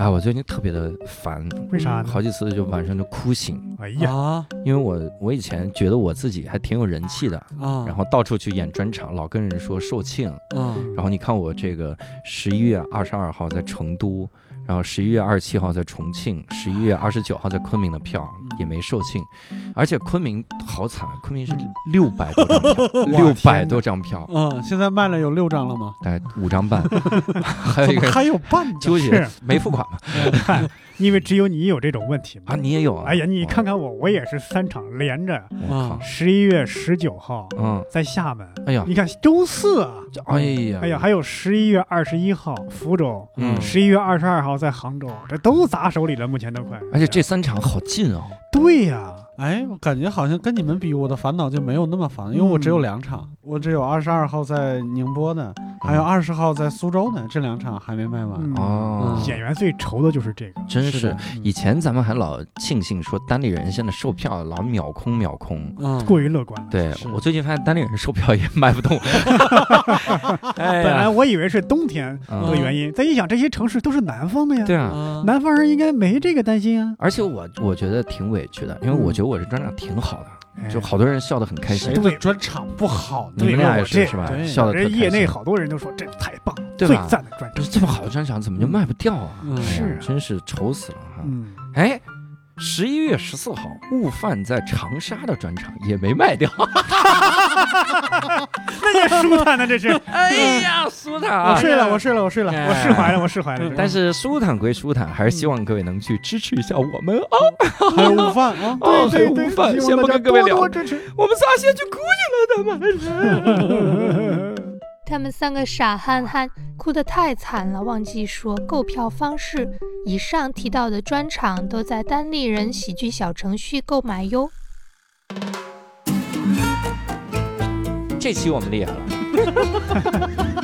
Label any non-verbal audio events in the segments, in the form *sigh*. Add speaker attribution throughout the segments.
Speaker 1: 哎，我最近特别的烦，
Speaker 2: 嗯为啥呢？
Speaker 1: 好几次就晚上就哭醒，
Speaker 2: 哎呀，
Speaker 3: 啊
Speaker 1: 因为我我以前觉得我自己还挺有人气的，
Speaker 3: 啊，
Speaker 1: 然后到处去演专场，老跟人说售罄。
Speaker 3: 啊
Speaker 1: 然后你看我这个十一月二十二号在成都，然后十一月二十七号在重庆，十一月二十九号在昆明的票
Speaker 3: 嗯
Speaker 1: 也没售罄，而且昆明好惨，昆明是
Speaker 2: 嗯
Speaker 1: 六百多张票，
Speaker 2: 哇
Speaker 1: 六百
Speaker 2: 天
Speaker 1: 多张票，
Speaker 3: 啊，现在卖了有六张了
Speaker 4: *laughs*
Speaker 3: 吗？
Speaker 1: 大概五张半，还有一
Speaker 3: 怎么
Speaker 1: 个人
Speaker 3: 还有半张？
Speaker 1: 纠结
Speaker 2: 是
Speaker 1: 没付款嘛
Speaker 2: 看，因为只有你有这种问题嘛
Speaker 1: 啊，。你也有啊？
Speaker 2: 哎呀，你
Speaker 1: 哦
Speaker 2: 看，看我，我也是三场连着，
Speaker 1: 我靠，
Speaker 2: 十一月十九号
Speaker 1: 嗯，
Speaker 2: 在厦门，
Speaker 1: 哎呀，
Speaker 2: 你看周四啊，
Speaker 1: 哎呀，
Speaker 2: 哎呀，，还有十一月二十一号福州，
Speaker 1: 嗯
Speaker 3: 嗯，
Speaker 2: 十一月二十二号在杭州，这都砸手里了，目前都快。
Speaker 1: 而且这三场好近哦，
Speaker 2: 对呀、
Speaker 3: 哎，我感觉好像跟你们比，我的烦恼就没有那么烦，因为我只有两场，我只有二十二号在宁波呢，
Speaker 2: 哎
Speaker 3: 还
Speaker 4: 嗯
Speaker 3: 有二十号在苏州呢，这两场还没卖完。
Speaker 2: 嗯，
Speaker 1: 哦，
Speaker 2: 演员最愁的就是这个。
Speaker 1: 真
Speaker 3: 是
Speaker 1: 是
Speaker 3: 的。嗯
Speaker 1: 以前咱们还老庆幸说单立人现在售票老秒空秒空，
Speaker 3: 嗯，
Speaker 2: 过于乐观了。
Speaker 1: 对
Speaker 3: 是
Speaker 1: 我最近发现单立人售票也卖
Speaker 2: *laughs*
Speaker 1: 不动，哎
Speaker 2: 本来
Speaker 1: 呀，
Speaker 2: 我以为是冬天
Speaker 1: 嗯
Speaker 2: 的原因，再一想这些城市都是南方的呀，
Speaker 1: 对啊，
Speaker 3: 啊，
Speaker 2: 南方人应该没这个担心啊。
Speaker 1: 而且我我觉得挺委屈的，因为我觉得我这专场挺好的，
Speaker 2: 嗯哎
Speaker 1: 就好多人笑得很开心
Speaker 3: 谁，的专场不好
Speaker 1: 你
Speaker 3: 呢？
Speaker 1: 们俩也
Speaker 2: 对
Speaker 1: 是
Speaker 2: 我这
Speaker 1: 是吧？
Speaker 3: 对
Speaker 1: 笑得
Speaker 2: 这
Speaker 1: 特
Speaker 2: 业
Speaker 1: 开
Speaker 2: 内
Speaker 1: 心。
Speaker 2: 好多人都说这太棒了，
Speaker 1: 对
Speaker 2: 最
Speaker 1: 吧
Speaker 2: 赞的专
Speaker 1: 就
Speaker 2: 场。
Speaker 1: 是这么好的专场怎么就卖不掉啊？
Speaker 3: 嗯
Speaker 1: 哎呀
Speaker 2: 是啊
Speaker 1: 真是愁死了哈！
Speaker 2: 嗯，
Speaker 1: 哎，十一月十四号，悟饭在长沙的专场也没卖掉。
Speaker 2: *laughs* 那也舒坦呢，这是。
Speaker 1: 哎呀，舒坦
Speaker 3: 我
Speaker 1: *laughs* 啊！
Speaker 3: 睡了，我睡了，我睡了，
Speaker 1: 哎
Speaker 2: 我释怀了，我释怀了
Speaker 3: 嗯。
Speaker 1: 但是舒坦归舒坦，还是希望各位能去支持一下我们啊！
Speaker 3: 还有午饭啊。
Speaker 1: 哦
Speaker 2: 对
Speaker 1: 还有
Speaker 2: 对
Speaker 1: 午饭
Speaker 2: 对，希
Speaker 1: 先
Speaker 2: 望
Speaker 1: 不
Speaker 2: 大家
Speaker 1: 跟各位
Speaker 2: 多
Speaker 1: 聊
Speaker 2: 多支持。
Speaker 1: 我们仨先去哭去了，他们。 *laughs*
Speaker 5: 他们三个傻憨憨，哭得太惨了，忘记说购票方式。以上提到的专场都在单立人喜剧小程序购买哟。
Speaker 1: 这期我们厉害了，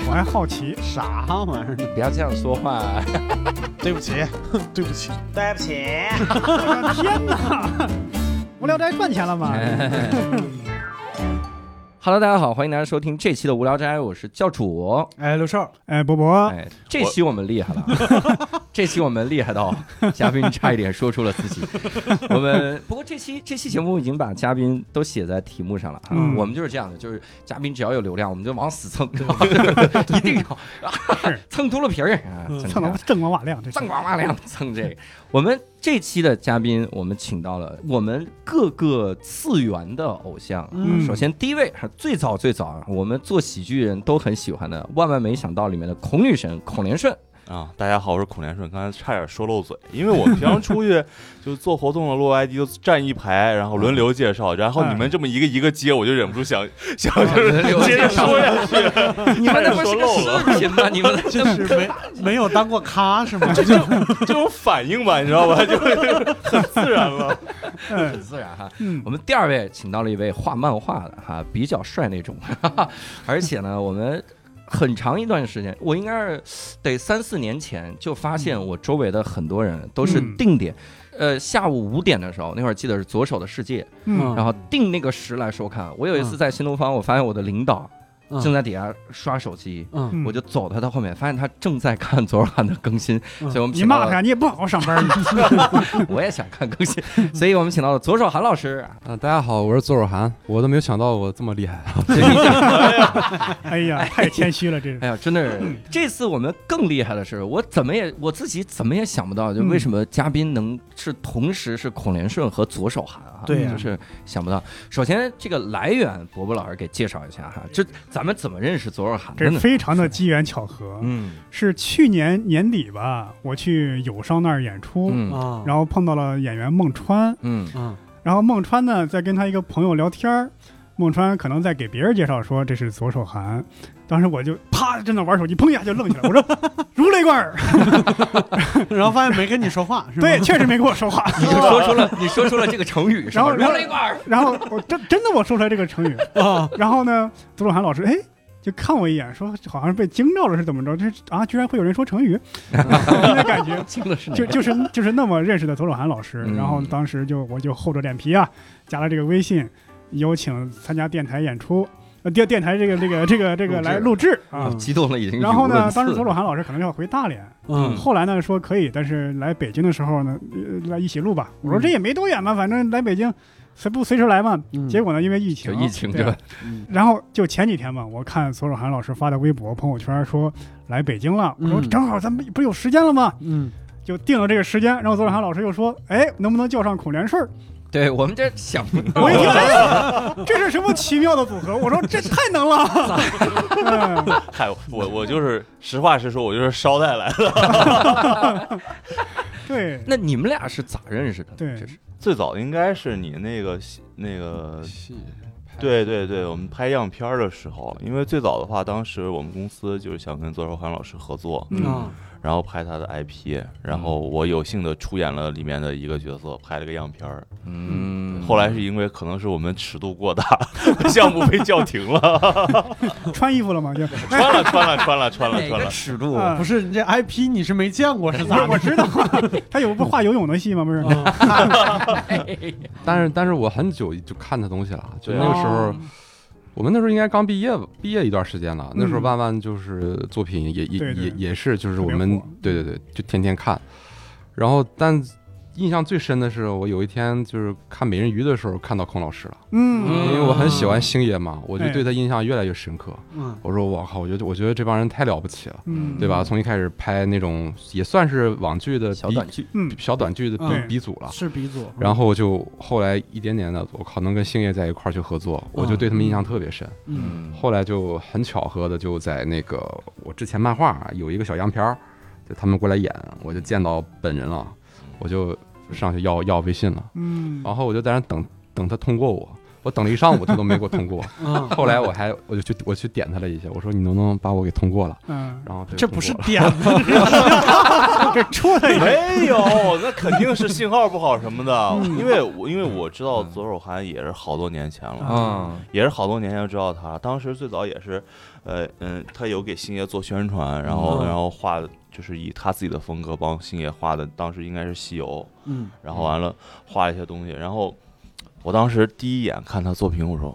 Speaker 2: 我还好奇，
Speaker 3: 啥玩意儿？
Speaker 1: 不要这样说
Speaker 2: *laughs*
Speaker 1: 话。 *laughs*
Speaker 6: 对不起，对不起，对不起。
Speaker 2: 天哪！无聊斋赚钱了吗？
Speaker 1: 哎 Hello，大家好，欢迎大家收听这期的无聊斋，我是教主。
Speaker 3: 哎，刘少，
Speaker 2: 哎，博博，
Speaker 1: 哎，这期我们厉害了， *laughs* 这期我们厉害到 *laughs* 嘉宾差一点说出了自 *laughs* 己。我们不过这期这期节目已经把嘉宾都写在题目上了啊，
Speaker 2: 嗯
Speaker 1: 我们就是这样的，就是嘉宾只要有流量，我们就往死蹭， *laughs* 然后就是一定要
Speaker 2: 是
Speaker 1: 蹭秃噜皮儿啊，
Speaker 3: 嗯
Speaker 2: 蹭
Speaker 1: 蹭
Speaker 2: 得我锃光瓦亮，这是
Speaker 1: 锃光瓦亮的蹭这个。我们这期的嘉宾，我们请到了我们各个次元的偶像。啊
Speaker 3: 嗯
Speaker 1: 首先，第一位是最早最早啊，我们做喜剧人都很喜欢的《万万没想到》里面的孔女神孔连顺。
Speaker 6: 啊，大家好，我是孔连顺，刚才差点说漏嘴，因为我平常
Speaker 1: *laughs*
Speaker 6: 出去就是做活动了，录 ID 就站一排，然后
Speaker 1: 嗯
Speaker 6: 轮流介绍，然后你们这么一个一个接，我就忍不
Speaker 1: *laughs*
Speaker 6: 住想想就是 *laughs* 接着说呀，
Speaker 1: 你们那不是个
Speaker 6: 说漏了
Speaker 1: 视频
Speaker 6: *laughs*
Speaker 1: 吗？你们那
Speaker 3: *laughs* 就是没 *laughs* 没有当过咖是
Speaker 4: *laughs*
Speaker 3: 吗？
Speaker 6: 这种反应吧，你知道
Speaker 1: *laughs*
Speaker 6: 吧， *laughs* 就是很自然了。
Speaker 2: 哎
Speaker 1: 很自然哈。
Speaker 2: 嗯
Speaker 1: 我们第二位请到了一位画漫画的哈，比较帅那种， *laughs* 哈哈而且呢，我们。很长一段时间，我应该是得三四年前就发现我周围的很多人都是
Speaker 2: 嗯
Speaker 1: 定点，呃，下午五点的时候，那会儿记得是左手的世界，
Speaker 2: 嗯
Speaker 1: 然后定那个时来收看。我有一次
Speaker 3: 嗯
Speaker 1: 在新东方，我发现我的领导
Speaker 3: 嗯
Speaker 1: 正在底下刷手机，
Speaker 3: 嗯，
Speaker 1: 我就走他的后面，发现他正在看昨晚的更新，
Speaker 3: 嗯
Speaker 1: 所以我们
Speaker 2: 你
Speaker 1: 请到
Speaker 2: 骂
Speaker 1: 了
Speaker 2: 他，你也不好好上班，你
Speaker 1: *laughs* 我也想看更新，所以我们请到了左手韩老师。
Speaker 4: 啊、大家好，我是左手韩，我都没有想到我这么厉害。
Speaker 3: 啊
Speaker 2: 哎呀，太谦虚了，这是。
Speaker 1: 哎呀，真的是，这次我们更厉害的是，我怎么也我自己怎么也想不到，就
Speaker 2: 嗯
Speaker 1: 为什么嘉宾能是同时是孔连顺和左手韩啊？
Speaker 3: 对呀
Speaker 1: 就是想不到。首先，这个来源，伯伯老师给介绍一下哈，这咱们怎么认识左手韩的
Speaker 2: 这
Speaker 1: 呢？
Speaker 2: 非常的机缘巧合，
Speaker 1: 嗯
Speaker 2: 是去年年底吧，我去友商那儿演出，
Speaker 1: 嗯
Speaker 3: 啊，
Speaker 2: 然后碰到了演员孟川，
Speaker 1: 嗯
Speaker 3: 嗯
Speaker 2: 然后孟川呢，在跟他一个朋友聊天儿，孟川可能在给别人介绍说这是左手韩，当时我就啪正在玩手机，砰一下就愣起来，我说 *laughs* 如雷贯耳，
Speaker 3: 然后发现没跟你说话是吧？
Speaker 2: 对，确实没跟我说话。 *laughs*
Speaker 1: 你就说出了你说出了这个成语，是吧
Speaker 2: 哦然后
Speaker 1: 如雷贯耳。
Speaker 2: 然后我真真的我说出来这个成语，
Speaker 3: 啊，
Speaker 2: 然后呢，左手韩老师哎就看我一眼，说好像是被惊着了是怎么着？这啊居然会有人说成语， *laughs* 那感觉。
Speaker 1: 听的是哪
Speaker 2: *laughs* 就
Speaker 1: 个？
Speaker 2: 就是就是那么认识的左手韩老师，
Speaker 1: 嗯
Speaker 2: 然后当时就我就厚着脸皮啊，加了这个微信，有请参加电台演出。呃电电台这个这个这个这个
Speaker 1: 录制
Speaker 2: 来录制啊。
Speaker 1: 激动了已经。
Speaker 2: 然后呢，当时左鲁涵老师可能要回大连，
Speaker 3: 嗯
Speaker 2: 后来呢说可以，但是来北京的时候呢，呃来一起录吧。我说
Speaker 3: 嗯
Speaker 2: 这也没多远嘛，反正来北京随不随时来嘛。
Speaker 3: 嗯
Speaker 2: 结果呢，因为疫
Speaker 1: 就
Speaker 2: 情，
Speaker 1: 疫情
Speaker 2: 对
Speaker 1: 就
Speaker 2: 吧然后就前几天嘛，我看左鲁涵老师发的微博朋友圈说来北京了，我说
Speaker 3: 嗯
Speaker 2: 正好咱们不是有时间了吗？
Speaker 3: 嗯
Speaker 2: 就定了这个时间。然后左鲁涵老师又说，哎，能不能叫上孔连顺儿？
Speaker 1: 对我们这想不 *laughs* 到，
Speaker 2: 我一听，哎呀，这是什么奇妙的组合？我说这太能了。嗯
Speaker 6: 嗨，我我就是实话实说，我就是捎带来的。 *laughs*
Speaker 2: 对，
Speaker 1: 那你们俩是咋认识的呢？
Speaker 2: 对
Speaker 1: 这是
Speaker 6: 最早应该是你那个那个
Speaker 3: 嗯
Speaker 4: 戏
Speaker 6: 对对对，我们拍样片儿的时候，因为最早的话，当时我们公司就是想跟左守涵老师合作，
Speaker 2: 嗯
Speaker 3: 啊
Speaker 6: 然后拍他的 IP，然后我有幸的出演了里面的一个角色，拍了个样片儿。
Speaker 1: 嗯，
Speaker 6: 后来是因为可能是我们尺度过大，项目被叫停了。
Speaker 2: 穿衣服了吗？就
Speaker 6: 穿了穿了穿了穿了
Speaker 1: 哪
Speaker 6: 穿
Speaker 1: 个
Speaker 6: 了，
Speaker 1: 尺度？
Speaker 2: 啊
Speaker 3: 不是你这 IP 你是没见过是咋？ *laughs* 我知道，
Speaker 2: 他有不画游泳的戏吗？不是，
Speaker 4: 但是但是我很久就看他东西了，就
Speaker 6: 对
Speaker 4: 那
Speaker 6: 啊
Speaker 4: 个时
Speaker 1: 哦
Speaker 4: 候，我们那时候应该刚毕业吧，毕业一段时间了。那时候
Speaker 2: 嗯
Speaker 4: 万万就是作品也也
Speaker 2: 对对
Speaker 4: 也也是，就是我
Speaker 2: 特别
Speaker 4: 们
Speaker 2: 火
Speaker 4: 对对对，就天天看。然后但印象最深的是，我有一天就是看美人鱼的时候看到孔老师了，
Speaker 2: 嗯
Speaker 1: 哎
Speaker 4: 因为我很喜欢星爷嘛，我就
Speaker 2: 哎
Speaker 4: 对他印象越来越深刻。
Speaker 3: 嗯
Speaker 4: 我说我靠，我觉得我觉得这帮人太了不起了。
Speaker 2: 嗯，
Speaker 4: 对吧？？从一开始拍那种也算是网剧的
Speaker 1: 小
Speaker 4: 鼻
Speaker 1: 短剧，
Speaker 2: 嗯，
Speaker 4: 小短剧的
Speaker 3: 嗯
Speaker 4: 鼻鼻祖
Speaker 3: *laughs*
Speaker 4: 了，
Speaker 3: 是鼻祖，
Speaker 4: 然后就后来一点点的，我靠，能跟星爷在一块儿去合作，我就对他们印象特别深。
Speaker 3: 嗯
Speaker 4: 后来就很巧合的，就在那个我之前漫画啊有一个小样片儿，就他们过来演，我就见到本人了，我就上去要要微信了，
Speaker 2: 嗯，
Speaker 4: 然后我就在那等等他通过我。我等了一上午，他都没给我通过。
Speaker 3: *laughs* 嗯，
Speaker 4: 后来我还我就去我去点他了一下，我说你能不能把我给通过了？
Speaker 2: 嗯，
Speaker 4: 然后他就
Speaker 3: 这
Speaker 4: 通
Speaker 3: 不是
Speaker 4: 过了
Speaker 3: 点子，
Speaker 2: *laughs* 这出
Speaker 1: *laughs*
Speaker 2: 来
Speaker 6: 没有，那肯定是信号不好什么的，因为我因为我知道左守涵也是好多年前了，
Speaker 1: 嗯，
Speaker 6: 也是好多年前就知道他。当时最早也是，呃嗯，他有给星爷做宣传，然后、
Speaker 3: 嗯
Speaker 6: 然后画就是以他自己的风格帮星爷画的，当时应该是西游，
Speaker 3: 嗯
Speaker 6: 然后完了画了一些东西，然后我当时第一眼看他作品，我说。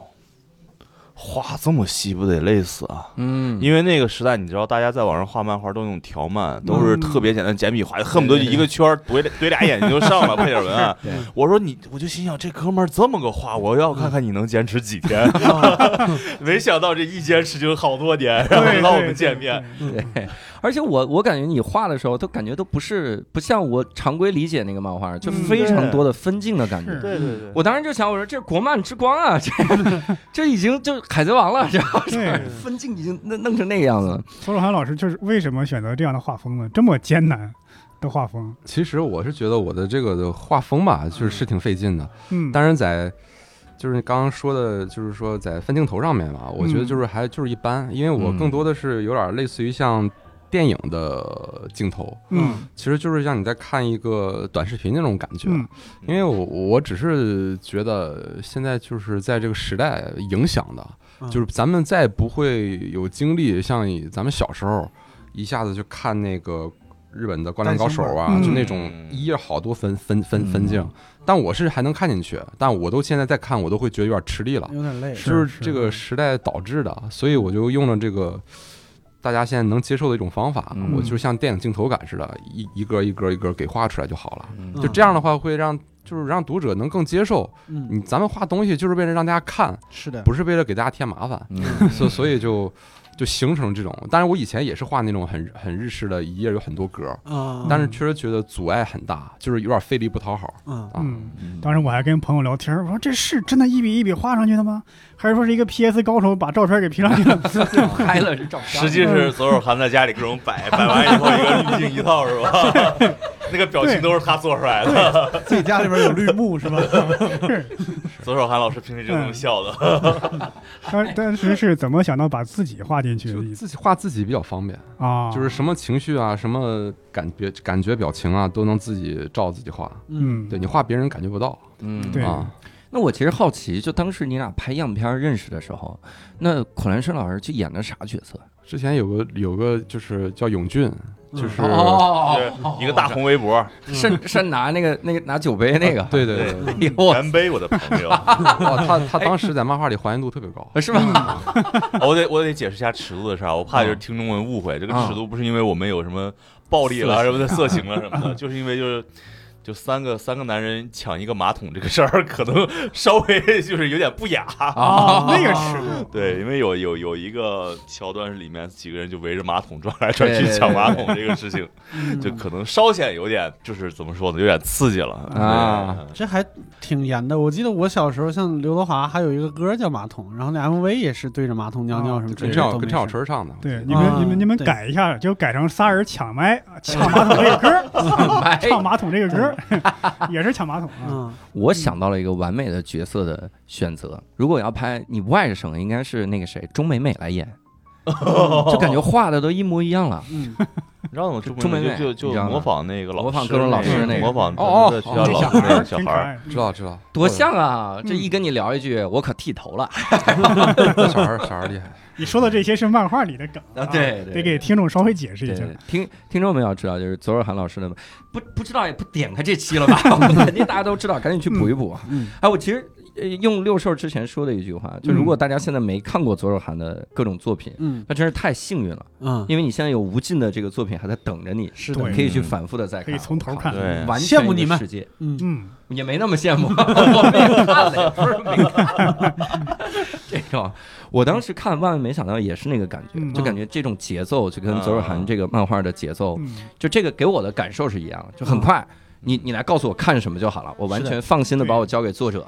Speaker 6: 画这么细不得累死啊！
Speaker 1: 嗯，
Speaker 6: 因为那个时代，你知道，大家在网上画漫画都用条漫，都是特别简单简笔画，恨不得就一个圈儿怼俩怼俩眼睛就上了，配点文案。
Speaker 1: 对
Speaker 6: 我说你，我就心想这哥们儿这么个画，我要看看你能坚持几天。没想到这一坚持就好多年，然后到我们见面。，
Speaker 1: 对，而且我我感觉你画的时候，都感觉都不是不像我常规理解那个漫画，就
Speaker 2: 嗯
Speaker 1: 非常
Speaker 6: 对
Speaker 1: 多的分镜的感觉。
Speaker 2: 是
Speaker 6: 对对
Speaker 1: 我当时就想，我说这国漫之光啊，这 *laughs* 这已经就海贼
Speaker 2: *laughs*
Speaker 1: 王了，然后
Speaker 2: 对，
Speaker 1: 分镜已经弄弄成那个样子了。
Speaker 2: 索鲁涵老师就是为什么选择这样的画风呢？这么艰难的画风，
Speaker 4: 其实我是觉得我的这个的画风吧，就是是挺费劲的。
Speaker 2: 嗯，
Speaker 4: 当然在就是你刚刚说的，就是说在分镜头上面吧，我觉得就是还就是一般，因为我
Speaker 1: 嗯
Speaker 4: 更多的是有点类似于像电影的镜头，
Speaker 2: 嗯
Speaker 4: 其实就是像你在看一个短视频那种感觉。
Speaker 2: 嗯
Speaker 4: 因为我我只是觉得现在就是在这个时代影响的，
Speaker 3: 嗯
Speaker 4: 就是咱们再不会有精力，像以咱们小时候一下子就看那个日本的《灌篮高手》啊，
Speaker 2: 单行本
Speaker 4: 就
Speaker 2: 嗯
Speaker 4: 那种一页好多分分分分镜，但我是还能看进去，但我都现在再看，我都会觉得有点吃力了，
Speaker 3: 有点累，
Speaker 2: 是
Speaker 4: 就是这个时代导致的，所以我就用了这个。大家现在能接受的一种方法，
Speaker 1: 嗯
Speaker 4: 我就像电影镜头感似的，一一个一个一个给画出来就好了。
Speaker 1: 嗯
Speaker 4: 就这样的话，会让就是让读者能更接受。
Speaker 3: 嗯，
Speaker 4: 你咱们画东西就是为了让大家看，
Speaker 3: 是的，
Speaker 4: 不是为了给大家添麻烦，
Speaker 1: 嗯
Speaker 4: 所所以就就形成这种。当然，我以前也是画那种很很日式的，一页有很多格，
Speaker 2: 嗯
Speaker 3: 啊，
Speaker 4: 但是确实觉得阻碍很大，就是有点费力不讨好。
Speaker 3: 嗯
Speaker 4: 啊
Speaker 2: 嗯。
Speaker 6: 对，
Speaker 2: 当时我还跟朋友聊天，我说这是真的一笔一笔画上去的吗？还是说是一个 PS 高手把照片给 P 上去的？
Speaker 1: 哦拍了这照片，
Speaker 6: 实际是左手涵在家里各种摆，摆完以后一个滤镜一套是吧？那个表情都是他做出来的。
Speaker 3: 自己家里边有绿幕 *laughs* 是吧？
Speaker 6: 左手涵老师平时就这么笑的。
Speaker 2: *laughs* 当当时是怎么想到把自己画进去
Speaker 4: 就
Speaker 2: 的意思
Speaker 4: 自己画自己比较方便，
Speaker 2: 啊？
Speaker 4: 就是什么情绪啊，什么感觉、感觉、表情啊，都能自己照自己画。
Speaker 2: 嗯，
Speaker 4: 对你画别人感觉不到
Speaker 1: 嗯
Speaker 2: 对
Speaker 4: 啊，
Speaker 1: 那我其实好奇，就当时你俩拍样片认识的时候，那孔兰生老师就演的啥角色？
Speaker 4: 之前有个有个就是叫永俊，就是、
Speaker 6: 哦一个大红围脖，
Speaker 1: 是是拿那个那个拿酒杯那个，
Speaker 4: 嗯对
Speaker 6: *laughs*
Speaker 4: 对对，
Speaker 1: 哎呦我，
Speaker 6: 干杯，我的朋友。
Speaker 4: 哦，他他当时在漫画里还原度特别高，
Speaker 1: 是吧？
Speaker 6: *laughs* 我得我得解释一下尺度的事儿啊，我怕就是听众们误会，这个尺度不是因为我们有什么暴力了什么的、嗯色情了什么 *laughs* 的，就是因为就是。就三个三个男人抢一个马桶这个事儿，可能稍微 *laughs* 就是有点不雅。
Speaker 1: 啊，
Speaker 2: 那个尺度，
Speaker 6: 对，因为有有有一个桥段是里面几个人就围着马桶转来转去
Speaker 1: 对对
Speaker 6: 抢
Speaker 1: 对
Speaker 6: 马桶这个事情，
Speaker 3: 嗯
Speaker 6: 就可能稍显有点就是怎么说呢，有点刺激了
Speaker 1: 啊。
Speaker 6: 对嗯
Speaker 3: 这还挺严的。我记得我小时候，像刘德华还有一个歌叫《马桶》，然后那 MV 也是啊对着马桶尿尿什么之
Speaker 4: 跟
Speaker 3: 类的
Speaker 4: 郑小
Speaker 3: 都没
Speaker 4: 跟
Speaker 3: 事。
Speaker 4: 郑小春唱的，
Speaker 2: 对，你们你们你们
Speaker 3: 对
Speaker 2: 改一下，就改成仨人抢麦抢马桶这个歌儿，
Speaker 1: *laughs* 哎
Speaker 2: 唱嗯马桶这个歌儿， *laughs* 也是抢马桶啊。
Speaker 3: 嗯，
Speaker 1: 我想到了一个完美的角色的选择。如果要拍你外甥，应该是那个谁钟美美来演，就感觉画的都一模一样了。
Speaker 3: 嗯，
Speaker 6: 你知道吗？
Speaker 1: 就
Speaker 6: 朱
Speaker 1: 中
Speaker 6: 梅
Speaker 1: 美美
Speaker 6: 就
Speaker 1: 你
Speaker 6: 就
Speaker 1: 知道
Speaker 6: 就
Speaker 1: 吗
Speaker 6: 模仿那个老
Speaker 1: 模仿
Speaker 6: 师
Speaker 1: 各种老
Speaker 2: 师那
Speaker 6: 那
Speaker 2: 个
Speaker 6: 个模仿
Speaker 4: 哦
Speaker 6: 咱们的学
Speaker 4: 哦
Speaker 6: 校
Speaker 2: 这小
Speaker 6: 老师
Speaker 2: 孩
Speaker 6: 那
Speaker 2: 儿
Speaker 6: 个小
Speaker 2: 挺可
Speaker 6: 孩儿。
Speaker 2: 爱的，
Speaker 4: 知道知道，
Speaker 1: 多像啊！这一跟你聊一句，我可剃头了。
Speaker 4: 这小孩儿小孩儿厉害，
Speaker 2: 你说的这些是漫画里的梗
Speaker 1: 啊对对
Speaker 2: 得给听众稍微解释一下。
Speaker 1: 对，听听众们要知道，就是左尔涵老师的，不不知道也不点开这期了吧？ *laughs* 我们肯定大家都知道，赶紧去补一补啊！
Speaker 3: 嗯
Speaker 1: 哎，我其实。呃用六兽之前说的一句话，就如果大家现在没看过左尔涵的各种作品，
Speaker 3: 嗯
Speaker 1: 那真是太幸运了，
Speaker 3: 嗯，
Speaker 1: 因为你现在有无尽的这个作品还在等着你，
Speaker 3: 是
Speaker 2: 对
Speaker 1: 你可以去反复的再看，
Speaker 2: 可以从头看
Speaker 6: 对
Speaker 1: 完全
Speaker 3: 羡慕你们
Speaker 1: 一个世界
Speaker 3: 嗯
Speaker 2: 嗯，
Speaker 1: 也没那么羡慕， *laughs* 我们也看了，也不是没看。这种，我当时看万万没想到也是那个感觉，
Speaker 2: 嗯啊
Speaker 1: 就感觉这种节奏就跟左尔涵这个漫画的节奏，
Speaker 2: 嗯，
Speaker 1: 就哦这个给我的感受是一样的，就很快。你你来告诉我看什么就好了，我完全放心嗯的把我交给作者，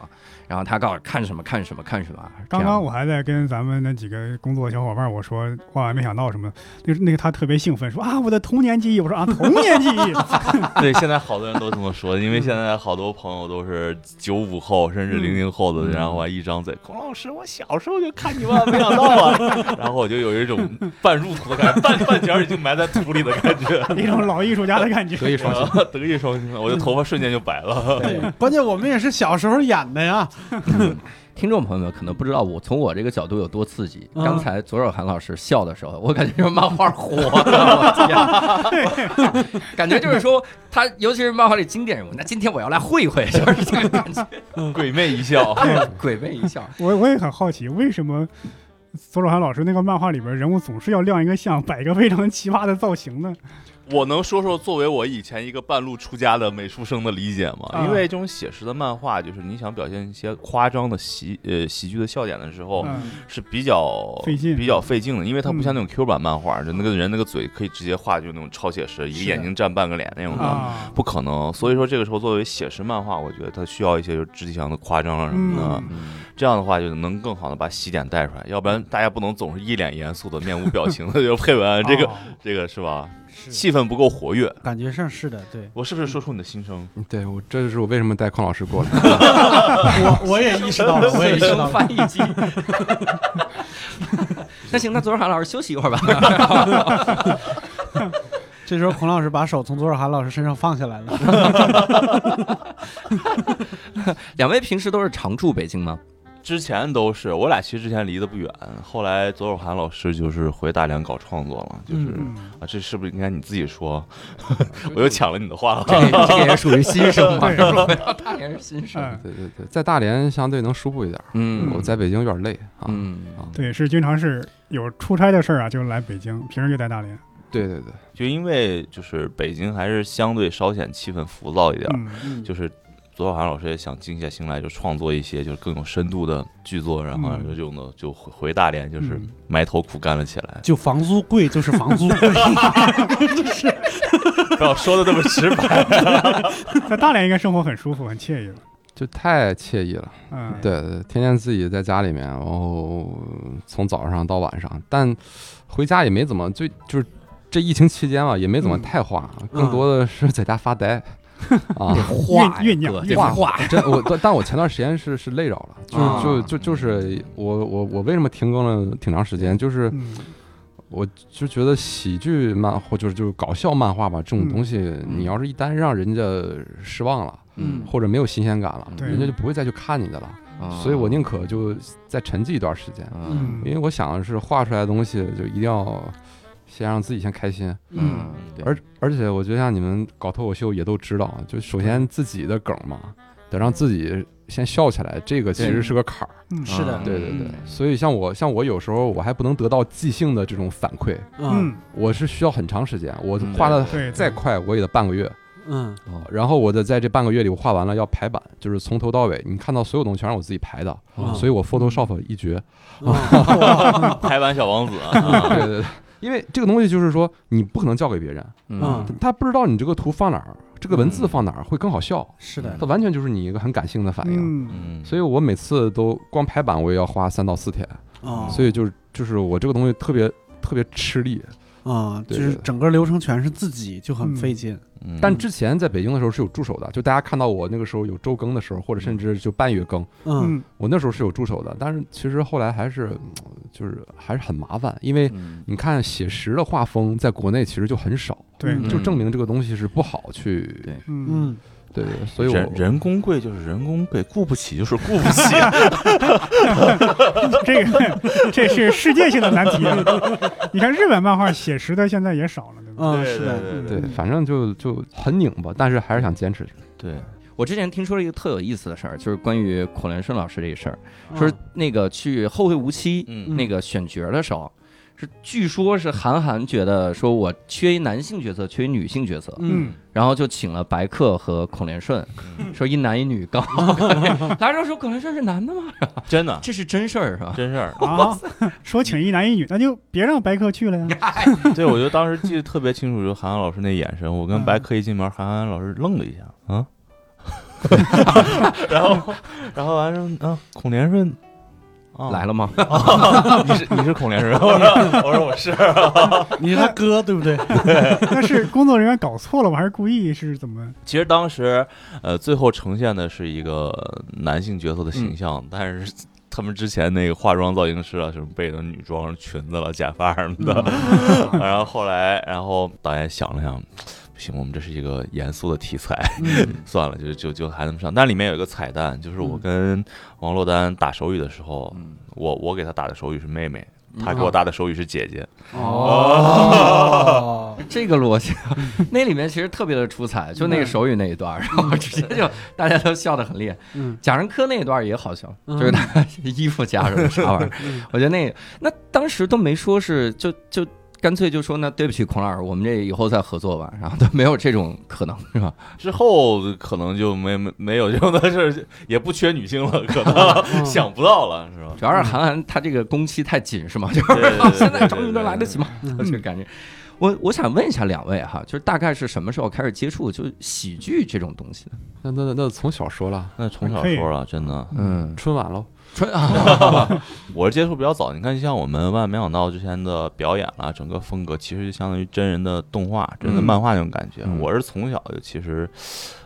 Speaker 1: 然后他告诉我看什么看什么看什么。这
Speaker 2: 刚
Speaker 1: 样
Speaker 2: 刚我还在跟咱们那几个工作小伙伴我说，万万没想到什么，那个那个他特别兴奋，说啊我的童年记忆，我说啊童年记忆， *laughs*
Speaker 6: 对，现在好多人都这么说，因为现在好多朋友都是九五后，甚至零零后的，
Speaker 1: 嗯
Speaker 6: 然后还一张嘴，孔老师，我小时候就看你万万没想到
Speaker 1: *laughs*
Speaker 6: 啊，然后我就有一种半入土的感觉，半半截儿已经埋在土里的感
Speaker 1: *laughs*
Speaker 6: 觉，
Speaker 2: 一种老艺术家的感觉。
Speaker 4: 德艺双馨。
Speaker 6: 啊德艺双馨了，我的头发瞬间就白了。
Speaker 3: 对，关键我们也是小时候演的呀。
Speaker 1: *laughs* 听众朋友们可能不知道我从我这个角度有多刺激。
Speaker 3: 嗯
Speaker 1: 刚才左手涵老师笑的时候，我感觉就是漫 *laughs* 画火了，我天！ *laughs* 感觉就是说他，尤其是漫画里经典人物，那今天我要来会一会，就是这个感觉，
Speaker 6: 鬼魅一笑，
Speaker 1: *laughs* 鬼魅一笑。
Speaker 2: 我我也很好奇，为什么左手涵老师那个漫画里边人物总是要亮一个相，摆一个非常奇葩的造型呢？
Speaker 6: 我能说说作为我以前一个半路出家的美术生的理解吗？
Speaker 2: 啊
Speaker 6: 因为这种写实的漫画，就是你想表现一些夸张的喜呃喜剧的笑点的时候，
Speaker 2: 嗯，
Speaker 6: 是比较
Speaker 2: 费劲
Speaker 6: 比较费劲的，因为它不像
Speaker 2: 嗯
Speaker 6: 那种 Q 版漫画，就那个人那个嘴可以直接画，就那种超写实，一个
Speaker 3: 是的
Speaker 6: 眼睛占半个脸那种的，
Speaker 2: 啊，
Speaker 6: 不可能。所以说这个时候作为写实漫画，我觉得它需要一些就是肢体上的夸张啊什么的，
Speaker 2: 嗯
Speaker 6: 这样的话就能更好的把喜点带出来，要不然大家不能总是一脸严肃的面无表情的就配文，这个、
Speaker 2: 哦
Speaker 6: 这个是吧？
Speaker 3: 是，
Speaker 6: 气氛不够活跃。
Speaker 3: 感觉上是的，对
Speaker 6: 我是不是说出你的心声？
Speaker 4: 嗯对我，这就是我为什么带匡老师 *laughs* 过来。
Speaker 3: 我我也意识到了，我也意识到了。
Speaker 1: 翻译机。那行，那左手涵老师休息一会儿吧。
Speaker 3: *laughs* 这时候孔老师把手从左手涵老师身上放下来了。
Speaker 1: 两位平时都是常驻北京吗？
Speaker 6: 之前都是我俩，其实之前离得不远，后来左手涵老师就是回大连搞创作了，就是。
Speaker 2: 嗯，
Speaker 6: 啊，这是不是应该你自己说？我又抢了你的话了。
Speaker 1: 这个这个也属于新生嘛， *laughs*
Speaker 2: 对
Speaker 1: 是吧？他也是新生。
Speaker 2: 嗯，
Speaker 4: 对对对，在大连相对能舒服一点儿，
Speaker 1: 嗯
Speaker 4: 我在北京有点累啊。
Speaker 1: 嗯
Speaker 4: 啊，
Speaker 2: 对，是经常是有出差的事儿啊，就来北京，平时就在大连。
Speaker 4: 对对对，
Speaker 6: 就因为就是北京还是相对稍显气氛浮躁一点儿，
Speaker 2: 嗯，
Speaker 3: 嗯。
Speaker 6: 就是左小涵老师也想静下心来，就创作一些就是更有深度的剧作，然后
Speaker 2: 嗯
Speaker 6: 这种的就回回大连，就是
Speaker 2: 嗯
Speaker 6: 埋头苦干了起来
Speaker 3: 就房租贵就是房租贵，
Speaker 6: 不要说的那么直白。 *laughs*
Speaker 2: 在大连应该生活很舒服，很惬意了。
Speaker 4: 就太惬意了。
Speaker 2: 嗯，
Speaker 4: 对对，天天自己在家里面，然后从早上到晚上，但回家也没怎么，就就是这疫情期间嘛，也没怎么
Speaker 2: 嗯
Speaker 4: 太花，更多的是在家发呆。啊，
Speaker 1: 画
Speaker 2: 酝酝酿
Speaker 1: 呀哥
Speaker 2: 酝
Speaker 1: 这
Speaker 4: 酿
Speaker 1: 画
Speaker 4: 真我，但但我前段时间是是累着了，
Speaker 1: 啊
Speaker 4: 就是就就就是我我我为什么停更了挺长时间，就是
Speaker 2: 嗯，
Speaker 4: 我就觉得喜剧漫或就是就是搞笑漫画吧，这种东西，你要是一旦让人家失望了，
Speaker 3: 嗯
Speaker 4: 或者没有新鲜感了，
Speaker 2: 对
Speaker 4: 人家就不会再去看你的了。所以我宁可就再沉寂一段时间，
Speaker 1: 啊嗯
Speaker 4: 因为我想的是画出来的东西就一定要先让自己先开心。
Speaker 1: 嗯，对，
Speaker 4: 而而且我觉得像你们搞脱口秀也都知道，就首先自己的梗嘛，得让自己先笑起来，这个其实是个坎儿。
Speaker 2: 嗯
Speaker 3: 是的
Speaker 1: 嗯
Speaker 4: 对对对
Speaker 1: 嗯，
Speaker 4: 所以像我像我有时候我还不能得到即兴的这种反馈，
Speaker 3: 嗯
Speaker 2: 嗯，
Speaker 4: 我是需要很长时间，我画的
Speaker 2: 对，
Speaker 4: 再快我也得半个月，
Speaker 3: 嗯
Speaker 4: 然后我得在这半个月里我画完了要排版，就是从头到尾，你看到所有东西全是我自己排的，
Speaker 3: 嗯
Speaker 4: 所以我 Photoshop 一绝。
Speaker 3: 哇
Speaker 6: 排版小王子啊，
Speaker 4: 对对对，因为这个东西就是说你不可能教给别人，
Speaker 3: 嗯
Speaker 4: 他不知道你这个图放哪儿，这个文字放哪儿会更好笑，
Speaker 3: 是的
Speaker 4: 它，完全就是你一个很感性的反应。
Speaker 2: 嗯，
Speaker 1: 嗯，
Speaker 4: 所以我每次都光排版我也要花三到四天，
Speaker 3: 哦
Speaker 4: 所以就是就是我这个东西特别特别吃力。
Speaker 3: 啊，就
Speaker 4: 对
Speaker 3: 是
Speaker 4: 对
Speaker 3: 整个流程全是自己，就很
Speaker 2: 嗯
Speaker 3: 费劲。
Speaker 1: 嗯
Speaker 4: 但之前在北京的时候是有助手的，就大家看到我那个时候有周更的时候，或者甚至就半月更，
Speaker 3: 嗯
Speaker 2: 嗯
Speaker 4: 我那时候是有助手的。但是其实后来还是嗯就是还是很麻烦，因为
Speaker 1: 嗯
Speaker 4: 你看写实的画风在国内其实就很少，
Speaker 2: 对，
Speaker 3: 嗯
Speaker 4: 就证明这个东西是不好去
Speaker 1: 对
Speaker 2: 嗯
Speaker 3: 嗯，
Speaker 4: 对对，所以我
Speaker 6: 人人工贵就是人工贵，雇不起就是雇不 *laughs* 起，
Speaker 2: 嗯这个这是世界性的难题啊。 *laughs* 你看日本漫画写实的现在也少了，对吧？
Speaker 3: 嗯，
Speaker 6: 对
Speaker 3: 是
Speaker 6: *laughs*
Speaker 3: 的，
Speaker 6: 对
Speaker 4: 对，反正就就很拧巴，但是还是想坚持。
Speaker 6: 对，
Speaker 1: 我之前听说了一个特有意思的事儿，就是关于孔连顺老师这一事儿，
Speaker 3: 嗯
Speaker 1: 说是那个去《后会无期》
Speaker 6: 嗯
Speaker 1: 那个选角的时候，是据说是韩寒觉得说我缺一男性角色，缺一女性角色，
Speaker 3: 嗯
Speaker 1: 然后就请了白客和孔连顺，
Speaker 6: 嗯
Speaker 1: 说一男一女刚 *laughs* 好。大家都说孔连顺是男的吗？
Speaker 6: 真
Speaker 3: 啊
Speaker 6: 的
Speaker 1: 这是真事儿是吧？
Speaker 6: 真事 *laughs* 儿。
Speaker 2: 啊，说请一男一女，那就别让白客去了呀。
Speaker 6: 对，我觉得当时记得特别清楚，就是韩寒老师那眼神，我跟白客一进门，韩寒老师愣了一下， *laughs* 啊，然后然后完说啊，孔连顺。
Speaker 3: 哦
Speaker 6: 啊
Speaker 1: 来了吗？
Speaker 6: 了，你是你是孔连顺， *laughs* 我说我说我是，
Speaker 3: 你是他哥对不对？
Speaker 2: 那是工作人员搞错了吧？还是故意是怎么？
Speaker 6: 其实当时，呃，最后呈现的是一个男性角色的形象，但是他们之前那个化妆造型师啊，什么背的女装、裙子了、假发什么的， *laughs* 然后后来，然后导演想了想，不行，我们这是一个严肃的题材， *laughs* 算了，就就就还能上。但里面有一个彩蛋，就是我跟王珞丹打手语的时
Speaker 3: 哦
Speaker 6: 候，
Speaker 1: 嗯
Speaker 6: 我我给她打的手语是妹妹，
Speaker 1: 嗯
Speaker 6: 她给我打的手语是姐姐。
Speaker 3: 哦，
Speaker 1: *laughs* 这个逻辑， *laughs* 那里面其实特别的出彩，就那
Speaker 3: 嗯
Speaker 1: 个手语那一段儿， *laughs* 然后直接就大家都笑得很厉害。
Speaker 3: 嗯
Speaker 1: 贾樟柯那一段儿也好笑，
Speaker 3: 嗯
Speaker 1: 就是他衣服夹什么啥
Speaker 3: *laughs*
Speaker 1: 玩意儿，我觉得那那当时都没说是就就干脆就说那对不起孔老师，我们这以后再合作吧，然后都没有这种可能是吧？
Speaker 6: 之后可能就没没没有这种的事儿，也不缺女性了，可
Speaker 1: 嗯
Speaker 6: 能 *laughs* 想不到了，是吧？
Speaker 1: 主要是韩寒他这个工期太紧是吗？ *laughs* 就是
Speaker 6: 对对对对
Speaker 1: 现在找你都来得及吗？
Speaker 3: 嗯
Speaker 1: 这个感觉。我我想问一下两位哈，就是大概是什么时候开始接触就是喜剧这种东西的？
Speaker 4: 那那那那从小说了，
Speaker 6: 那从小说了，真的，
Speaker 1: 嗯，
Speaker 4: 春
Speaker 2: *laughs*
Speaker 4: 晚喽，
Speaker 1: 春啊，
Speaker 6: 我是接触比较早。你看，像我们万万没想到之前的表演啦、整个风格其实就相当于真人的动画、真的漫画那种感觉。
Speaker 1: 嗯
Speaker 6: 我是从小就其实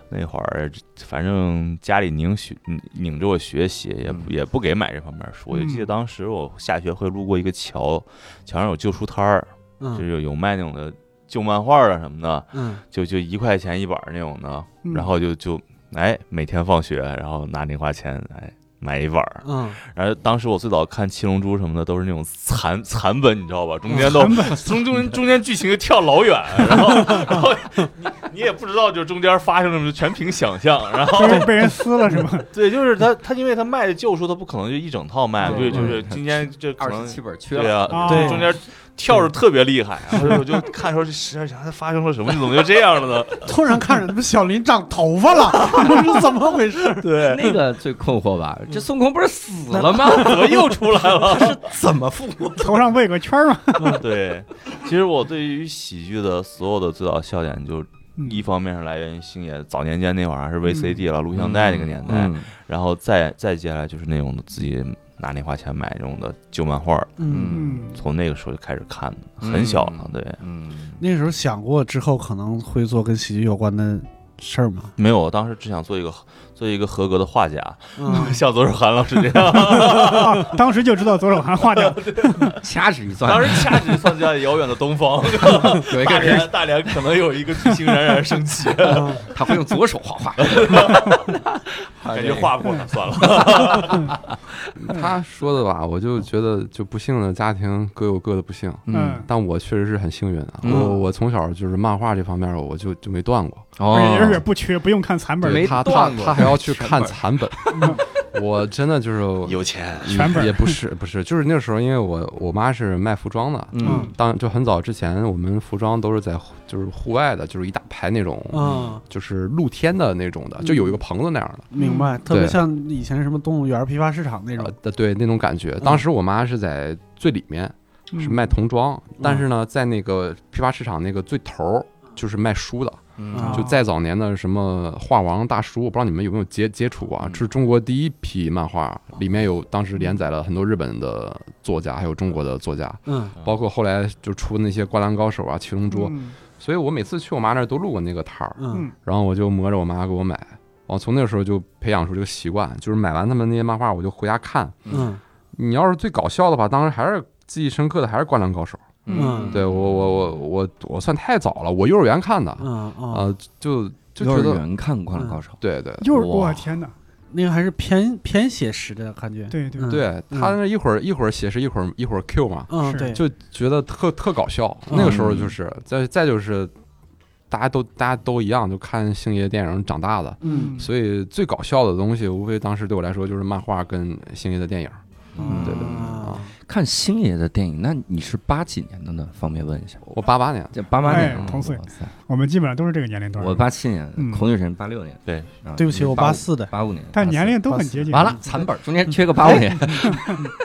Speaker 6: 那会儿，反正家里拧学拧着我学习，也不
Speaker 1: 嗯
Speaker 6: 也不给买这方面的书。我就记得
Speaker 2: 嗯
Speaker 6: 当时我下学会路过一个桥，桥上有旧书摊儿，就
Speaker 3: 嗯
Speaker 6: 是有有卖那种的旧漫画啊什么的。
Speaker 3: 嗯
Speaker 6: 就就一块钱一本儿那种的，
Speaker 2: 嗯
Speaker 6: 然后就就哎每天放学，然后拿零花钱哎买一本儿。
Speaker 3: 嗯，
Speaker 6: 然后当时我最早看《七龙珠》什么的都是那种残嗯残本，你知道吧？中
Speaker 3: *laughs*
Speaker 6: 间都 *laughs*
Speaker 2: 韩本
Speaker 6: 从中中间剧情就跳老远，然后然后你你也不知道就中间发生什么，就全凭想象。然后
Speaker 2: 被人被人撕了是
Speaker 6: *laughs*
Speaker 2: 吗？
Speaker 6: 对，就是他他因为他卖的旧书，他不可能就一整套卖，就
Speaker 1: 对
Speaker 6: 就是
Speaker 1: 对
Speaker 6: 今天这可
Speaker 1: 二
Speaker 6: 能
Speaker 1: 十七本缺
Speaker 6: 对
Speaker 1: 了。
Speaker 6: 啊，
Speaker 2: 啊
Speaker 6: 就中间跳着特别厉害，然后我就看说这实际上它发生了什么，怎么就这样了呢？
Speaker 3: 突然看着怎么小林长头发了， *laughs* 这是怎么回事？
Speaker 6: *laughs* 对，
Speaker 1: 那个最困惑吧，这孙悟空不是死了吗？
Speaker 6: *laughs* 怎么又出来
Speaker 1: *laughs*
Speaker 6: 了？
Speaker 1: 怎么复活？
Speaker 2: 头上不有个圈儿吗？
Speaker 6: 嗯对，其实我对于喜剧的所有的最早笑点，就
Speaker 2: 嗯
Speaker 6: 一方面是来源于星爷早年间那会儿还啊是 VCD 了、录像带那个年代，
Speaker 1: 嗯
Speaker 6: 然后再再接下来就是那种的自己拿零花钱买那种的旧漫画，
Speaker 3: 嗯，
Speaker 2: 嗯，
Speaker 6: 从那个时候就开始看的，很小了
Speaker 1: 嗯，
Speaker 6: 对。
Speaker 1: 嗯，
Speaker 3: 那时候想过之后可能会做跟喜剧有关的事儿吗？
Speaker 6: 没有，我当时只想做一个做一个合格的画家，
Speaker 3: 嗯
Speaker 6: *laughs* 像左手韩老师这样。
Speaker 2: 啊当时就知道左手韩化掉，
Speaker 1: 掐指一
Speaker 6: *laughs* 当
Speaker 1: 算，
Speaker 6: 时掐 *laughs* 指算在遥远的东方，
Speaker 1: 有一个
Speaker 6: 大
Speaker 1: 人
Speaker 6: 连大连可能有一个巨星冉冉升 *laughs* 起，
Speaker 1: 他会用左手画
Speaker 6: *laughs*
Speaker 1: 画，
Speaker 6: 感觉画不过他算了。 *laughs*
Speaker 4: 他说的吧，我就觉得就不幸的家庭各有各的不幸，
Speaker 1: 嗯
Speaker 2: 嗯，
Speaker 4: 但我确实是很幸运啊，
Speaker 1: 嗯
Speaker 4: 我我从小就是漫画这方面我就就没断过，
Speaker 6: 哦
Speaker 2: 而且而且不缺，不用看残本
Speaker 1: 哦没
Speaker 4: 对他他
Speaker 1: 断过
Speaker 4: 他还要去看
Speaker 1: 全
Speaker 4: 残本， *laughs* 我真的就是
Speaker 6: 有钱，
Speaker 2: 全本
Speaker 4: 也不是不是，就是那个时候因为我我妈是卖服装的。
Speaker 1: 嗯
Speaker 4: 当就很早之前，我们服装都是在户就是户外的，就是一大排那种，
Speaker 3: 嗯，
Speaker 4: 就是露天的那种的，就有一个棚子那样的。
Speaker 3: 明白，特别
Speaker 4: 对
Speaker 3: 像以前什么动物园、批发市场那
Speaker 4: 呃
Speaker 3: 种，
Speaker 4: 的对那种感觉。当时我妈是在最里面，
Speaker 2: 嗯
Speaker 4: 是卖童装，但是呢，在那个批发市场那个最头儿就是卖书的，
Speaker 3: 啊
Speaker 4: 就再早年的什么画王大叔，我不知道你们有没有接接触过啊？
Speaker 6: 嗯
Speaker 4: 这是中国第一批漫画，里面有当时连载了很多日本的作家，还有中国的作家，
Speaker 3: 嗯
Speaker 4: 包括后来就出那些《灌篮高手》啊、《七龙珠》，
Speaker 2: 嗯
Speaker 4: 所以我每次去我妈那儿都路过那个摊儿，
Speaker 3: 嗯
Speaker 2: 嗯
Speaker 4: 然后我就磨着我妈给我买。然后从那个时候就培养出这个习惯，就是买完他们那些漫画，我就回家看，
Speaker 3: 嗯
Speaker 4: 你要是最搞笑的话，当时还是记忆深刻的还是《灌篮高手》
Speaker 3: 嗯
Speaker 4: 对我我我我我算太早了，我幼儿园看的，啊、
Speaker 3: 嗯哦，
Speaker 4: 呃，就
Speaker 1: 幼
Speaker 4: 就觉
Speaker 1: 儿
Speaker 4: 得
Speaker 1: 园看《灌篮高手
Speaker 4: 对对
Speaker 2: 就是
Speaker 1: 哇
Speaker 2: 我天哪，
Speaker 3: 那个还是偏偏写实的感觉，
Speaker 2: 对对
Speaker 3: 嗯
Speaker 4: 对，他那一会儿一会儿写实，一会儿一会儿 Q 嘛，
Speaker 3: 嗯
Speaker 2: 是
Speaker 3: 对，
Speaker 4: 就觉得特特搞笑。
Speaker 3: 嗯
Speaker 4: 那个时候就是再再就是，大家都大家都一样，就看星爷电影长大的，
Speaker 3: 嗯
Speaker 4: 所以最搞笑的东西，无非当时对我来说就是漫画跟星爷的电影。
Speaker 1: 嗯
Speaker 4: 对对对
Speaker 3: 啊
Speaker 4: 啊，》，
Speaker 1: 看星爷的电影，那你是八几年的呢？方便问一下？
Speaker 4: 我八八年，
Speaker 1: 这八八年
Speaker 2: 哎
Speaker 1: 啊，
Speaker 6: 嗯
Speaker 2: 同岁
Speaker 1: 哇塞
Speaker 2: 我们基本上都是这个年龄段。
Speaker 1: 我八七年
Speaker 2: 嗯，
Speaker 1: 孔女神八六年，
Speaker 6: 对
Speaker 1: 啊，
Speaker 3: 对不起，我八
Speaker 1: 八
Speaker 3: 四的，
Speaker 1: 八五年，
Speaker 2: 但年龄都
Speaker 3: 八
Speaker 2: 很
Speaker 3: 四
Speaker 2: 接近。
Speaker 1: 完了，残本儿中
Speaker 3: 嗯
Speaker 1: 间缺个八五
Speaker 3: *laughs*
Speaker 1: 年，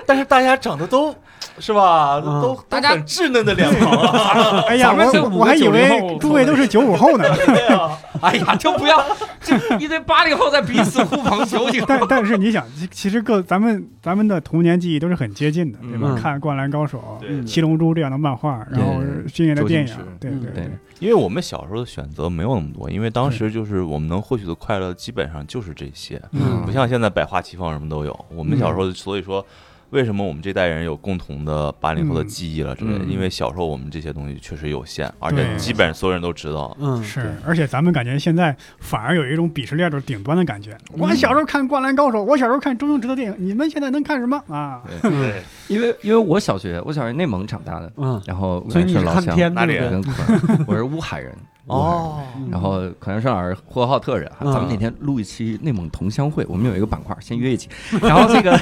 Speaker 6: 但是大家长得都是吧，都
Speaker 1: 大家
Speaker 6: 都很稚嫩的脸庞啊。
Speaker 2: 哎呀，
Speaker 6: 咱们这
Speaker 2: 我
Speaker 6: 五个
Speaker 2: 我还以
Speaker 6: 90后
Speaker 2: 为诸位都是九五后呢，
Speaker 6: 对啊
Speaker 1: 哎呀，就不要这一堆八零后在彼此互捧，求你
Speaker 2: *laughs* 但但是你想，其其实各咱们咱们的童年记忆都是很接近的，对吧？
Speaker 3: 嗯
Speaker 2: 看《灌篮高手》
Speaker 6: 对
Speaker 3: 嗯
Speaker 2: 《七龙珠》这样的漫画，然后星爷的电
Speaker 1: 周星驰
Speaker 2: 影，对对
Speaker 3: 嗯
Speaker 1: 对
Speaker 2: 对，
Speaker 6: *laughs* 因为我们小时候的选择没有那么多，因为当时就是我们能获取的快乐基本上就是这些，
Speaker 3: 嗯
Speaker 6: 不像现在百花齐放，什么都有。我们小时候，所以说为什么我们这代人有共同的八零后的记忆了之类的？
Speaker 1: 嗯
Speaker 6: 因为小时候我们这些东西确实有限，而且
Speaker 2: 对
Speaker 6: 基本上所有人都知 *laughs* 道。
Speaker 3: 嗯
Speaker 2: 是。而且咱们感觉现在反而有一种鄙视链的顶端的感觉。我小时候看《灌篮高手》，我小时候看周星驰的电影，你们现在能看什么啊？
Speaker 6: 对，
Speaker 1: *laughs* 因为因为我小学，我小学内蒙长大的，
Speaker 3: 嗯，
Speaker 1: 然后
Speaker 3: 所以你
Speaker 1: 是
Speaker 3: 是
Speaker 1: 老
Speaker 3: 看
Speaker 1: 乡，
Speaker 3: 片
Speaker 6: 哪
Speaker 3: 对
Speaker 6: 里
Speaker 3: 不对？
Speaker 1: 跟孔人，我是乌海
Speaker 3: *laughs*
Speaker 1: 人。
Speaker 6: 哦，
Speaker 3: 嗯
Speaker 1: 然后可能是老师呼和浩特人哈，
Speaker 3: 嗯
Speaker 1: 咱们那天录一期内蒙同乡会，我们有一个板块，先约一期。然后这个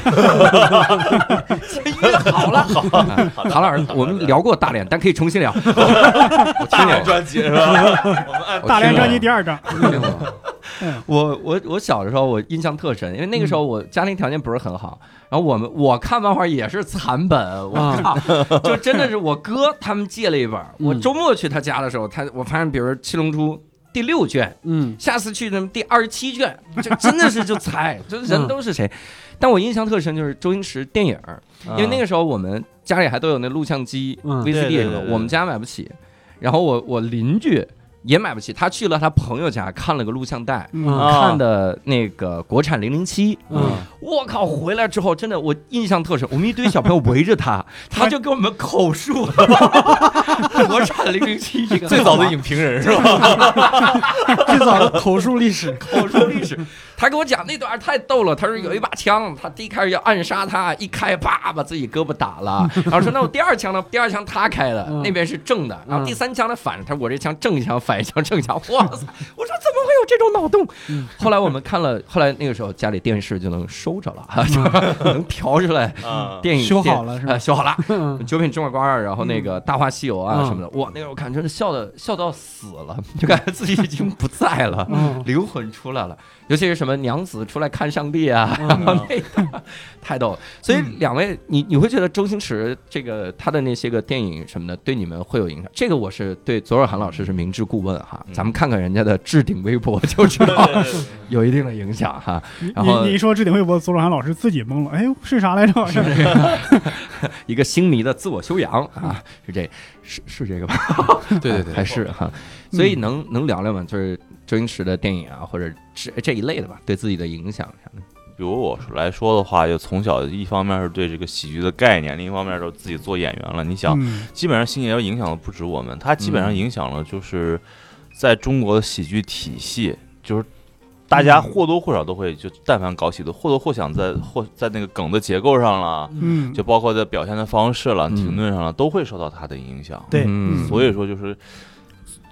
Speaker 1: 先约好了，好，韩老师，我们聊过大连，但可以重新聊。
Speaker 4: 我听
Speaker 6: 大连
Speaker 4: 过，
Speaker 6: 专辑是 *laughs* 吧？嗯我们按
Speaker 4: 我
Speaker 2: 大连专辑
Speaker 4: 听
Speaker 2: 第二张，
Speaker 4: 过听过
Speaker 1: 我我我小的时候，我印象特深，因为那个时候我家庭条件不是很好，然后我们我看漫画也是残本，我靠，就真的是我哥他们借了一本，我周末去他家的时候，他我发现，比如《七龙珠》第六卷，
Speaker 3: 嗯
Speaker 1: 下次去那么第二十七卷，就真的是就猜，就是人都是谁。但我印象特深就是周星驰电影儿，因为那个时候我们家里还都有那录像机、
Speaker 3: 嗯
Speaker 1: VCD
Speaker 6: 对对
Speaker 1: 什么
Speaker 6: 对
Speaker 1: 的，
Speaker 6: 对
Speaker 1: 我们家买不起。然后我我邻居也买不起，他去了他朋友家看了个录像带，
Speaker 3: 嗯
Speaker 6: 啊
Speaker 1: 看的那个国产零零七。
Speaker 3: 嗯，
Speaker 1: 我靠！回来之后，真的我印象特深，我们一堆小朋友围着他，他就给我们口述国产零零七这个
Speaker 6: 最早的影评人是吧？
Speaker 3: *laughs* 最早的口述历史，
Speaker 1: 口述历史。他给我讲那段儿太逗了，他说
Speaker 3: 嗯
Speaker 1: 有一把枪，他第一开始要暗杀他，一开啪把自己胳膊打
Speaker 3: *laughs*
Speaker 1: 了，然后说那我第二枪呢？第二枪他开的
Speaker 3: 嗯，
Speaker 1: 那边是正的，然后
Speaker 3: 嗯
Speaker 1: 第三枪他反着，他说我这枪正枪反一枪正枪，哇塞！我
Speaker 3: *laughs*
Speaker 1: 说怎么会有这种脑洞
Speaker 3: 嗯？
Speaker 1: 后来我们看了，后来那个时候家里电视就能收着了， *laughs* 就能调出来
Speaker 6: 啊，
Speaker 4: 哎
Speaker 1: 电影
Speaker 3: 嗯修好了是吧
Speaker 1: 呃修好了。
Speaker 3: 嗯
Speaker 1: 九品芝麻官儿，然后那个《大话西游》啊
Speaker 3: 嗯
Speaker 1: 什么的，哇，那个我看真是笑的笑到死了， *laughs* 就感觉自己已经不在了，
Speaker 3: 嗯
Speaker 1: *laughs* 灵魂出来了。尤其是什么娘子出来看上帝啊， *laughs* 那个太逗了。所以两位，你你会觉得周星驰这个他的那些个电影什么的，对你们会有影响？这个我是对左耳涵老师是明知故问哈，
Speaker 6: 嗯
Speaker 1: 咱们看看人家的置顶微博就知道有一定的影响哈。
Speaker 2: 你
Speaker 1: 然后
Speaker 2: 你一说置顶微博，左洛涵老师自己懵了，哎，是啥来着？
Speaker 1: 是这个一个星迷的自我修养啊，是这，是是这个吧？
Speaker 4: *laughs* 对对
Speaker 3: *laughs*
Speaker 4: 对
Speaker 3: 哎
Speaker 1: 还是哈，所以能能聊聊吗？就是周星驰的电影啊，或者这这一类的吧，对自己的影响啥的。
Speaker 6: 比如我来说的话，就从小一方面是对这个喜剧的概念，另一方面就是自己做演员了。你想，
Speaker 2: 嗯
Speaker 6: 基本上星爷影响的不止我们，他基本上
Speaker 1: 嗯
Speaker 6: 影响了就是在中国的喜剧体系，就是大家或多或少都会就但凡搞喜剧，或多或少在或在那个梗的结构上了，
Speaker 2: 嗯，
Speaker 6: 就包括在表现的方式了、
Speaker 1: 嗯
Speaker 6: 停顿上了，都会受到他的影响。
Speaker 3: 对
Speaker 1: 嗯
Speaker 6: 所以说就是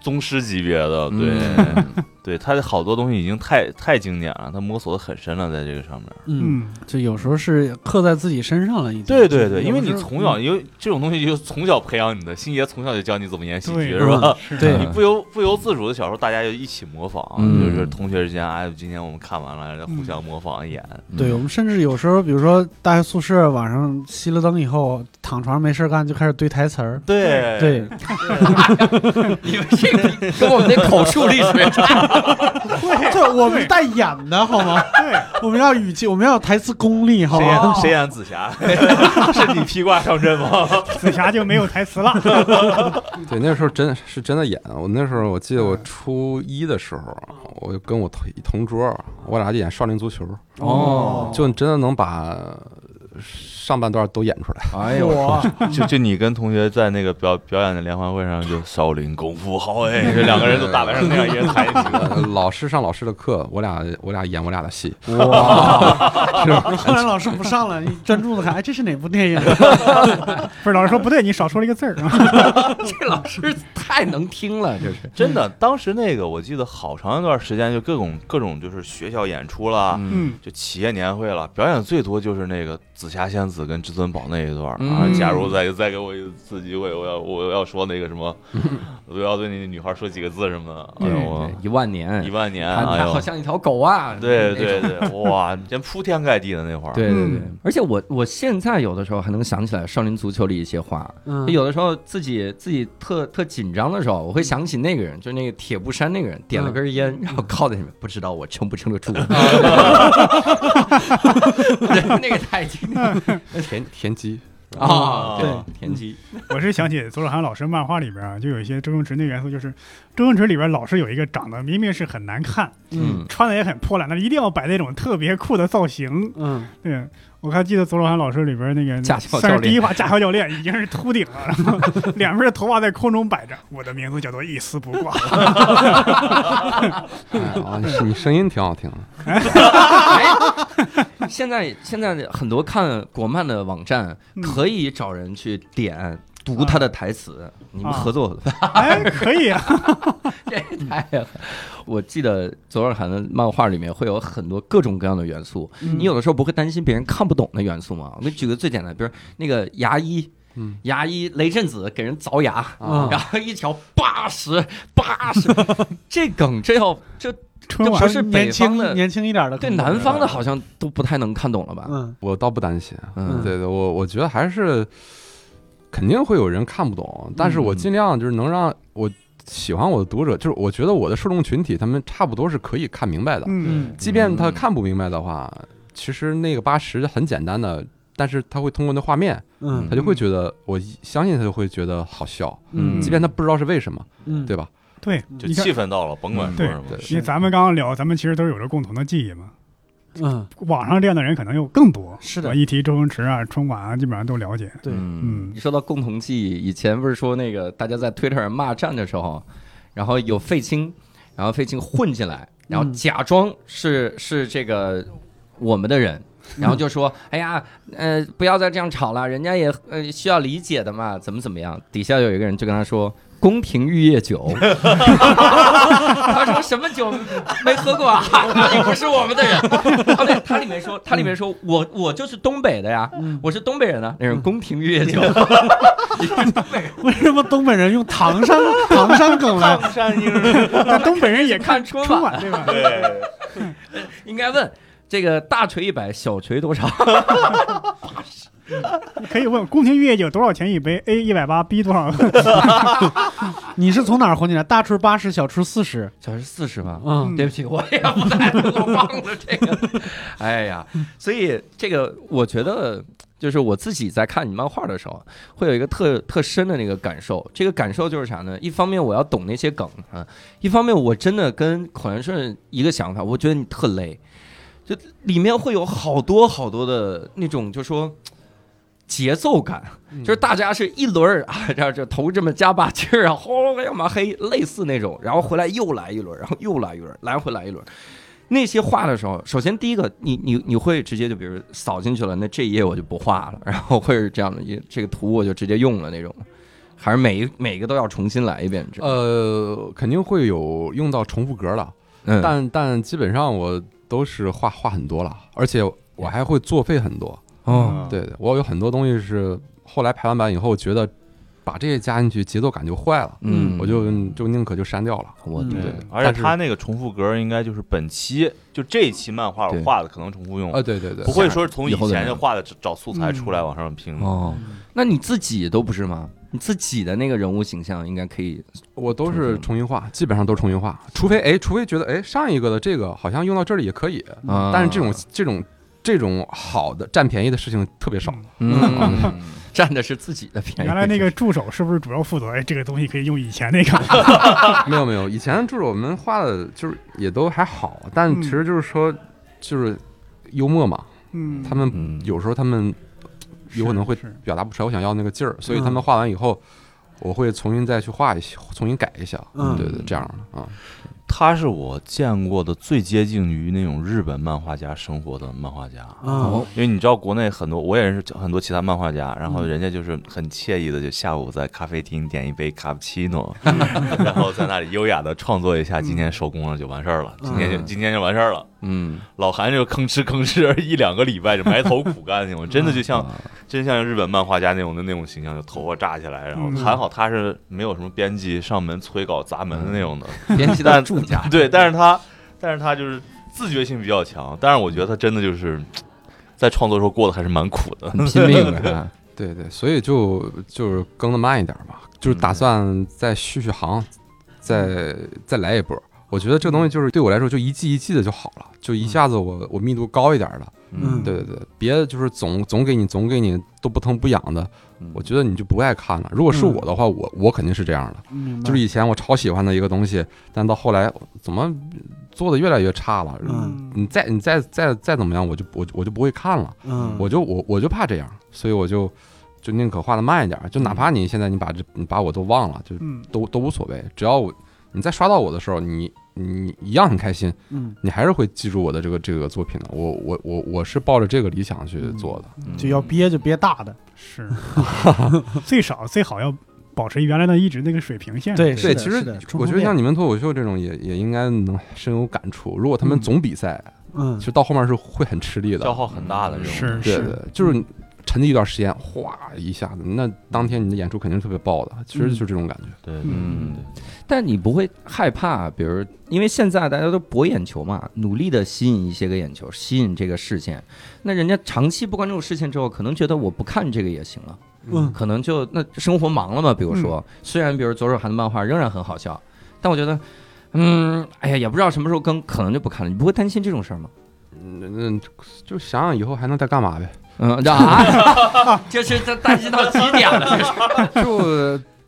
Speaker 6: 宗师级别的，对、
Speaker 1: 嗯
Speaker 6: *laughs* 对，他的好多东西已经太太经典了，他摸索的很深了，在这个上面。
Speaker 3: 嗯，
Speaker 2: 嗯
Speaker 3: 就有时候是刻在自己身上了，已经。
Speaker 6: 对对对，
Speaker 3: 有
Speaker 6: 因为
Speaker 3: 时
Speaker 6: 你
Speaker 3: 候
Speaker 6: 从小
Speaker 3: 嗯
Speaker 6: 因为这种东西就是从小培养你的，星爷从小就教你怎么演喜剧，
Speaker 2: 对
Speaker 6: 是吧？
Speaker 3: 对
Speaker 6: 你
Speaker 1: 嗯
Speaker 6: 不由不由自主的，小时候大家就一起模仿，
Speaker 1: 嗯
Speaker 6: 就是同学之间，哎，今天我们看完了，互
Speaker 3: 嗯
Speaker 6: 相模仿演。
Speaker 1: 嗯
Speaker 3: 对，我们甚至有时候，比如说大学宿舍晚上熄了灯以后，躺床上没事儿干，就开始堆台词儿。
Speaker 6: *laughs* 对
Speaker 3: 对，
Speaker 1: 你们这个跟我们那口述历史也差
Speaker 3: 这我们是带演的好吗？
Speaker 2: 对，
Speaker 3: *laughs* 我们要语气，我们要有台词功力，好
Speaker 6: 谁演
Speaker 3: 吗？
Speaker 6: 谁演紫霞？ *laughs* 是你披挂上阵吗？
Speaker 2: 紫霞就没有台词了。
Speaker 4: 对，那时候真是真的演。我那时候我记得
Speaker 3: 嗯
Speaker 4: 我初一的时候，我就跟我同同桌，我俩就演少林足球，
Speaker 1: 哦
Speaker 4: 就真的能把上半段都演出来。
Speaker 1: 哎呦，
Speaker 3: 我
Speaker 6: *laughs* 就就你跟同学在那个表表演的联欢会上，就少林功夫好哎，这两个人都打扮成那样，一人弹一曲。
Speaker 4: 呃老师上老师的课，我俩我俩演我俩的戏，
Speaker 6: *laughs*
Speaker 3: 后来老师不上了，你专注的看，哎， *laughs* 这是哪部电影？
Speaker 2: *laughs* 不是老师说不对，你少说了一个字儿。
Speaker 1: 这老师太能听了，这是。
Speaker 6: 真的，当时那个我记得好长一段时间，就各种各种就是学校演出啦，
Speaker 1: 嗯，
Speaker 2: 嗯
Speaker 6: 就企业年会了，表演最多就是那个紫霞仙子跟至尊宝那一段儿
Speaker 1: 嗯
Speaker 6: 啊。假如再再给我一次机会，我要我要说那个什么，我要对那女孩说几个字什么的，哎
Speaker 2: 嗯
Speaker 6: 呦我
Speaker 1: 对一万年，
Speaker 6: 一万年，
Speaker 1: 他
Speaker 6: 哎
Speaker 1: 他
Speaker 6: 呦
Speaker 1: 好，像一条狗啊，
Speaker 6: 对
Speaker 1: 那种
Speaker 6: 对对，哇，真铺天盖地的那会儿，
Speaker 1: 对对对
Speaker 2: 嗯，
Speaker 1: 而且我我现在有的时候还能想起来少林足球里一些话，
Speaker 3: 嗯
Speaker 1: 有的时候自己自己特特紧张的时候，我会想起那个人，就那个铁布衫那个人，点了根烟，然后靠在那边，不知道我撑不撑得住。 *laughs* 对那个太经典了
Speaker 4: 田田鸡。
Speaker 1: 啊，
Speaker 6: 对
Speaker 1: 对，田鸡，
Speaker 2: 我是想起左手涵老师漫画里边啊，就有一些周星驰那元素，就是周星驰里边老是有一个长得明明是很难看，
Speaker 1: 嗯，
Speaker 2: 穿的也很破烂，但是一定要摆那种特别酷的造型。
Speaker 3: 嗯，
Speaker 2: 对，我还记得左手涵老师里边那个
Speaker 1: 驾校
Speaker 2: 算
Speaker 1: 教
Speaker 2: 是第
Speaker 1: 练
Speaker 2: 一话驾校教练已经是秃顶了，然后两边的头发在空中摆着，我的名字叫做一丝不
Speaker 1: *laughs*
Speaker 2: 挂。
Speaker 4: 哎啊，你你声音挺好听的。
Speaker 1: *laughs* 现在现在很多看国漫的网站
Speaker 2: 嗯
Speaker 1: 可以找人去点读他的台词，你们
Speaker 2: 啊
Speaker 1: 合作合作。
Speaker 2: 哎，可以啊，
Speaker 1: 这太狠！我记得左尔涵的漫画里面会有很多各种各样的元素，
Speaker 3: 嗯
Speaker 1: 嗯你有的时候不会担心别人看不懂的元素吗？我给你举个最简单，比如那个牙医，
Speaker 4: 嗯
Speaker 1: 牙医雷震子给人凿牙，
Speaker 3: 啊
Speaker 1: 然后一瞧八十八十，这梗这要这
Speaker 2: 春
Speaker 1: 这
Speaker 2: 晚
Speaker 1: 不是北
Speaker 3: 嗯年
Speaker 1: 方
Speaker 3: 轻
Speaker 1: 的
Speaker 3: 年轻一点的，
Speaker 1: 对南方的，好像都不太能看懂了吧？
Speaker 3: 嗯
Speaker 4: 我倒不担心，
Speaker 1: 嗯
Speaker 4: 对对，我我觉得还是肯定会有人看不懂，但是我尽量就是能让我喜欢我的读者，就是我觉得我的受众群体他们差不多是可以看明白的，
Speaker 2: 嗯
Speaker 3: 嗯，
Speaker 4: 即便他看不明白的话，其实那个八十很简单的，但是他会通过那画面，
Speaker 3: 嗯
Speaker 4: 他就会觉得，我相信他就会觉得好笑，
Speaker 3: 嗯，
Speaker 4: 即便他不知道是为什么，
Speaker 3: 嗯
Speaker 4: 对吧？
Speaker 2: 对，
Speaker 6: 就
Speaker 2: 你看
Speaker 6: 气氛到了，
Speaker 1: 嗯
Speaker 6: 甭管说什么，
Speaker 4: 对
Speaker 2: 因为咱们刚刚聊，咱们其实都是有着共同的记忆嘛。
Speaker 3: 嗯
Speaker 2: 网上这样的人可能有更多。
Speaker 3: 是的
Speaker 2: 我一提周星驰啊、春晚啊，基本上都了解。
Speaker 3: 对
Speaker 1: 嗯
Speaker 2: 嗯，
Speaker 1: 你说到共同记忆，以前不是说那个大家在推特上骂战的时候，然后有废青，然后废青混进来，然后
Speaker 3: 嗯
Speaker 1: 假装是、是这个我们的人。然后就说：“哎呀，呃，不要再这样吵了，人家也呃需要理解的嘛，怎么怎么样？”底下有一个人就跟他说：“宫廷玉液酒。”他说：“什么酒没喝过啊？你不是我们的人。”哦，对，他里面说，他里面说我我就是东北的呀，
Speaker 3: 嗯
Speaker 1: 我是东北人呢，那是宫廷玉液酒，
Speaker 3: 为什么东北人用唐 *laughs* 山唐山梗来？
Speaker 6: 上山鹰人，
Speaker 2: 但东北人也看
Speaker 1: 看春
Speaker 2: 春
Speaker 1: 晚 *laughs*
Speaker 2: 晚对吧？
Speaker 6: 对，
Speaker 1: 应该问这个大锤一百，小锤多少？
Speaker 2: 你可以问宫廷玉液酒多少钱一杯？A 一百八，B 多少？
Speaker 3: 你是从哪儿混进来？大厨八十，小厨四十。
Speaker 1: 小时四十吗？*laughs*
Speaker 3: 嗯，
Speaker 1: 对不起，我也不太，我忘了这个。哎呀，所以这个我觉得就是我自己在看你漫画的时候，会有一个特特深的那个感受。这个感受就是啥呢？一方面我要懂那些梗啊，一方面我真的跟口元顺一个想法，我觉得你特累，就里面会有好多好多的那种，就说。节奏感就是大家是一轮儿啊， *laughs* 这样就头这么加把劲儿啊，轰要嘛黑，类似那种，然后回来又来一轮，然后又来一轮，来回来一轮。那些画的时候，首先第一个，你你你会直接就比如扫进去了，那这一页我就不画了，然后会是这样的，一这个图我就直接用了那种，还是每一每个都要重新来一遍？这
Speaker 4: 呃，肯定会有用到重复格了，
Speaker 1: 嗯，
Speaker 4: 但但基本上我都是画画很多了，而且我还会作废很多。
Speaker 6: 嗯
Speaker 1: 哦，
Speaker 4: 对对，我有很多东西是后来排完版以后，觉得把这些加进去节奏感就坏了，
Speaker 1: 嗯，
Speaker 4: 我就就宁可就删掉了。
Speaker 1: 我
Speaker 3: 嗯
Speaker 1: 对
Speaker 4: 对，
Speaker 6: 而
Speaker 4: 但
Speaker 6: 且
Speaker 4: 是
Speaker 6: 他那个重复格应该就是本期就这一期漫画我
Speaker 1: 对呃
Speaker 6: 画的可能重复
Speaker 1: 哦
Speaker 6: 用，
Speaker 4: 啊，对对对，
Speaker 6: 不会说是从
Speaker 1: 以
Speaker 6: 以
Speaker 1: 后再
Speaker 6: 前就
Speaker 1: 弄
Speaker 6: 画的找找素材
Speaker 3: 嗯
Speaker 6: 出来往上拼。
Speaker 1: 哦，那你自己都不是吗？你自己的那个人物形象应该可以
Speaker 4: 我都
Speaker 1: 重
Speaker 4: 是
Speaker 1: 新
Speaker 4: 重新画，基本上都重新画，除非哎，除非觉得哎上一个的这个好像用到这里也可以，
Speaker 1: 啊，
Speaker 4: 但是这种这种这种好的占便宜的事情特 *laughs* 别少。
Speaker 1: 嗯，占的是自己的便宜。
Speaker 2: 原来那个助手是不是主要负责？哎，这个东西可以用以前那个。
Speaker 4: *laughs* 没有没有，以前就是我们画的，就是也都还好，但
Speaker 2: 嗯
Speaker 4: 其实就是说，就是幽默嘛，
Speaker 2: 嗯，
Speaker 4: 他们
Speaker 1: 嗯
Speaker 4: 有时候他们有可能会
Speaker 2: 是嗯是
Speaker 4: 表达不出来我想要那个劲儿，所以他们画完以后，我会重新再去画一下，重新改一下。
Speaker 3: 嗯
Speaker 4: 对对，这样的啊，
Speaker 6: 他是我见过的最接近于那种日本漫画家生活的漫画家，
Speaker 3: 啊，
Speaker 1: 哦
Speaker 6: 因为你知道国内很多我也认识很多其他漫画家，然后人家就是很惬意的，就下午在咖啡厅点一杯卡布奇诺， *laughs* 然后在那里优雅的创作一下，今天收工了就完事儿了，今天就
Speaker 1: 嗯
Speaker 6: 今天就完事儿了。
Speaker 1: 嗯，
Speaker 6: 老韩就吭哧吭哧一两个礼拜就埋头苦
Speaker 1: *laughs*
Speaker 6: 干那种，真的就像
Speaker 1: 啊
Speaker 6: 真像日本漫画家那种的那种形象，就头发炸起来，然后
Speaker 2: 嗯
Speaker 6: 还好他是没有什么编辑上门催稿砸门的那种的，
Speaker 1: 编辑的 *laughs*
Speaker 6: 但
Speaker 1: 住家
Speaker 6: *laughs* 对，但是他但是他就是自觉性比较强，但是我觉得他真的就是在创作时候过得还是蛮苦的。
Speaker 1: 很拼命啊的，
Speaker 4: 对对，所以就就是更的慢一点吧，就是打算再续续航，再
Speaker 2: 嗯
Speaker 4: 再来一波。我觉得这个东西就是对我来说，就一季一季的就好了，就一下子我我密度高一点的，
Speaker 3: 嗯
Speaker 4: 对对对，别就是总总给你总给你都不疼不痒的，
Speaker 1: 嗯
Speaker 4: 我觉得你就不爱看了。如果是我的话，我我肯定是这样的，
Speaker 3: 嗯明白
Speaker 4: 就是以前我超喜欢的一个东西，但到后来怎么做的越来越差了，
Speaker 3: 嗯
Speaker 4: 你再你再再再怎么样，我就我我就不会看了，
Speaker 3: 嗯，
Speaker 4: 我就我我就怕这样，所以我就就宁可画的慢一点，
Speaker 3: 嗯
Speaker 4: 就哪怕你现在你把这你把我都忘了，就
Speaker 2: 嗯，
Speaker 4: 都都无所谓，只要我你再刷到我的时候，你你一样很开心，
Speaker 3: 嗯，
Speaker 4: 你还是会记住我的这个这个作品的。我我我我是抱着这个理想去
Speaker 3: 嗯
Speaker 4: 做的。
Speaker 3: 就要憋就憋大的，
Speaker 2: 是， *laughs* 最少最好要保持原来的一直那个水平线。
Speaker 3: 是
Speaker 4: 对，
Speaker 3: 的
Speaker 4: 其
Speaker 3: 是
Speaker 4: 实
Speaker 3: 的
Speaker 4: 我觉得像你们脱口秀这种也也应该能深有感触。如果他们
Speaker 3: 嗯
Speaker 4: 总比赛，
Speaker 3: 嗯
Speaker 4: 其实到后面是会很吃力的，
Speaker 6: 消耗很大的这种。
Speaker 2: 是
Speaker 4: 对
Speaker 2: 是
Speaker 4: 对，就是
Speaker 3: 嗯
Speaker 4: 你沉寂一段时间，哗一下子，那当天你的演出肯定是特别爆的。其实就是这种感觉。
Speaker 6: 对，
Speaker 1: 嗯
Speaker 6: 嗯，
Speaker 1: 但你不会害怕，比如因为现在大家都博眼球嘛，努力的吸引一些个眼球，吸引这个视线。那人家长期不关注视线之后，可能觉得我不看这个也行了，
Speaker 3: 嗯
Speaker 1: 可能就那生活忙了嘛。比如说，虽然比如左手韩的漫画仍然很好笑，但我觉得，嗯，哎呀，也不知道什么时候更，可能就不看了。你不会担心这种事儿吗？
Speaker 4: 嗯那那就想想以后还能再干嘛呗。
Speaker 1: 嗯，这啊， *laughs* 这是这担心到极点了，这是。
Speaker 2: *laughs*
Speaker 4: 就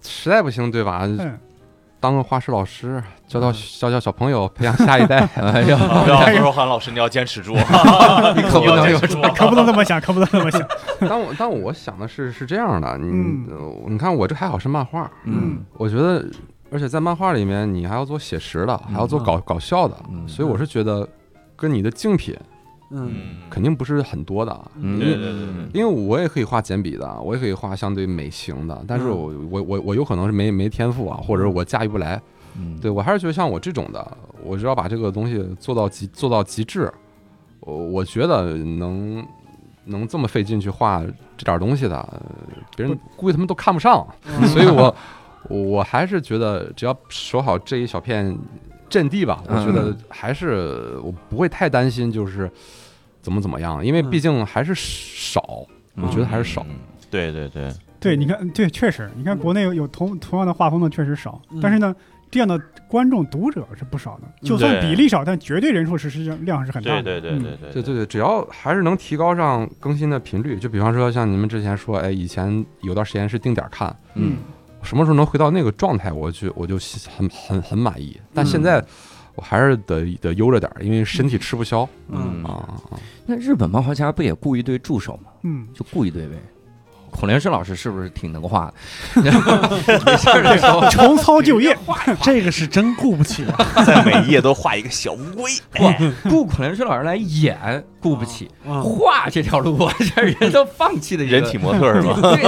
Speaker 4: 实在不行，对吧？
Speaker 2: 嗯
Speaker 4: 当个画室老师，教教教教小朋友，培养下
Speaker 2: *laughs*
Speaker 4: 一代。
Speaker 1: *laughs* 哎呀，
Speaker 6: 啊让何若涵老师你要坚持住，
Speaker 1: 你可
Speaker 6: 你
Speaker 1: 不
Speaker 6: 要
Speaker 1: 能
Speaker 6: 坚
Speaker 1: 有
Speaker 6: 持住。啊
Speaker 2: 可不能这么想，可不能这
Speaker 3: *laughs*
Speaker 2: 么想。
Speaker 4: 但我但我想的是是这样的，你、
Speaker 2: 嗯
Speaker 4: 呃你看我这还好是漫画，
Speaker 1: 嗯
Speaker 4: 我觉得，而且在漫画里面你还要做写实的，还要做搞、搞笑的，
Speaker 1: 嗯
Speaker 4: 所以我是觉得跟你的竞品
Speaker 3: 嗯
Speaker 6: 嗯，
Speaker 4: 肯定不是很多的，
Speaker 1: 嗯
Speaker 6: 对对对对对。
Speaker 4: 因为我也可以画简笔的，我也可以画相对美型的，但是
Speaker 3: 嗯
Speaker 4: 我、我我我有可能是没没天赋啊，或者是我驾驭不来，
Speaker 1: 嗯，
Speaker 4: 对我还是觉得像我这种的，我只要把这个东西做到极做到极致，我我觉得能能这么费劲去画这点东西的，呃别人估计他们都看不上，嗯
Speaker 3: 嗯
Speaker 4: 所以我我还是觉得只要守好这一小片阵地吧，我
Speaker 1: 嗯
Speaker 4: 觉得还是我不会太担心，就是怎么怎么样，因为毕竟还是少，我觉得还是少。
Speaker 6: 嗯。对对对，
Speaker 2: 对，你看，对，确实，你看国内有有同同样的画风的确实少
Speaker 3: 嗯，
Speaker 2: 但是呢，这样的观众读者是不少的，就算
Speaker 6: 对
Speaker 2: 比例少，但绝对人数是实际上量是很大的。
Speaker 6: 对对对
Speaker 2: 嗯
Speaker 6: 对对
Speaker 4: 对对对，只要还是能提高上更新的频率，就比方说像你们之前说，哎，以前有段时间是定点看，
Speaker 2: 嗯，
Speaker 4: 什么时候能回到那个状态，我就我就很很很满意。但现在我还是得得悠着点儿，因为身体吃不消
Speaker 3: 嗯
Speaker 4: 啊啊。啊
Speaker 1: 那日本漫画家不也雇一堆助手吗？
Speaker 2: 嗯，
Speaker 1: 就雇一堆呗。孔连顺老师是不是挺能画的？没事儿的时
Speaker 4: 嗯
Speaker 1: 候
Speaker 2: 重操旧业，
Speaker 3: 这个是真顾不起啊，
Speaker 6: 在每一页都画一个小乌龟，哎
Speaker 1: 雇孔连顺老师来演，雇不起。
Speaker 3: 啊
Speaker 1: 画这条路，我这人都放弃的一个
Speaker 6: *laughs* 人体模特是吧？
Speaker 1: *laughs* 对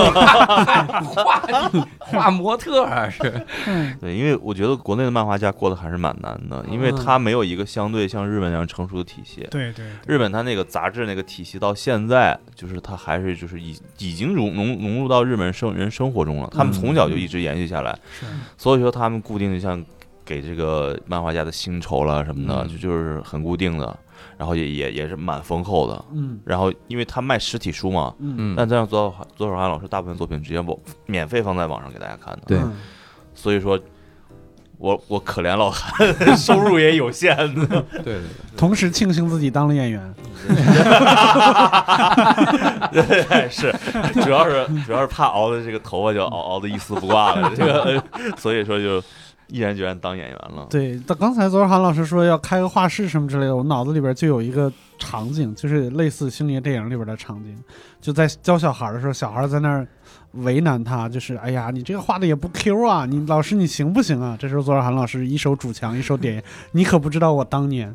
Speaker 1: 画画画模特儿是，
Speaker 2: 嗯，
Speaker 6: 对，因为我觉得国内的漫画家过得还是蛮难的，因为他没有一个相对像日本那样成熟的体系。
Speaker 2: 对对对，
Speaker 6: 日本它那个杂志那个体系到现在，就是它还是就是已已经融融融入到日本生人生活中了，他们从小就一直延续下来，
Speaker 2: 是
Speaker 6: 所以说他们固定的像给这个漫画家的薪酬啦什么的，
Speaker 1: 嗯
Speaker 6: 就就是很固定的，然后也也也是蛮丰厚的。
Speaker 3: 嗯
Speaker 6: 然后因为他卖实体书嘛，
Speaker 3: 嗯
Speaker 1: 嗯
Speaker 6: 但这样左手左手涵老师大部分作品直接网免费放在网上给大家看的，
Speaker 1: 对
Speaker 3: 嗯
Speaker 6: 所以说。我我可怜老韩， *laughs* 收入也有限的，
Speaker 4: 对对对，
Speaker 3: 同时庆幸自己当了演员，
Speaker 6: 对，哎是，主要是主要是怕熬的这个头发就熬熬的一丝不挂了，这个， *laughs* 所以说就毅然决然当演员了。
Speaker 3: 对，但刚才昨儿韩老师说要开个画室什么之类的，我脑子里边就有一个场景，就是类似星爷电影里边的场景，就在教小孩的时候，小孩在那儿为难他，就是哎呀，你这个画的也不 Q 啊，你老师你行不行啊？这时候昨儿韩老师一手主墙，一手点烟，你可不知道我当年，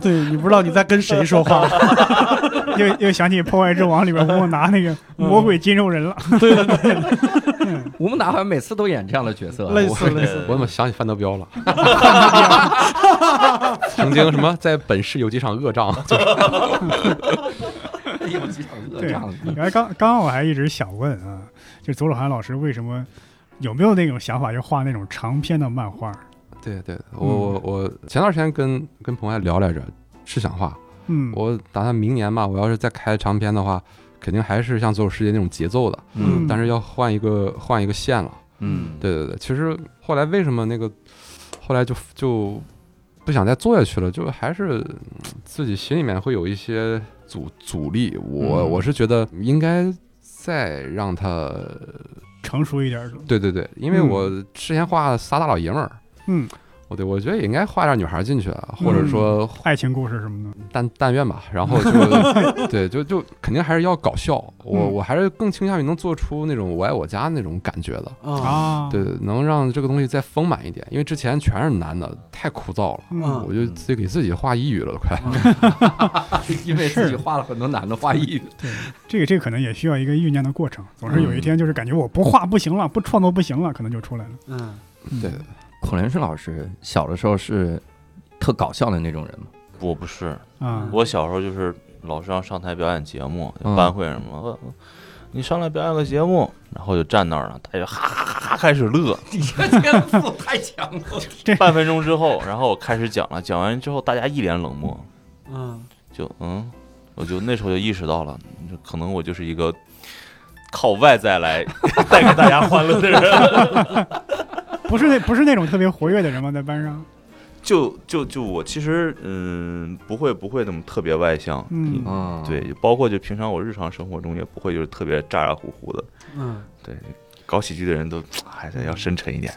Speaker 3: 对你不知道你在跟谁说话。 *laughs*
Speaker 2: 又又想起《破坏之王》里边吴孟达那个
Speaker 3: 嗯
Speaker 2: 魔鬼金肉人了。
Speaker 1: 吴孟达好像每次都演这样的角色，
Speaker 3: 类
Speaker 1: 我
Speaker 3: 似类似，
Speaker 6: 嗯
Speaker 4: 我怎么想起范德彪了？曾经什么在本市有几场恶仗，就是
Speaker 1: 有几场恶
Speaker 2: 对
Speaker 1: 仗。
Speaker 2: 原来刚刚刚我还一直想问啊，就左鲁涵老师为什么有没有那种想法，就画那种长篇的漫画？
Speaker 4: 对对，我我我前段时间跟跟朋友还聊来着，是想画，
Speaker 2: 嗯，
Speaker 4: 我打算明年嘛，我要是再开长篇的话，肯定还是像《左手世界》那种节奏的，
Speaker 2: 嗯
Speaker 4: 但是要换一个换一个线了。
Speaker 1: 嗯，
Speaker 4: 对对对，其实后来为什么那个后来就就不想再做下去了，就还是嗯自己心里面会有一些阻阻力。我、
Speaker 1: 嗯
Speaker 4: 我是觉得应该再让他，
Speaker 2: 成熟一点儿的。
Speaker 4: 对对对，因为
Speaker 2: 嗯
Speaker 4: 我之前画仨大老爷们儿，
Speaker 2: 嗯，
Speaker 4: 我对我觉得也应该画点女孩进去，啊或者说
Speaker 2: 爱情故事什么的，
Speaker 4: 但但愿吧，
Speaker 2: *laughs*
Speaker 4: 然后就对，就就肯定还是要搞笑，我
Speaker 2: 嗯
Speaker 4: 我还是更倾向于能做出那种我爱我家那种感觉的，
Speaker 3: 啊，
Speaker 2: 啊，
Speaker 4: 对，能让这个东西再丰满一点，因为之前全是男的，太枯燥了，
Speaker 2: 嗯
Speaker 3: 嗯
Speaker 4: 我就自己给自己画抑郁了都快。
Speaker 1: 因为自己画了很多男的画抑郁，
Speaker 2: 这个这个可能也需要一个酝酿的过程。总是有一天就是感觉我不画不行了，不创作不行了，可能就出来了。
Speaker 3: 嗯，
Speaker 4: 对，
Speaker 1: 孔连顺老师小的时候是特搞笑的那种人嘛，
Speaker 6: 我不是，
Speaker 2: 啊，
Speaker 3: 嗯
Speaker 6: 我小时候就是老师让上台表演节目，
Speaker 1: 嗯
Speaker 6: 班会什么，呃你上来表演个节目，然后就站那儿了，大家哈哈哈哈开始乐。
Speaker 1: 你这天赋太强了。
Speaker 6: 半分钟之后，然后我开始讲了，讲完之后大家一脸冷漠，
Speaker 3: 嗯，
Speaker 6: 就嗯，我就那时候就意识到了，就可能我就是一个靠外在 *laughs* 来带给大家欢乐的人。
Speaker 2: 不是那不是那种特别活跃的人吗？在班上，
Speaker 6: *laughs* 就就就我其实嗯不会不会那么特别外向，
Speaker 2: 嗯
Speaker 1: 嗯，
Speaker 6: 对，就包括就平常我日常生活中也不会就是特别咋咋呼呼的，
Speaker 3: 嗯，
Speaker 6: 对。搞喜剧的人都还得要深沉一点，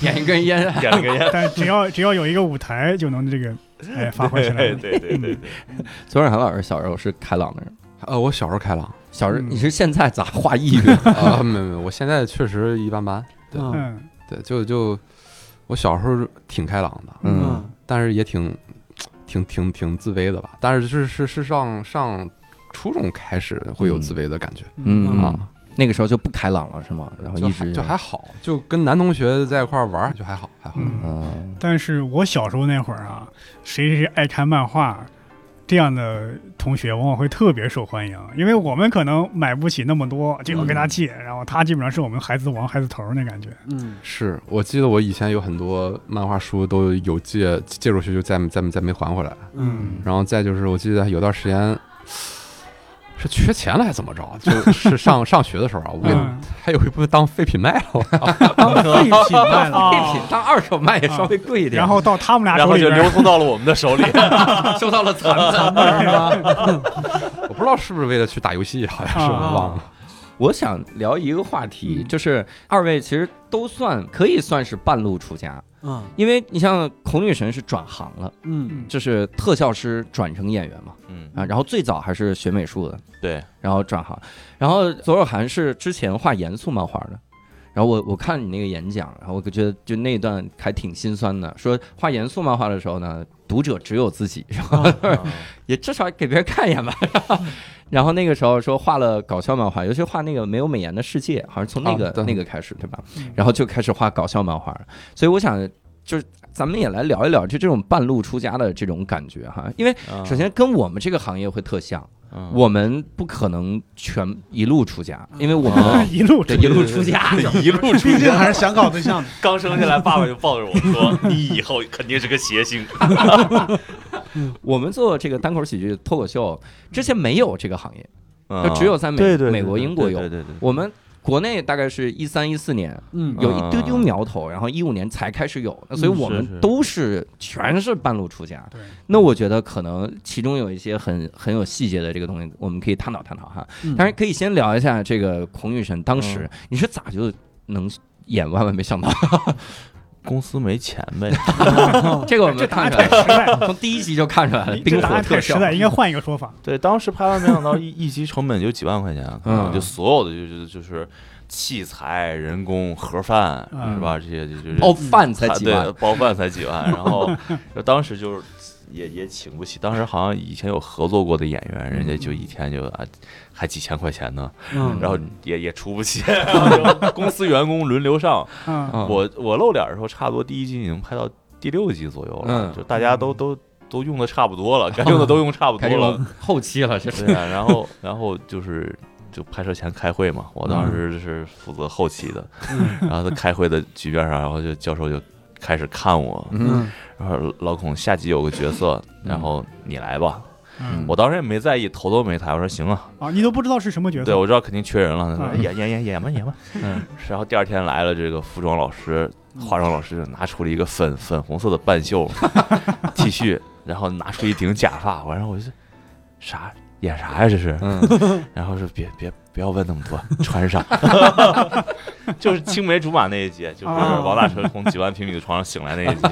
Speaker 1: 点一根 *laughs* 烟，
Speaker 6: 点了个烟。
Speaker 2: 但只要只要有一个舞台，就能这个哎发挥起来
Speaker 6: *laughs* 对
Speaker 2: 了。
Speaker 6: 对对对对，
Speaker 1: 左尔涵老师小时候是开朗的人，
Speaker 4: *laughs* 呃，我小时候开 *laughs* 朗，
Speaker 1: 小时候
Speaker 2: 嗯
Speaker 1: 你是现在咋画抑郁？
Speaker 4: *laughs* 啊、没没，我现在确实一般般，对
Speaker 3: 嗯
Speaker 2: 嗯
Speaker 4: 对，就就我小时候挺开朗的，
Speaker 1: 嗯
Speaker 3: 嗯，
Speaker 4: 但是也挺挺挺挺自卑的吧，但是是是是上上初中开始会有自卑的感觉。
Speaker 1: 嗯
Speaker 4: 啊，
Speaker 1: 那个时候就不开朗了是吗？然后
Speaker 4: 就
Speaker 1: 一
Speaker 4: 还
Speaker 1: 直
Speaker 4: 就还好，就跟男同学在一块儿玩儿就还好，还好。
Speaker 2: 嗯。
Speaker 1: 嗯
Speaker 2: 但是我小时候那会儿啊，谁谁谁爱看漫画，这样的同学往往会特别受欢迎，因为我们可能买不起那么多，就要跟他借，然后他基本上是我们孩子王、孩子头儿那感觉。
Speaker 3: 嗯，
Speaker 4: 是我记得我以前有很多漫画书都有借借出去，就再再再没还回来。
Speaker 3: 嗯，
Speaker 4: 然后再就是我记得有段时间，是缺钱了还怎么着？就是上 *laughs* 上学的时候啊，我给
Speaker 6: *laughs*
Speaker 2: 嗯
Speaker 4: 还有一部分当废品卖了，我操
Speaker 3: 当废品卖
Speaker 2: 哦
Speaker 3: 了。
Speaker 1: 废品当二手卖也稍微贵一点，
Speaker 2: 嗯然后到他们俩
Speaker 6: 然
Speaker 2: 手
Speaker 6: 后
Speaker 2: 里
Speaker 6: 就
Speaker 2: 边
Speaker 6: 流
Speaker 2: 儿，
Speaker 6: 通到了我们的 *laughs* 手里。
Speaker 1: 收到了残残。
Speaker 4: 我不知道是不是为了去打游戏，好像是
Speaker 2: 啊
Speaker 4: 忘了。
Speaker 1: 我想聊一个话题，
Speaker 2: 嗯
Speaker 1: 就是二位其实都算可以算是半路出家，
Speaker 3: 嗯
Speaker 1: 因为你像孔女神是转行了，
Speaker 3: 嗯
Speaker 1: 就是特效师转成演员嘛，
Speaker 6: 嗯，
Speaker 1: 啊，然后最早还是学美术的，
Speaker 6: *laughs* 对，
Speaker 1: 然后转行，然后左尔涵是之前画严肃漫画的，然后我我看你那个演讲，然后我就觉得就那一段还挺心酸的，说画严肃漫画的时候呢，读者只有自己，然后
Speaker 6: 嗯 *laughs*
Speaker 1: 也至少给别人看一眼吧。 *laughs* 然后那个时候说画了搞笑漫画，尤其画那个没有美颜的世界，好像从那个、
Speaker 4: 啊对
Speaker 1: 那个开始，对吧
Speaker 2: 嗯？
Speaker 1: 然后就开始画搞笑漫画，所以我想就是咱们也来聊一聊就这种半路出家的这种感觉哈，因
Speaker 4: 啊
Speaker 1: 为
Speaker 6: 嗯
Speaker 1: 首先跟我们这个行业会特像。
Speaker 6: 嗯
Speaker 1: 我们不可能全一路出家，因为我
Speaker 6: 哦
Speaker 1: 们
Speaker 2: 一
Speaker 1: *laughs*
Speaker 2: 路
Speaker 1: 对
Speaker 2: 出
Speaker 1: 一路出
Speaker 6: *laughs*
Speaker 1: 家，
Speaker 6: 得一路出
Speaker 3: 毕竟
Speaker 6: 家，
Speaker 3: 还是想搞对象的。
Speaker 6: 刚生下来，爸爸就抱着我 *laughs* 说：“你以后肯定是个谐星。
Speaker 1: 我们做这个单口喜剧、脱口秀之前没有这个行业，”
Speaker 6: 嗯
Speaker 1: 就只有在美
Speaker 6: 对对对
Speaker 1: 美国、
Speaker 6: 对
Speaker 1: 英国
Speaker 6: 对
Speaker 1: 有。
Speaker 6: 对对对
Speaker 1: 我们国内大概是一三一四年
Speaker 3: 嗯
Speaker 1: 有一丢丢苗头，然后一五年才开始有，那所以我
Speaker 6: 啊嗯是
Speaker 1: 们
Speaker 6: 是
Speaker 1: 都是全是半路出家。
Speaker 2: 对，
Speaker 1: 那我觉得可能其中有一些很很有细节的这个东西，我们可以探讨探讨哈。
Speaker 3: 嗯
Speaker 1: 当然可以先聊一下这个孔女神，当
Speaker 6: 嗯
Speaker 1: 时你是咋就能演万万没想到？
Speaker 6: 公司没钱
Speaker 1: *laughs*
Speaker 6: 呗，
Speaker 1: 这个我
Speaker 2: 这
Speaker 1: 们
Speaker 2: 答案
Speaker 1: 看出来
Speaker 2: 太
Speaker 1: 了。
Speaker 2: 实在了，
Speaker 1: *laughs* 从第一集就看出来了，
Speaker 2: 这
Speaker 6: *laughs*
Speaker 1: 冰
Speaker 2: 答
Speaker 1: 火
Speaker 2: 案
Speaker 1: 特
Speaker 2: 太实
Speaker 1: 效。
Speaker 2: 在，应该换一个说法。
Speaker 6: 对，当时拍完没想到一一集成本就几万块钱，可能
Speaker 1: 嗯
Speaker 6: 就所有的就是就是器材、人工、盒饭
Speaker 2: 嗯
Speaker 6: 是吧？这些就就是
Speaker 1: 哦，饭才
Speaker 6: 啊
Speaker 1: 几
Speaker 6: 对，
Speaker 1: 万，
Speaker 6: 包饭
Speaker 1: *laughs*
Speaker 6: 才几万，然后就当时就是也也请不起，当时好像以前有合作过的演员，人家就
Speaker 1: 嗯
Speaker 6: 一天就啊还几千块钱呢，
Speaker 3: 嗯
Speaker 6: 然后也也出不起，
Speaker 1: *laughs*
Speaker 6: 然后公司员工轮流上，
Speaker 2: 嗯，
Speaker 1: 嗯
Speaker 6: 我我露脸的时候，差不多第一季已经拍到第六季左右了，
Speaker 1: 嗯
Speaker 6: 就大家都都都用的差不多了，该用的都用差
Speaker 1: *laughs*
Speaker 6: 不多
Speaker 1: 开始
Speaker 6: 了
Speaker 1: 了，后期了，这是
Speaker 6: 对啊，然后然后就是就拍摄前开会嘛，我
Speaker 1: 嗯
Speaker 6: 当时是负责后期的，然后在开会的局面上，然后就教授就开始看我，
Speaker 1: 嗯，
Speaker 6: 然后老孔下集有个角色，然后你来吧，
Speaker 2: 嗯
Speaker 6: 我当时也没在意，头都没抬，我说行啊，
Speaker 2: 啊，你都不知道是什么角色，
Speaker 6: 对我知道肯定缺人了，
Speaker 2: 嗯
Speaker 6: 演演演演吧
Speaker 2: *laughs*
Speaker 6: 演吧，
Speaker 1: 嗯，
Speaker 6: 然后第二天来了这个服装老师。
Speaker 2: 嗯
Speaker 6: 化妆老师就拿出了一个粉粉红色的
Speaker 2: *laughs*
Speaker 6: 半袖 T 恤，然后拿出一顶假发，然后我就啥演啥呀这是？
Speaker 1: 嗯，
Speaker 6: *laughs* 然后说别别不要问那么多，
Speaker 2: *laughs*
Speaker 6: 穿上，就是青梅竹马那一集，就是
Speaker 2: 啊
Speaker 6: 王大成从几万平米的床上醒来那一集，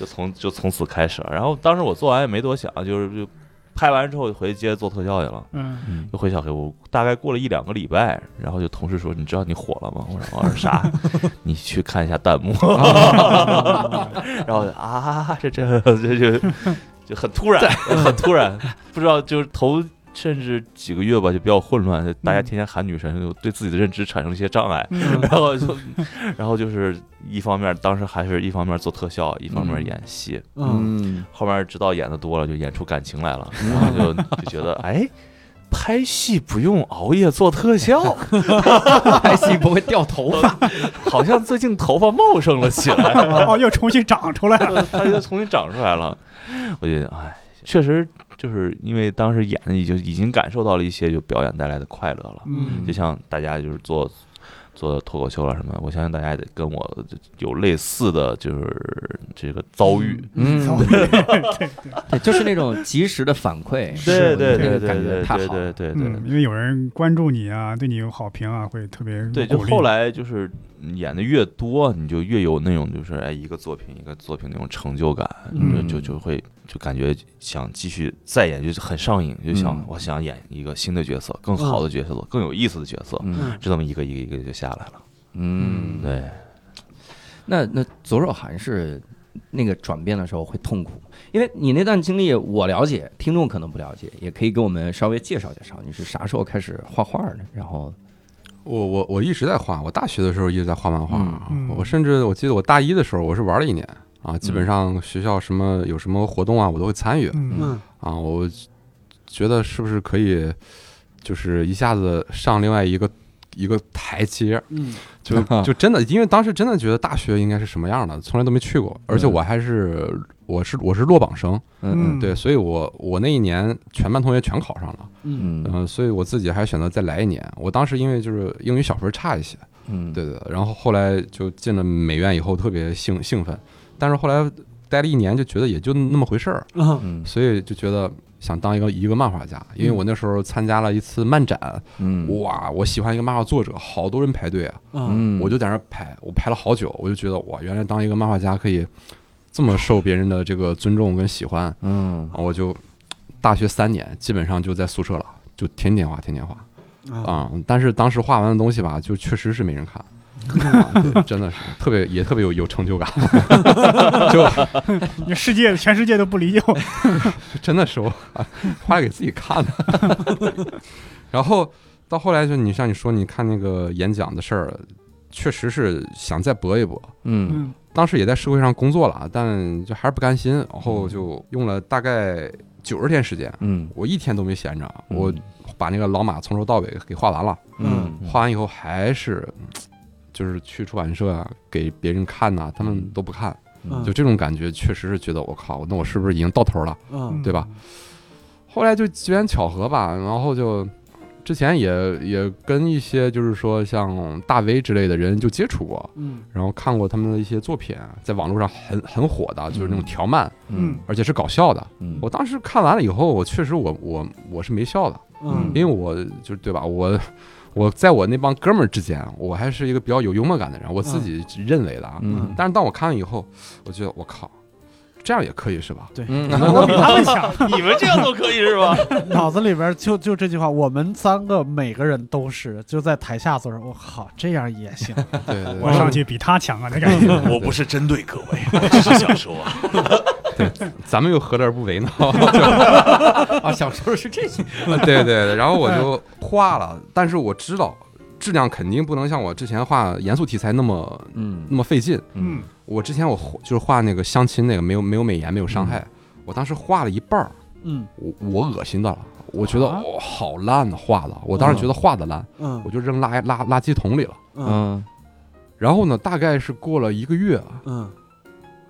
Speaker 6: 就从就从此开始了。然后当时我做完也没多想，就是就拍完之后回去接着做特效去了。
Speaker 2: 嗯，
Speaker 6: 又回小黑屋，大概过了一两个礼拜，然后就同事说：“你知道你火了吗？”我说：“我说啥？ *laughs* 你去看一下弹幕。” *laughs* 然后我就啊，这这这就就很突然，很突然，不知道就是头甚至几个月吧，就比较混乱，就大家天天喊女神，就对自己的认知产生了一些障碍。然后就，然后就是一方面，当时还是一方面做特效，一方面演戏。
Speaker 3: 嗯
Speaker 6: 后面直到演的多了，就演出感情来了，然后就就觉得哎。拍戏不用熬夜做特效， *laughs*
Speaker 1: 拍戏不会掉头发，
Speaker 6: 好像最近头发茂盛了起来， *laughs*
Speaker 2: 哦，又重新长出来了，嗯
Speaker 6: 它就重新长出来了。我觉得，哎，确实就是因为当时演的已经已经感受到了一些就表演带来的快乐了。
Speaker 2: 嗯
Speaker 6: 就像大家就是做做脱口秀啊了什么，我相信大家也得跟我有类似的就是这个 *laughs* 遭遇。
Speaker 2: *laughs*
Speaker 1: 嗯
Speaker 2: 走，
Speaker 1: *laughs* 对，就是那种及时的反馈，是
Speaker 6: 对对
Speaker 1: 我觉
Speaker 6: 对
Speaker 1: 得这
Speaker 6: 对
Speaker 1: 个感觉
Speaker 6: 对
Speaker 1: 太
Speaker 6: 对
Speaker 1: 好
Speaker 6: 对
Speaker 1: 了，
Speaker 6: 对对
Speaker 2: 嗯，因为有人关注你啊，对你有好评啊，会特别
Speaker 6: 对，就
Speaker 2: 鼓励
Speaker 6: 后来就是演的越多，你就越有那种就是哎一个作品一个作品那种成就感，
Speaker 1: 嗯
Speaker 6: 就就就会就感觉想继续再演，就是很上瘾，就想、
Speaker 1: 嗯
Speaker 6: 我想演一个新的角色，更好的角色，更有意思的角色，
Speaker 1: 嗯
Speaker 6: 就这么一个一个一个就下来了。
Speaker 1: 嗯，
Speaker 6: 对，
Speaker 1: 那那左手寒是那个转变的时候会痛苦，因为你那段经历我了解，听众可能不了解，也可以给我们稍微介绍介绍，你是啥时候开始画画的？然后
Speaker 4: 我我我一直在画，我大学的时候一直在画漫画啊，
Speaker 2: 嗯嗯
Speaker 4: 我甚至我记得我大一的时候我是玩了一年啊，基本上学校什么有什么活动啊，我都会参与
Speaker 2: 嗯
Speaker 3: 嗯
Speaker 4: 啊，我觉得是不是可以就是一下子上另外一个一个台阶，
Speaker 3: 嗯，
Speaker 4: 就
Speaker 1: 啊 *laughs*
Speaker 4: 就真的，因为当时真的觉得大学应该是什么样的，从来都没去
Speaker 1: 嗯
Speaker 4: 过，而且我还是我是我是落榜生，
Speaker 2: 嗯
Speaker 4: 对，所以我我那一年全班同学全考上了，
Speaker 1: 嗯
Speaker 4: 嗯、所以我自己还选择再来一年。我当时因为就是英语小分差一些，
Speaker 1: 嗯，
Speaker 4: 对对，对然后后来就进了美院以后特别兴兴奋，但是后来待了一年就觉得也就那么回事儿，
Speaker 3: 啊，
Speaker 1: 嗯
Speaker 4: 所以就觉得想当一个一个漫画家，因为我那时候参加了一次漫展，
Speaker 1: 嗯
Speaker 4: 哇，我喜欢一个漫画作者，好多人排队啊，
Speaker 3: 嗯，
Speaker 1: 嗯，
Speaker 4: 我就在那儿排，我排了好久，我就觉得哇，原来当一个漫画家可以这么受别人的这个尊重跟喜欢，
Speaker 1: 嗯
Speaker 4: 我就大学三年基本上就在宿舍了，就天天画，天天画
Speaker 3: 啊，
Speaker 4: 啊、但是当时画完的东西吧，就确实是没人看。啊对真的是特别，也特别有有成就感，就
Speaker 2: 你世界全世界都不理解我，
Speaker 4: 就真的是我画给自己看的。 *laughs* 然后到后来就你像你说，你看那个演讲的事儿，确实是想再搏一搏。
Speaker 1: 嗯
Speaker 2: 嗯
Speaker 4: 当时也在社会上工作了啊，但就还是不甘心，然
Speaker 3: 嗯
Speaker 4: 后就用了大概九十天时间，
Speaker 1: 嗯
Speaker 4: 我一天都没闲着，
Speaker 3: 嗯
Speaker 4: 我把那个老马从头到尾给画完了。
Speaker 1: 嗯
Speaker 4: 画完以后还是，就是去出版社啊，给别人看呐、他们都不看，
Speaker 3: 嗯
Speaker 4: 就这种感觉，确实是觉得我靠，那我是不是已经到头了？
Speaker 3: 嗯，
Speaker 4: 对吧？后来就机缘巧合吧，然后就之前也也跟一些就是说像大 V 之类的人就接触过，
Speaker 3: 嗯
Speaker 4: 然后看过他们的一些作品，啊在网络上很很火的，啊就是那种条漫，
Speaker 1: 嗯
Speaker 4: 而且是搞笑的。
Speaker 1: 嗯，
Speaker 4: 我当时看完了以后，我确实我我我是没笑的，
Speaker 3: 嗯，
Speaker 4: 因为我就是对吧？我我在我那帮哥们儿之间，啊我还是一个比较有幽默感的人，我自己认为的啊。
Speaker 1: 嗯
Speaker 4: 但是当我看完以后，我觉得我靠，这样也可以是吧？
Speaker 3: 对，
Speaker 1: 嗯
Speaker 2: 我比他们强，
Speaker 6: 你们这样都可以是吧？
Speaker 3: 脑子里边就就这句话，我们三个每个人都是就在台下坐着，我靠，这样也行，
Speaker 4: 对对对
Speaker 2: 我上去比他强啊，那感觉。
Speaker 6: *laughs* 我不是针对各位，我只是想说啊，
Speaker 4: 咱们又何乐而不为呢？ *laughs*
Speaker 1: 啊，想说的是这些，哎
Speaker 4: 对对对，然后我就画了，但是我知道质量肯定不能像我之前画严肃题材那么
Speaker 1: 嗯
Speaker 4: 那么费劲。
Speaker 2: 嗯，
Speaker 4: 我之前我画就是画那个相亲那个，没有没有美颜，没有伤害。
Speaker 1: 嗯
Speaker 4: 我当时画了一半儿，
Speaker 3: *laughs* 嗯
Speaker 4: 我我恶心的了，我觉得
Speaker 2: 啊
Speaker 4: 哦好烂的画的，我当时觉得画的烂，
Speaker 3: 嗯
Speaker 4: 我就扔垃垃垃圾桶里了。
Speaker 3: 嗯
Speaker 1: 嗯
Speaker 4: 然后呢，大概是过了一个月，
Speaker 3: 嗯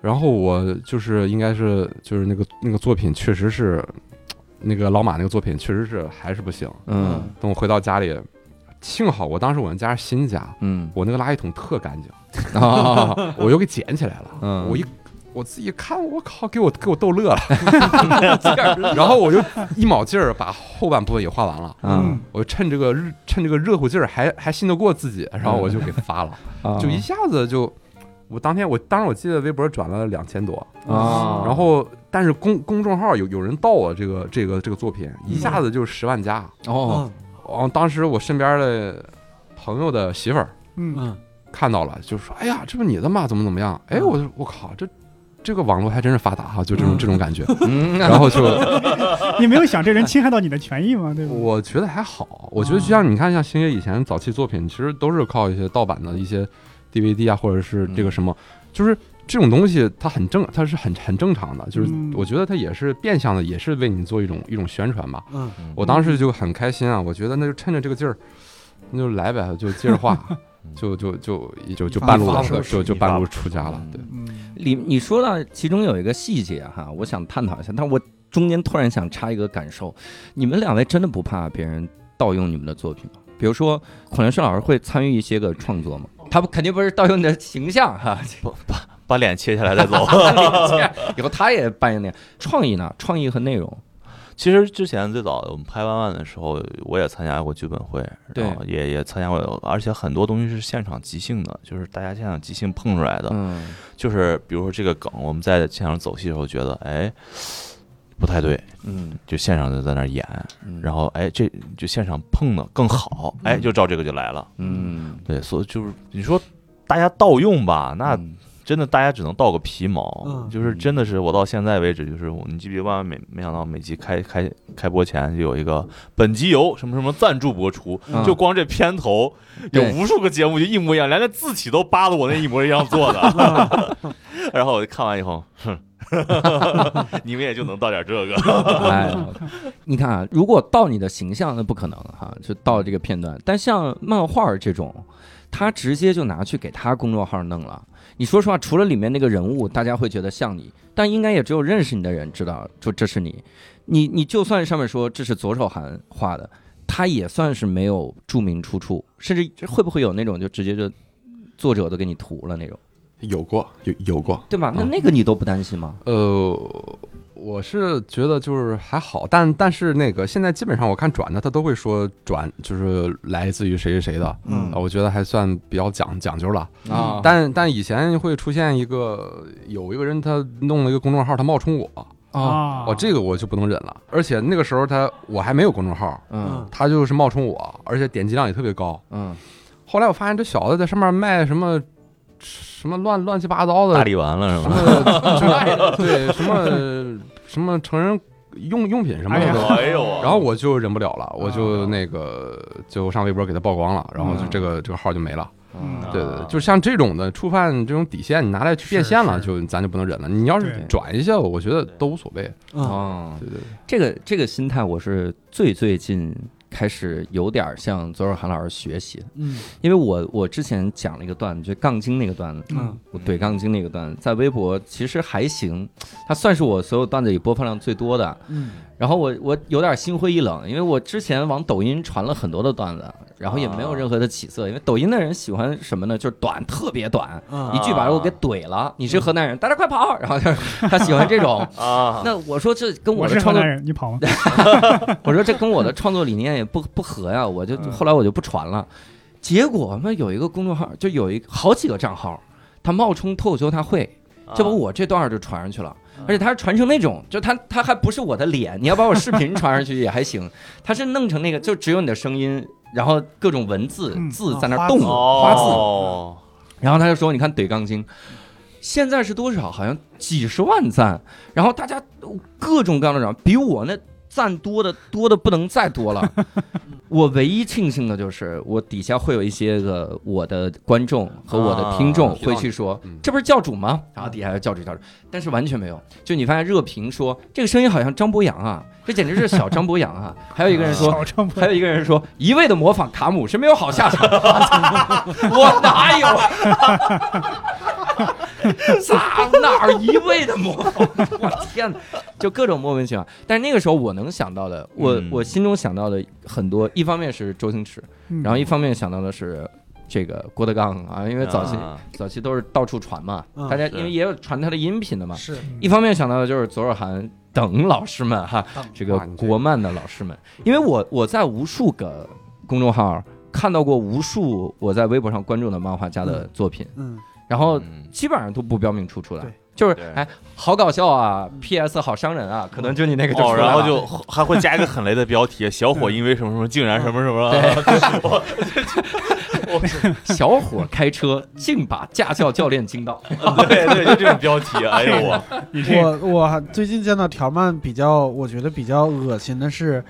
Speaker 4: 然后我就是应该是就是那个那个作品确实是，那个老马那个作品确实是还是不行。
Speaker 1: 嗯
Speaker 4: 等我回到家里，幸好我当时我们家是新家，
Speaker 1: 嗯
Speaker 4: 我那个垃圾桶特干净，
Speaker 1: 啊，
Speaker 4: *laughs* 我又给捡起来了。
Speaker 1: 嗯
Speaker 4: 我一我自己看，我靠，给我给我逗
Speaker 1: *laughs*
Speaker 4: 乐了。然后我就一卯劲儿把后半部分也画完了。
Speaker 1: 嗯
Speaker 4: 我趁这个热趁这个热乎劲儿还还信得过自己，然后我就给发了，
Speaker 1: 嗯
Speaker 4: 就一下子就，我当天我当时我记得微博转了两千多，
Speaker 1: 啊，
Speaker 4: 然后但是公公众号有有人盗我这个这个这个作品，一下子就十万加，
Speaker 3: 嗯
Speaker 1: 哦，
Speaker 4: 哦，当时我身边的朋友的媳妇儿
Speaker 2: 嗯，
Speaker 3: 嗯
Speaker 4: 看到了，就说：“哎呀，这不你的吗？怎么怎么样？”哎，
Speaker 3: 嗯
Speaker 4: 我就我靠，这这个网络还真是发达哈、就这种
Speaker 3: 嗯
Speaker 4: 这种感觉。
Speaker 1: 嗯，
Speaker 4: 然后就
Speaker 2: 你没有想这人侵害到你的权益吗？对吧？
Speaker 4: 我觉得还好，我觉得就像你看，像星爷以前早期作品，其实都是靠一些盗版的一些 DVD 啊，或者是这个什么，就是这种东西它很正，它是很很正常的，就是
Speaker 2: 嗯
Speaker 4: 我觉得它也是变相的，也是为你做一种一种宣传吧。
Speaker 3: 嗯
Speaker 4: 我当时就很开心啊，我觉得那就趁着这个劲儿，那就来呗，就接着画
Speaker 1: 嗯，
Speaker 4: *laughs* 就就就就就
Speaker 3: 发
Speaker 4: 半路
Speaker 3: 发
Speaker 4: 了，
Speaker 3: 手
Speaker 4: 就
Speaker 3: 势
Speaker 4: 就就
Speaker 6: 一
Speaker 4: 半
Speaker 6: 发
Speaker 4: 路出家了，对，
Speaker 2: 嗯，
Speaker 1: 里你说到其中有一个细节哈，我想探讨一下，但我中间突然想插一个感受，你们两位真的不怕别人盗用你们的作品吗？比如说孔连顺老师会参与一些个创作吗？他不肯定不是盗用你的形象哈，
Speaker 6: 把脸切下来再走。
Speaker 1: 以后他也扮演那样创意呢，创意和内容，
Speaker 6: 其实之前最早我们拍《万万》的时候，我也参加过剧本会，
Speaker 1: 对
Speaker 6: 然后也也参加过，而且很多东西是现场即兴的，就是大家现场即兴碰出来的。
Speaker 1: 嗯
Speaker 6: 就是比如说这个梗，我们在现场走戏的时候觉得，哎，不太对，
Speaker 1: 嗯，
Speaker 6: 就现场就在那儿演，
Speaker 1: 嗯
Speaker 6: 然后哎，这就现场碰的更好，哎，就照这个就来了。
Speaker 1: 嗯，
Speaker 6: 对，所以就是你说大家盗用吧，那
Speaker 1: 嗯
Speaker 6: 真的大家只能盗个皮毛，
Speaker 3: 嗯
Speaker 6: 就是真的是我到现在为止，就是我你记不记得万万没没想到每集开开开播前就有一个本集由什么什么赞助播出，
Speaker 1: 嗯
Speaker 6: 就光这片头有
Speaker 1: 对
Speaker 6: 无数个节目就一 *laughs* 模一样，连那字体都扒的我那一模一样做的，然后我就看完以后，哼， *laughs* 你们也就能到点这个。
Speaker 1: 哎，你看啊，如果到你的形象，那不可能哈、就到这个片段。但像漫画儿这种，他直接就拿去给他公众号弄了。你说实话，除了里面那个人物，大家会觉得像你，但应该也只有认识你的人知道，就这是你。你你就算上面说这是左手韩画的，他也算是没有注明出处，甚至会不会有那种就直接就作者都给你涂了那种，
Speaker 4: 有过有有过，
Speaker 1: 对吧？那
Speaker 4: 嗯
Speaker 1: 那个你都不担心吗？
Speaker 4: 呃，我是觉得就是还好，但但是那个现在基本上我看转的，他都会说转就是来自于谁谁谁的，
Speaker 1: 嗯
Speaker 4: 啊我觉得还算比较讲讲究了。
Speaker 1: 啊
Speaker 4: 但但以前会出现一个有一个人他弄了一个公众号，他冒充我，
Speaker 1: 啊，
Speaker 4: 哦，这个我就不能忍了。而且那个时候他我还没有公众号，
Speaker 1: 嗯
Speaker 4: 他就是冒充我，而且点击量也特别高。
Speaker 1: 嗯，
Speaker 4: 后来我发现这小子在上面卖什么什么乱乱七八糟的
Speaker 6: 大力丸了是
Speaker 4: 什
Speaker 6: 吗？
Speaker 4: 么就对什么什么成人用用品什么
Speaker 2: 哎呀啊
Speaker 4: 的。
Speaker 6: 哎呦啊，
Speaker 4: 然后我就忍不了了，我就那个就上微博给他曝光了，然后就这个这个号就没了。
Speaker 2: 嗯
Speaker 1: 啊
Speaker 4: 对对，对就像这种的触犯这种底线，你拿来去变现了，就咱就不能忍了。你要是
Speaker 2: 对
Speaker 4: 转一下，我觉得都无所谓。
Speaker 3: 啊，
Speaker 1: 哦，
Speaker 4: 对对对，
Speaker 1: 这个这个心态我是最最近开始有点向左手韩老师学习的，
Speaker 3: 嗯
Speaker 1: 因为我我之前讲了一个段子，就杠精那个段子，
Speaker 3: 嗯
Speaker 1: 我怼杠精那个段子，在微博其实还行，它算是我所有段子里播放量最多的。
Speaker 3: 嗯，
Speaker 1: 然后我我有点心灰意冷，因为我之前往抖音传了很多的段子，然后也没有任何的起色，因为抖音的人喜欢什么呢？就是短，特别短。
Speaker 3: 啊
Speaker 1: 一句把我给怼了，你是河南人，大家快跑！然后就是他喜欢这种，
Speaker 6: 啊，
Speaker 1: 那我说这跟
Speaker 2: 我
Speaker 1: 我的
Speaker 2: 是河
Speaker 1: 创作
Speaker 2: *laughs* 南人，你跑吗？
Speaker 1: 我说这跟我的创作理念也不不合
Speaker 2: *laughs*
Speaker 1: 呀，我就
Speaker 2: 嗯
Speaker 1: 后来我就不传了。结果嘛，有一个公众号，就有一好几个账号，他冒充脱口秀大会，
Speaker 6: 啊
Speaker 1: 就把我这段儿就传上去了，而且他是传成那种，就他他还不是我的脸，你要把我视频传上去也还行，他是弄成那个就只有你的声音，然后各种文字
Speaker 2: 嗯
Speaker 1: 字
Speaker 3: 啊
Speaker 1: 在那
Speaker 3: 花
Speaker 1: 儿动
Speaker 3: 字
Speaker 1: 花字，
Speaker 6: 哦，
Speaker 1: 然后他就说你看怼钢筋。现在是多少？好像几十万赞，然后大家各种各样的涨，比我那赞多的多的不能再多
Speaker 4: *laughs*
Speaker 1: 了。我唯一庆幸的就是，我底下会有一些个我的观众和我的听众
Speaker 4: 啊
Speaker 1: 会去说，
Speaker 4: 嗯
Speaker 1: 这不是教主吗？然后底下教主教主，但是完全没有。就你发现热评说这个声音好像张博洋啊，这简直是小张博洋啊。
Speaker 4: *laughs*
Speaker 1: 还有一个人说。
Speaker 2: 少唱不
Speaker 1: 还有一个人说，一味的模仿卡姆是没有好下场。我哪有？啊咋哪儿一味的模仿？我天哪！就各种莫名其妙。但是那个时候我能想到的，我、
Speaker 6: 嗯
Speaker 1: 我心中想到的很多，一方面是周星驰，
Speaker 2: 嗯
Speaker 1: 然后一方面想到的是这个郭德纲啊，因为早期、
Speaker 6: 啊
Speaker 1: 早期都是到处传嘛，
Speaker 3: 嗯
Speaker 1: 大家
Speaker 6: 是
Speaker 1: 因为也有传他的音频的嘛。
Speaker 3: 是
Speaker 1: 一方面想到的就是左耳涵等老师们哈，
Speaker 3: 等
Speaker 1: 这个
Speaker 4: 哇你这
Speaker 1: 国漫的老师们，因为我我在无数个公众号看到过无数我在微博上关注的漫画家的作品，
Speaker 3: 嗯
Speaker 1: 然后
Speaker 6: 嗯
Speaker 1: 基本上都不标明出处的
Speaker 3: 对，
Speaker 1: 就是
Speaker 6: 对
Speaker 1: 哎，好搞笑啊，PS 好伤人啊，可能就你那个就出
Speaker 6: 哦，
Speaker 1: 来了嗯
Speaker 6: 然后就还会加一个很雷的标题：小伙因为什么什么竟然什么什么啊了。
Speaker 1: *laughs* *laughs* 小伙开车竟把驾校教练惊到，
Speaker 6: *laughs* 对对，就这种标题，哎呦我，
Speaker 2: 你这
Speaker 3: 我我还最近见到条漫比较，我觉得比较恶心的是，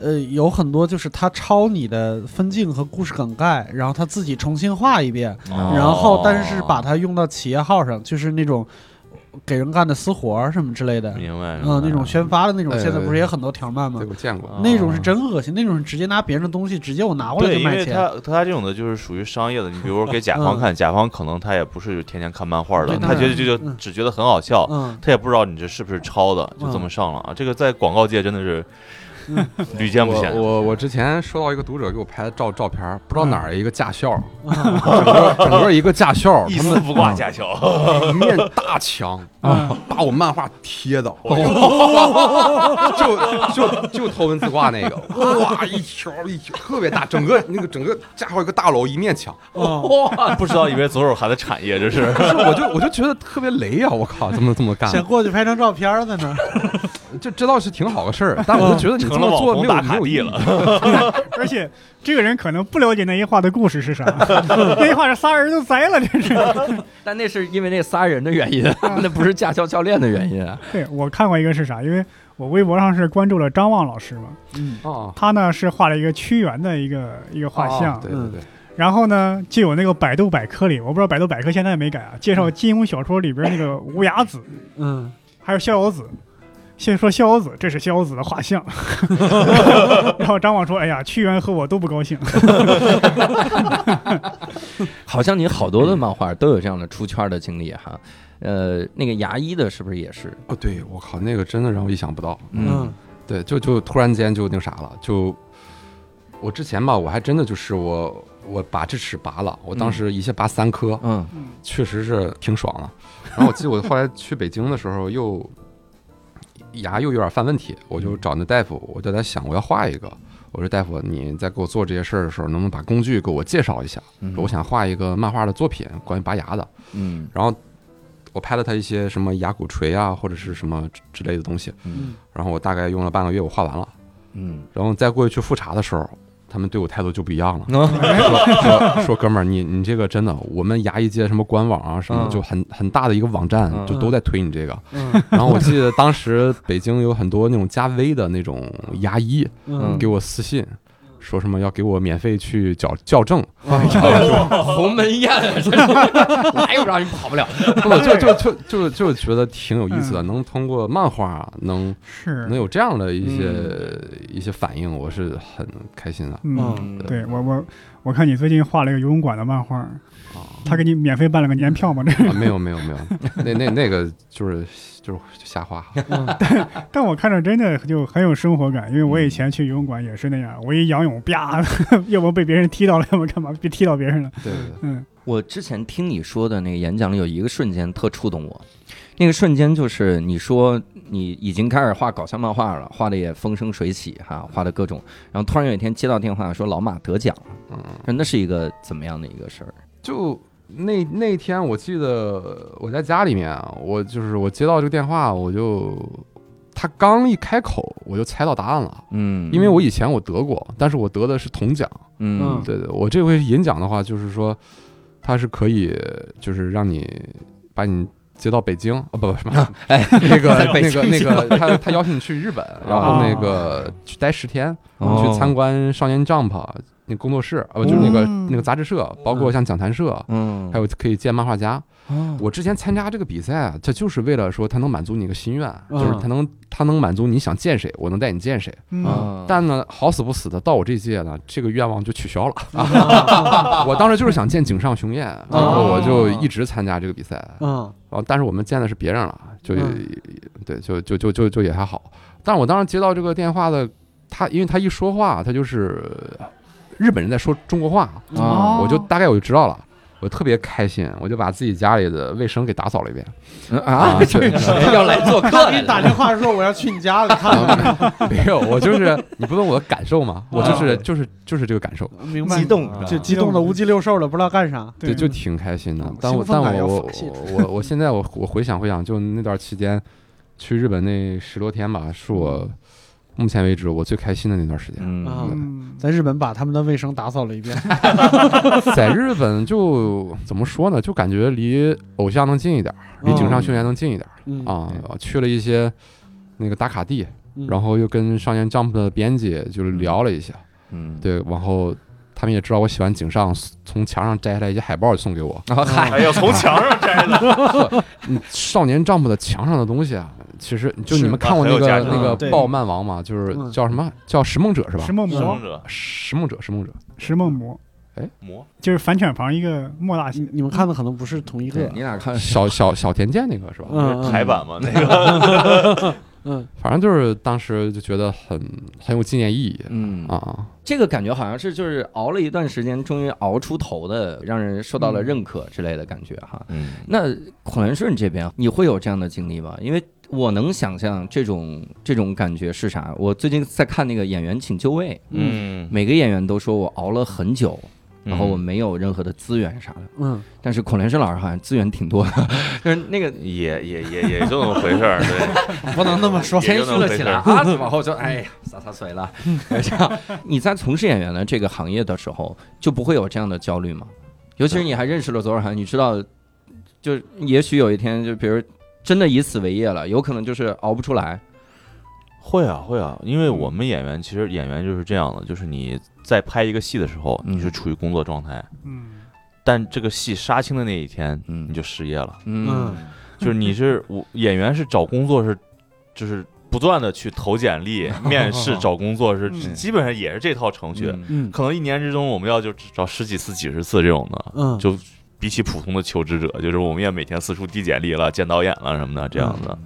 Speaker 3: 呃，有很多就是他抄你的分镜和故事梗概，然后他自己重新画一遍，
Speaker 1: 哦
Speaker 3: 然后但是把它用到企业号上，就是那种给人干的私活儿什么之类的，
Speaker 6: 明白，
Speaker 3: 嗯、那种宣发的那种，
Speaker 4: 哎
Speaker 3: 现在不是也很多条
Speaker 2: 嗯
Speaker 3: 漫吗
Speaker 4: 这？个我见过。
Speaker 3: 那种是真恶心，那种是直接拿别人的东西，直接我拿过来
Speaker 6: 对，
Speaker 3: 就
Speaker 6: 因
Speaker 3: 卖
Speaker 6: 为
Speaker 3: 钱。
Speaker 6: 他他这种的就是属于商业的，你比如说给甲方
Speaker 3: 嗯
Speaker 6: 看，甲方可能他也不是天天看漫画的，
Speaker 3: 对
Speaker 6: 他
Speaker 3: 当
Speaker 6: 觉得
Speaker 3: 然
Speaker 6: 这就
Speaker 3: 嗯
Speaker 6: 只觉得很好笑，
Speaker 3: 嗯，
Speaker 6: 他也不知道你这是不是抄的，就这么上了啊！这个在广告界真的是
Speaker 3: 嗯
Speaker 6: *laughs* 屡见不啊
Speaker 4: 我
Speaker 6: 鲜。
Speaker 4: 我我之前收到一个读者给我拍的照照片儿，不知道
Speaker 2: 嗯
Speaker 4: 哪儿一个驾校， *laughs* 整个整个一个驾
Speaker 2: *laughs*
Speaker 4: 校，
Speaker 6: 一
Speaker 4: 他
Speaker 6: 丝
Speaker 4: 们
Speaker 6: 不挂驾校，
Speaker 4: 一面大墙
Speaker 2: 啊
Speaker 4: *laughs* 把我漫画贴倒，
Speaker 2: 哦
Speaker 6: 哎呦
Speaker 4: *laughs* 就就就头文字挂
Speaker 2: *laughs*
Speaker 4: 那个，哇，一条一条特别大，整个那个整个架好一个大楼一面墙，
Speaker 2: 哦
Speaker 4: *laughs*
Speaker 6: 哇， *laughs* 不知道以为左手韩的产业这是。
Speaker 4: 不是我就我就觉得特别雷呀、我靠，怎么这么干？
Speaker 3: 想过去拍张照片儿在那儿，
Speaker 4: 这这倒是挺好个事儿，但我
Speaker 2: 嗯
Speaker 4: 就觉得你这
Speaker 6: 成了
Speaker 4: 么
Speaker 6: 网
Speaker 4: 做没
Speaker 6: 红
Speaker 4: 有
Speaker 6: 打
Speaker 4: 没
Speaker 6: 卡
Speaker 4: 有意
Speaker 6: 地
Speaker 4: 义。
Speaker 6: 了，
Speaker 2: 而且这个人可能不了解那一画的故事是啥， *laughs* 那一画是仨人就栽了，这是。
Speaker 1: 但那是因为那仨人的原因，那不是驾校教练的原因啊。
Speaker 2: 对我看过一个是啥，因为我微博上是关注了张望老师嘛，
Speaker 3: 嗯
Speaker 4: 啊，
Speaker 2: 他呢是画了一个屈原的一个一个画像，嗯
Speaker 4: 哦对对对，
Speaker 2: 然后呢就有那个百度百科里，我不知道百度百科现在没改啊，介绍金庸小说里边那个无崖子，
Speaker 3: 嗯
Speaker 2: 还有逍遥子。先说逍遥子，这是逍遥子的画像。然后张望说：“哎呀，屈原和我都不高兴。
Speaker 1: 好像你好多的漫画都有这样的出圈的经历哈。呃，那个牙医的是不是也是？
Speaker 4: 哦，对我靠，那个真的让我意想不到。
Speaker 1: 嗯，
Speaker 4: 对，就就突然间就那个啥了，就我之前吧，我还真的就是我我把智齿拔了，我当时一下拔三颗，
Speaker 1: 嗯，
Speaker 4: 确实是挺爽了。然后我记得我后来去北京的时候又。牙又有点犯问题，我
Speaker 1: 嗯
Speaker 4: 就找那大夫，我就在想我要画一个。我说大夫，你在给我做这些事儿的时候，能不能把工具给我介绍一下？
Speaker 1: 嗯
Speaker 4: 我，想画一个漫画的作品，关于拔牙的。
Speaker 1: 嗯
Speaker 4: 然后我拍了他一些什么牙骨锤啊，或者是什么之之类的东西。
Speaker 1: 嗯
Speaker 4: 然后我大概用了半个月，我画完了。
Speaker 1: 嗯，，
Speaker 4: 然后再过去复查的时候，他们对我态度就不一样了
Speaker 1: *laughs* 嗯
Speaker 4: 说说哥们儿，你你这个真的，我们牙医界什么官网啊什么
Speaker 1: 嗯，
Speaker 4: 就很很大的一个网站
Speaker 1: 嗯，
Speaker 4: 就都在推你这个。
Speaker 3: 嗯
Speaker 4: *laughs* 然后我记得当时北京有很多那种加微的那种牙医
Speaker 1: 嗯
Speaker 3: 嗯
Speaker 4: 给我私信，说什么要给我免费去矫矫正，
Speaker 1: *laughs* 鸿门宴，啊 *laughs* 哪有让人跑不了？
Speaker 4: 我就就就就就觉得挺有意思的，能通过漫画能”
Speaker 2: 是
Speaker 4: 能，有这样的一些一些反应，我是很开心的
Speaker 2: 嗯，
Speaker 1: 嗯，
Speaker 2: 对我我我看你最近画了一个游泳馆的漫画，
Speaker 4: 啊。
Speaker 2: 他给你免费办了个年票嘛？这，
Speaker 4: 啊，没有没有没有，那那那个就是就是瞎画，
Speaker 2: 但我看着真的就很有生活感，因为我以前去游泳馆也是那样，我一仰泳，啪， *laughs* 要么被别人踢到了，要么干嘛，被踢到别人了。
Speaker 4: *laughs* 对对对，
Speaker 2: 嗯
Speaker 1: 我之前听你说的那个演讲里有一个瞬间特触动我，那个瞬间就是你说你已经开始画搞笑漫画了，画的也风生水起哈，画的各种，然后突然有一天接到电话说老马得奖了，
Speaker 4: 嗯，
Speaker 1: 那是一个怎么样的一个事儿？
Speaker 4: 就那那天我记得我在家里面啊，我就是我接到这个电话，我就他刚一开口我就猜到答案了，
Speaker 1: 嗯，
Speaker 4: 因为我以前我得过，但是我得的是铜奖，
Speaker 1: 嗯
Speaker 4: 对对，我这回演讲的话就是说，它是可以就是让你把你。接到北京啊、不不什么，
Speaker 1: 哎，
Speaker 4: 那个
Speaker 1: 在北
Speaker 4: 那个
Speaker 1: 京啊
Speaker 4: 那
Speaker 1: 接
Speaker 4: 个，他他邀请你去日本，然后那个去待十天，
Speaker 1: 哦
Speaker 4: 嗯去参观少年 Jump 那工作室，呃，不就是那个那个杂志社，包括像讲谈社，
Speaker 1: 嗯，
Speaker 4: 还有可以见漫画家。
Speaker 3: 嗯
Speaker 1: 哦
Speaker 4: 我之前参加这个比赛啊，这就是为了说他能满足你一个心愿，
Speaker 3: 嗯
Speaker 4: 就是他能他能满足你想见谁，我能带你见谁。
Speaker 2: 嗯，
Speaker 1: 啊
Speaker 4: 但呢，好死不死的，到我这届呢，这个愿望就取消了。 *laughs* 我当时就是想见井上雄彦，然后我就一直参加这个比赛。
Speaker 3: 嗯
Speaker 4: 然后啊但是我们见的是别人了，啊就、
Speaker 3: 嗯
Speaker 4: 对，就就就就就也还好。但是我当时接到这个电话的，他因为他一说话，他就是呃日本人在说中国话，
Speaker 3: 哦
Speaker 1: 啊
Speaker 4: 我就大概我就知道了。我特别开心，我就把自己家里的卫生给打扫了
Speaker 3: *laughs*
Speaker 4: 一遍
Speaker 1: 啊，
Speaker 4: 对，
Speaker 1: *laughs* 要来做客
Speaker 3: 他给你
Speaker 1: 的，
Speaker 3: 打电话说我要去你家里看看，
Speaker 4: 没有，我就是你不问我的感受吗？我
Speaker 3: 哦
Speaker 4: 就是就是就是这个感受，
Speaker 3: 明白？
Speaker 1: 激动是吧
Speaker 3: 就激动的无鸡六兽的，不知道干啥。
Speaker 4: 对，就挺开心的
Speaker 3: 嗯。
Speaker 4: 但我
Speaker 3: 兴奋
Speaker 4: 但
Speaker 3: 感要
Speaker 4: 我
Speaker 3: 发
Speaker 4: 我
Speaker 3: 泄出
Speaker 4: 我我现在我我回想回想，就那段期间去日本那十多天吧，是
Speaker 3: 嗯
Speaker 4: 我目前为止我最开心的那段时间。
Speaker 1: 嗯
Speaker 3: 啊
Speaker 2: 嗯
Speaker 3: 在日本把他们的卫生打扫了一遍，
Speaker 4: 在日本就怎么说呢，就感觉离偶像能近一点儿，离井上雄彦能近一点儿
Speaker 3: 哦嗯，
Speaker 4: 啊。去了一些那个打卡地，
Speaker 3: 嗯
Speaker 4: 然后又跟少年 Jump 的编辑就是聊了一下，
Speaker 1: 嗯，
Speaker 4: 对，然后。他们也知道我喜欢井上，从墙上摘下来一些海报送给我。
Speaker 1: 然后啊嗨，
Speaker 6: 哎呀，从墙上摘的，
Speaker 4: 嗯，少年丈夫的墙上的东西啊，其实就是你们看过那
Speaker 6: 啊很
Speaker 4: 个
Speaker 6: 有价值
Speaker 4: 那个
Speaker 3: 嗯对
Speaker 4: 暴漫王嘛，就是
Speaker 3: 嗯
Speaker 4: 叫什么叫拾梦者是吧
Speaker 2: 石？梦
Speaker 6: 使
Speaker 2: 魔
Speaker 6: 用，者
Speaker 4: 拾梦者，拾梦者，
Speaker 2: 石梦魔
Speaker 6: 魔
Speaker 2: 就是反犬旁一个莫大
Speaker 3: 你
Speaker 2: 写，
Speaker 3: 你们看的可能不是同一个
Speaker 1: 对，你俩
Speaker 4: *laughs*
Speaker 1: 看
Speaker 4: 小小小田健那个是吧？
Speaker 3: 嗯，嗯
Speaker 6: 台，版嘛，那个
Speaker 3: 嗯
Speaker 4: 反正就是当时就觉得很很有纪念意义
Speaker 1: 嗯
Speaker 4: 啊。
Speaker 1: 这个感觉好像是就是熬了一段时间，终于熬出头的，让人受到了认可之类的感觉哈。
Speaker 6: 嗯，
Speaker 1: 那孔兰顺这边你会有这样的经历吗？因为我能想象这种这种感觉是啥。我最近在看那个《演员请就位》，
Speaker 3: 嗯
Speaker 6: 嗯，
Speaker 1: 每个演员都说我熬了很久，然后我没有任何的资源啥的。
Speaker 3: 嗯，
Speaker 1: 但是孔连顺老师好像资源挺多的， *laughs* 就是那个
Speaker 6: 嗯也也也也就那么回事儿，
Speaker 1: *laughs*
Speaker 6: 对，
Speaker 3: 不能那么说，
Speaker 1: 谦虚了起
Speaker 6: *laughs*
Speaker 1: 来嗯啊，往后就哎呀洒洒水了。这样，你在从事演员的这个行业的时候，就不会有这样的焦虑吗？尤其是你还认识了多少人，你知道，就也许有一天，就比如真的以此为业了，有可能就是熬不出来。
Speaker 6: 会啊会啊，因为我们演员其实演员就是这样的，就是你在拍一个戏的时候，
Speaker 1: 嗯
Speaker 6: 你是处于工作状态，
Speaker 2: 嗯，
Speaker 6: 但这个戏杀青的那一天，
Speaker 1: 嗯
Speaker 6: 你就失业了。
Speaker 1: 嗯
Speaker 3: 嗯
Speaker 6: 就是
Speaker 1: *laughs*
Speaker 6: 你是我演员是找工作是，就是不断的去投
Speaker 1: *laughs*
Speaker 6: 简历、面试、找工作是
Speaker 2: 嗯
Speaker 6: 基本上也是这套程序。
Speaker 1: 嗯
Speaker 3: 嗯
Speaker 6: 可能一年之中我们要就找十几次、几十次这种的，
Speaker 3: 嗯，
Speaker 6: 就比起普通的求职者，就是我们也每天四处递简历了、见导演了什么的这样
Speaker 1: 嗯
Speaker 6: 的。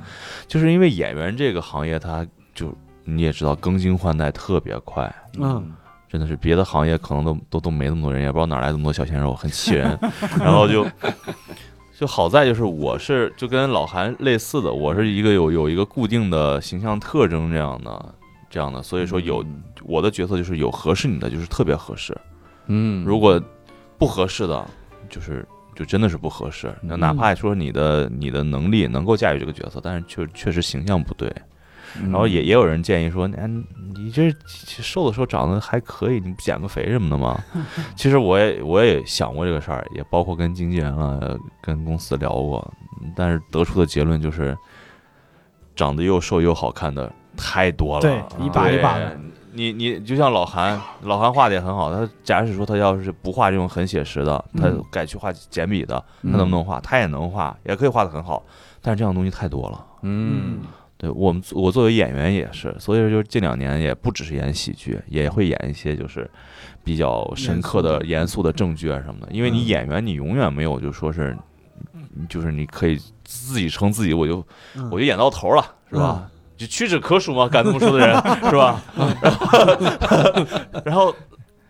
Speaker 6: 就是因为演员这个行业，它就你也知道更新换代特别快，
Speaker 3: 嗯
Speaker 6: 真的是别的行业可能都都都没那么多人，也不知道哪来这么多小鲜肉，很气人。然后就就好在就是我是就跟老韩类似的，我是一个有有一个固定的形象特征这样的这样的，所以说有我的角色就是有合适你的就是特别合适，
Speaker 1: 嗯，
Speaker 6: 如果不合适的就是。就真的是不合适，那哪怕说你的你的能力能够驾驭这个角色，但是确确实形象不对，
Speaker 1: 然
Speaker 6: 然后也也有人建议说，哎，你这瘦的时候长得还可以，你不减个肥什么的吗？其实我也我也想过这个事儿，也包括跟经纪人啊、呃跟公司聊过，但是得出的结论就是，长得又瘦又好看的太多了，
Speaker 3: 对
Speaker 1: 一把
Speaker 6: 对
Speaker 3: 一把的。
Speaker 6: 你你就像老韩，老韩画的也很好。他假使说他要是不画这种很写实的，他
Speaker 3: 嗯
Speaker 6: 改去画简笔的，他能不能画？他也能画，也可以画的很好。但是这样东西太多了。
Speaker 1: 嗯
Speaker 6: 对我们，我作为演员也是，所以说就是近两年也不只是演喜剧，也会演一些就是比较深刻的、严肃的证据啊什么的。因为你演员，你永远没有就说是，就是你可以自己称自己，我就
Speaker 3: 嗯
Speaker 6: 我就演到头了，是吧？就屈指可数嘛，敢这么说的人是吧？
Speaker 3: 嗯
Speaker 6: *laughs* 然后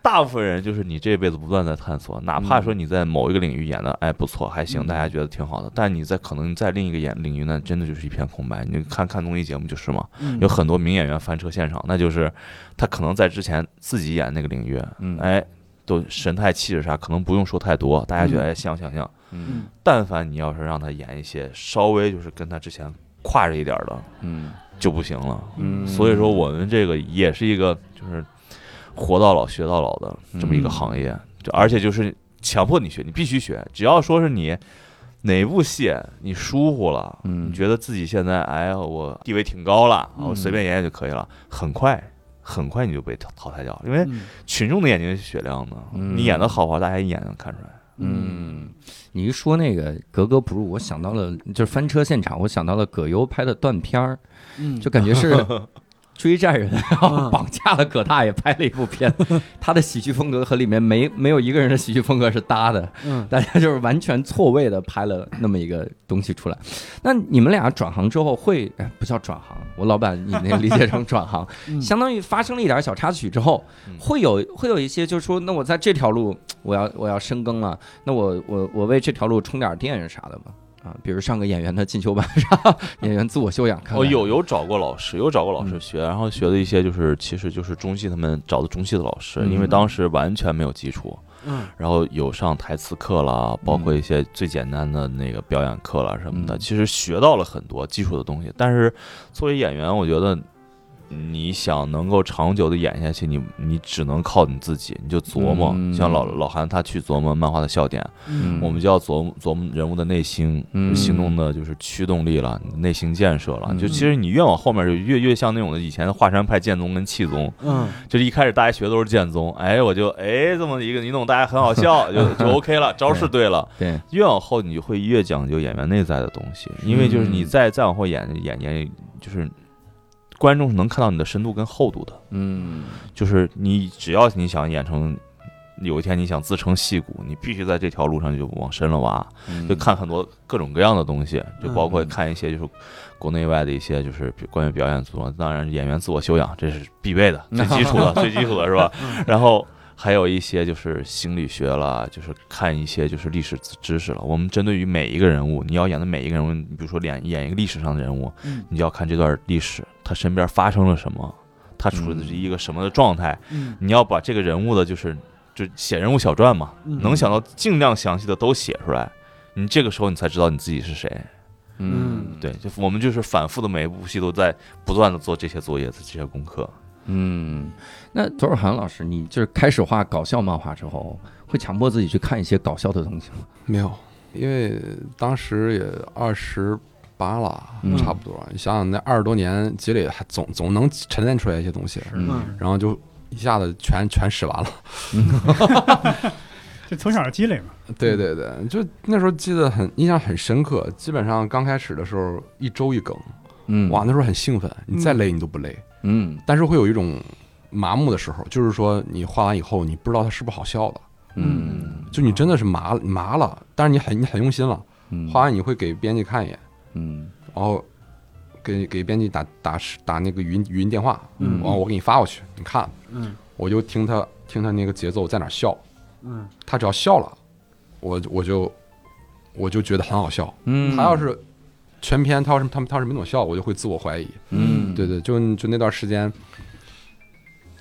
Speaker 6: 大部分人就是你这辈子不断在探索，哪
Speaker 3: 嗯
Speaker 6: 怕说你在某一个领域演的哎不错，还行，大家觉得挺好的，但你在可能在另一个演领域那真的就是一片空白。你看看综艺节目就是嘛，
Speaker 3: 嗯
Speaker 6: 有很多名演员翻车现场，那就是他可能在之前自己演那个领域，
Speaker 1: 嗯
Speaker 6: 哎，都神态气质啥，可能不用说太多，大家觉得哎像像像。
Speaker 1: 嗯
Speaker 6: 但凡你要是让他演一些稍微就是跟他之前跨着一点儿的，
Speaker 1: 嗯
Speaker 6: 就不行了。
Speaker 1: 嗯，
Speaker 6: 所以说我们这个也是一个就是活到老学到老的
Speaker 1: 嗯
Speaker 6: 这么一个行业，就而且就是强迫你学，你必须学，只要说是你。哪部戏你疏忽了？
Speaker 1: 嗯
Speaker 6: 你觉得自己现在，哎呀，我地位挺高了，啊我
Speaker 1: 嗯
Speaker 6: 随便演演就可以了。很快，很快你就被淘淘汰掉了，因为
Speaker 3: 嗯
Speaker 6: 群众的眼睛是雪亮的，
Speaker 1: 嗯
Speaker 6: 你演的好话，大家一眼能看出来。
Speaker 1: 嗯，你一说那个格格不入，我想到了，就是翻车现场，我想到了葛优拍的断片儿，
Speaker 3: 嗯
Speaker 1: 就感觉
Speaker 3: *laughs*
Speaker 1: 是追债人，然后绑架了葛大爷，拍了一部片，
Speaker 3: *laughs*
Speaker 1: 他的喜剧风格和里面没没有一个人的喜剧风格是搭的，
Speaker 3: 嗯
Speaker 1: *laughs* 大家就是完全错位的拍了那么一个东西出来。那你们俩转行之后会，哎，不叫转行，我老把你那个理解成转行，
Speaker 3: *laughs* 嗯
Speaker 1: 相当于发生了一点小插曲之后
Speaker 6: 嗯，
Speaker 1: 会有会有一些就是说，那我在这条路我要我要深耕了，那我我我为这条路充点电啥的吧。啊，比如上个演员的进修班，啥 *laughs* 演员自我修养，看看嗯
Speaker 3: 哦
Speaker 6: 我哦有有找过老师，有找过老师学，然后学的一些就是其实就是中戏他们找的中戏的老师，
Speaker 1: 嗯
Speaker 6: 因为当时完全没有基础，
Speaker 3: 嗯
Speaker 6: 然后有上台词课啦，包括一些最简单的那个表演课啦什么的，
Speaker 1: 嗯
Speaker 6: 其实学到了很多基础的东西。但是作为演员，我觉得你想能够长久的演下去，你你只能靠你自己，你就琢磨。
Speaker 1: 嗯
Speaker 6: 像老老韩他去琢磨漫画的笑点，
Speaker 1: 嗯
Speaker 6: 我们就要琢磨琢磨人物的内心、
Speaker 1: 嗯
Speaker 6: 行动的，就是驱动力了，内心建设了。
Speaker 1: 嗯
Speaker 6: 就其实你越往后面就越越像那种的以前的华山派剑宗跟气宗，
Speaker 3: 嗯
Speaker 6: 就是一开始大家学的都是剑宗，哎，我就哎这么一个你懂，大家很好笑，就
Speaker 1: *laughs*
Speaker 6: 就 OK 了，招式对了。
Speaker 1: 对，
Speaker 6: 越往后你就会越讲究演员内在的东西，因为就是你
Speaker 1: 嗯
Speaker 6: 再再往后演演演，就是观众是能看到你的深度跟厚度的。
Speaker 1: 嗯
Speaker 6: 就是你只要你想演成，有一天你想自成戏骨，你必须在这条路上就往深了挖，就看很多各种各样的东西，就包括
Speaker 1: 嗯
Speaker 6: 看一些就是国内外的一些就是比关于表演组，当然演员自我修养这是必
Speaker 1: *laughs*
Speaker 6: 备的，最基础的，最基础的是吧？
Speaker 1: 嗯
Speaker 6: 然后。还有一些就是心理学了，就是看一些就是历史知识了。我们针对于每一个人物，你要演的每一个人物，你比如说演演一个历史上的人物，
Speaker 3: 嗯
Speaker 6: 你就要看这段历史，他身边发生了什么，他处的是一个什么的状态，
Speaker 3: 嗯
Speaker 6: 你要把这个人物的，就是就写人物小传嘛，
Speaker 3: 嗯
Speaker 6: 能想到尽量详细的都写出来。你这个时候你才知道你自己是谁。
Speaker 1: 嗯
Speaker 6: 对，就我们就是反复的每一部戏都在不断的做这些作业、这些功课。
Speaker 1: 嗯。那左尔涵老师，你就是开始画搞笑漫画之后，会强迫自己去看一些搞笑的东西吗？
Speaker 4: 没有，因为当时也二十八了
Speaker 1: 嗯，
Speaker 4: 差不多。你想想那二十多年积累，还总总能沉淀出来一些东西，
Speaker 3: 嗯
Speaker 1: *laughs*
Speaker 4: 然后就一下子全全使完了。
Speaker 2: 这从小积累嘛。
Speaker 4: 对对对，就那时候记得很印象很深刻，基本上刚开始的时候一周一更，
Speaker 1: 嗯
Speaker 4: 哇，，那时候很兴奋，你再
Speaker 2: 嗯
Speaker 4: 累你都不累，
Speaker 1: 嗯
Speaker 4: 但是会有一种麻木的时候，就是说你画完以后你不知道它是不是好笑的，
Speaker 1: 嗯
Speaker 4: 就你真的是麻了麻了，但是你很你很用心了，
Speaker 1: 嗯，
Speaker 4: 画完你会给编辑看一眼，
Speaker 1: 嗯
Speaker 4: 然后给给编辑打打打那个语音语音电话，
Speaker 1: 嗯
Speaker 4: 然后我给你发过去，你看，
Speaker 3: 嗯
Speaker 4: 我就听他听他那个节奏在哪儿笑，
Speaker 3: 嗯
Speaker 4: 他只要笑了，我我就我就觉得很好笑。
Speaker 1: 嗯，
Speaker 4: 他要是全篇他要是他他要是没懂笑，我就会自我怀疑。
Speaker 1: 嗯
Speaker 4: 对对，就就那段时间，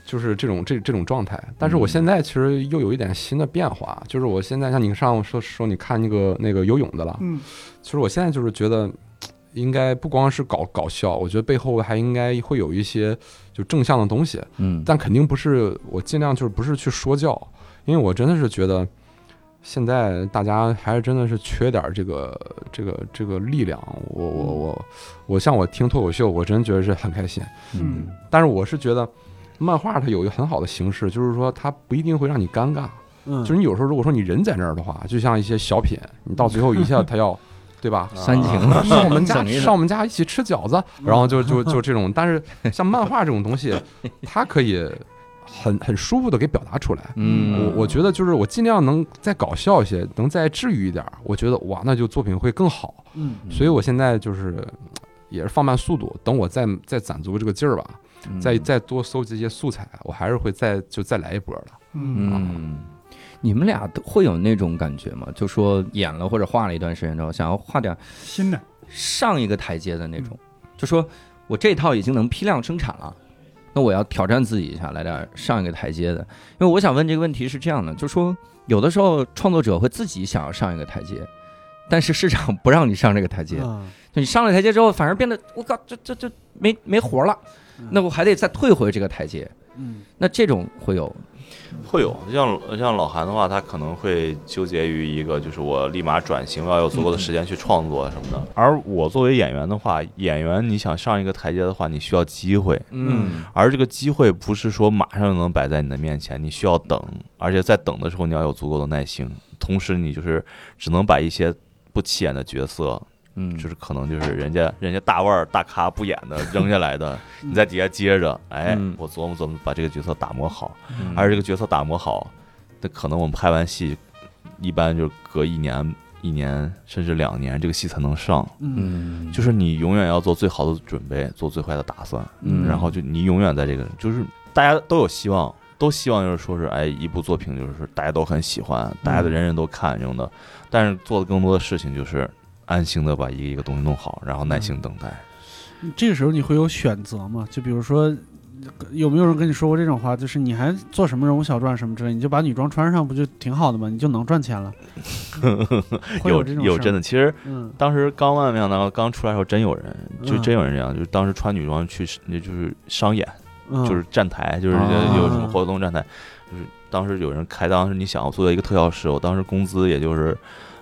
Speaker 4: 就是这种这这种状态。但是我现在其实又有一点新的变化，就是我现在像你上午说说你看那个那个游泳的了，
Speaker 2: 嗯，
Speaker 4: 其实我现在就是觉得。应该不光是搞搞笑，我觉得背后还应该会有一些就正向的东西。
Speaker 1: 嗯
Speaker 4: 但肯定不是我尽量就是不是去说教，因为我真的是觉得现在大家还是真的是缺点儿这个这个这个力量。我我我我像我听脱口秀，我真觉得是很开心，
Speaker 2: 嗯
Speaker 4: 但是我是觉得。漫画它有一个很好的形式，就是说它不一定会让你尴尬。
Speaker 3: 嗯，
Speaker 4: 就是你有时候如果说你人在那儿的话，就像一些小品，你到最后一下它要，对吧？
Speaker 1: 煽情
Speaker 4: 啊
Speaker 1: 了
Speaker 4: 上
Speaker 3: 嗯
Speaker 4: 我们家
Speaker 1: 整一整
Speaker 4: 上我们家一起吃饺子，然后就就就这种。但是像漫画这种东西，它可以很很舒服的给表达出来。
Speaker 1: 嗯
Speaker 4: *laughs* 我我觉得就是我尽量能再搞笑一些，能再治愈一点儿，我觉得哇，那就作品会更好。
Speaker 3: 嗯
Speaker 4: 所以我现在就是呃也是放慢速度，等我再再攒足这个劲儿吧，再再多搜集一些素材，我还是会再就再来一波
Speaker 2: *laughs*
Speaker 4: 的。
Speaker 2: 嗯
Speaker 1: 嗯，你们俩都会有那种感觉吗？就说演了或者画了一段时间之后，想要画点
Speaker 2: 新的
Speaker 1: 上一个台阶的那种，
Speaker 6: 嗯
Speaker 1: 就说我这套已经能批量生产了，那我要挑战自己一下，来点上一个台阶的。因为我想问这个问题是这样的，就说有的时候创作者会自己想要上一个台阶，但是市场不让你上这个台阶，
Speaker 6: 嗯
Speaker 3: 啊
Speaker 1: 就你上了台阶之后，反而变得我靠，这这这没没活了，
Speaker 6: 嗯
Speaker 1: 那我还得再退回这个台阶。
Speaker 3: 嗯
Speaker 1: 那这种会有，
Speaker 6: 会有啊像像老韩的话，他可能会纠结于一个，就是我立马转型，我要有足够的时间去创作什么的。而我作为演员的话，演员你想上一个台阶的话，你需要机会，
Speaker 1: 嗯
Speaker 6: 而这个机会不是说马上就能摆在你的面前，你需要等，而且在等的时候你要有足够的耐心，同时你就是只能把一些不起眼的角色，
Speaker 1: 嗯，
Speaker 6: 就是可能就是人家人家大腕儿大咖不演的扔下来的，你在底下接着，哎
Speaker 1: 嗯，
Speaker 6: 我琢磨琢磨把这个角色打磨好，
Speaker 1: 嗯
Speaker 6: 而这个角色打磨好，那可能我们拍完戏，一般就隔一年、一年甚至两年，这个戏才能上。
Speaker 3: 嗯
Speaker 1: 嗯，
Speaker 6: 就是你永远要做最好的准备，做最坏的打算，
Speaker 1: 嗯
Speaker 6: 然后就你永远在这个，就是大家都有希望，都希望就是说是哎，一部作品就是大家都很喜欢，大家的人人都看这种的，但是做的更多的事情就是安心的把一个一个东西弄好，然后耐心等待。
Speaker 3: 这个时候你会有选择吗？就比如说，有没有人跟你说过这种话？就是你还做什么人物小传什么之类，你就把女装穿上不就挺好的吗？你就能赚
Speaker 6: *laughs*
Speaker 3: 钱了。嗯会
Speaker 6: 有
Speaker 3: 这种
Speaker 6: 有
Speaker 3: 事儿
Speaker 6: 真的，，其实
Speaker 3: 嗯
Speaker 6: 当时刚万没想到，刚出来的时候真有人，就
Speaker 3: 嗯
Speaker 6: 真有人这样，就是当时穿女装去，那就是商演，
Speaker 3: 嗯，
Speaker 6: 就是站台，就是
Speaker 4: 啊
Speaker 6: 有什么活动站台，就是当时有人开，当时你想我做一个特效师，我当时工资也就是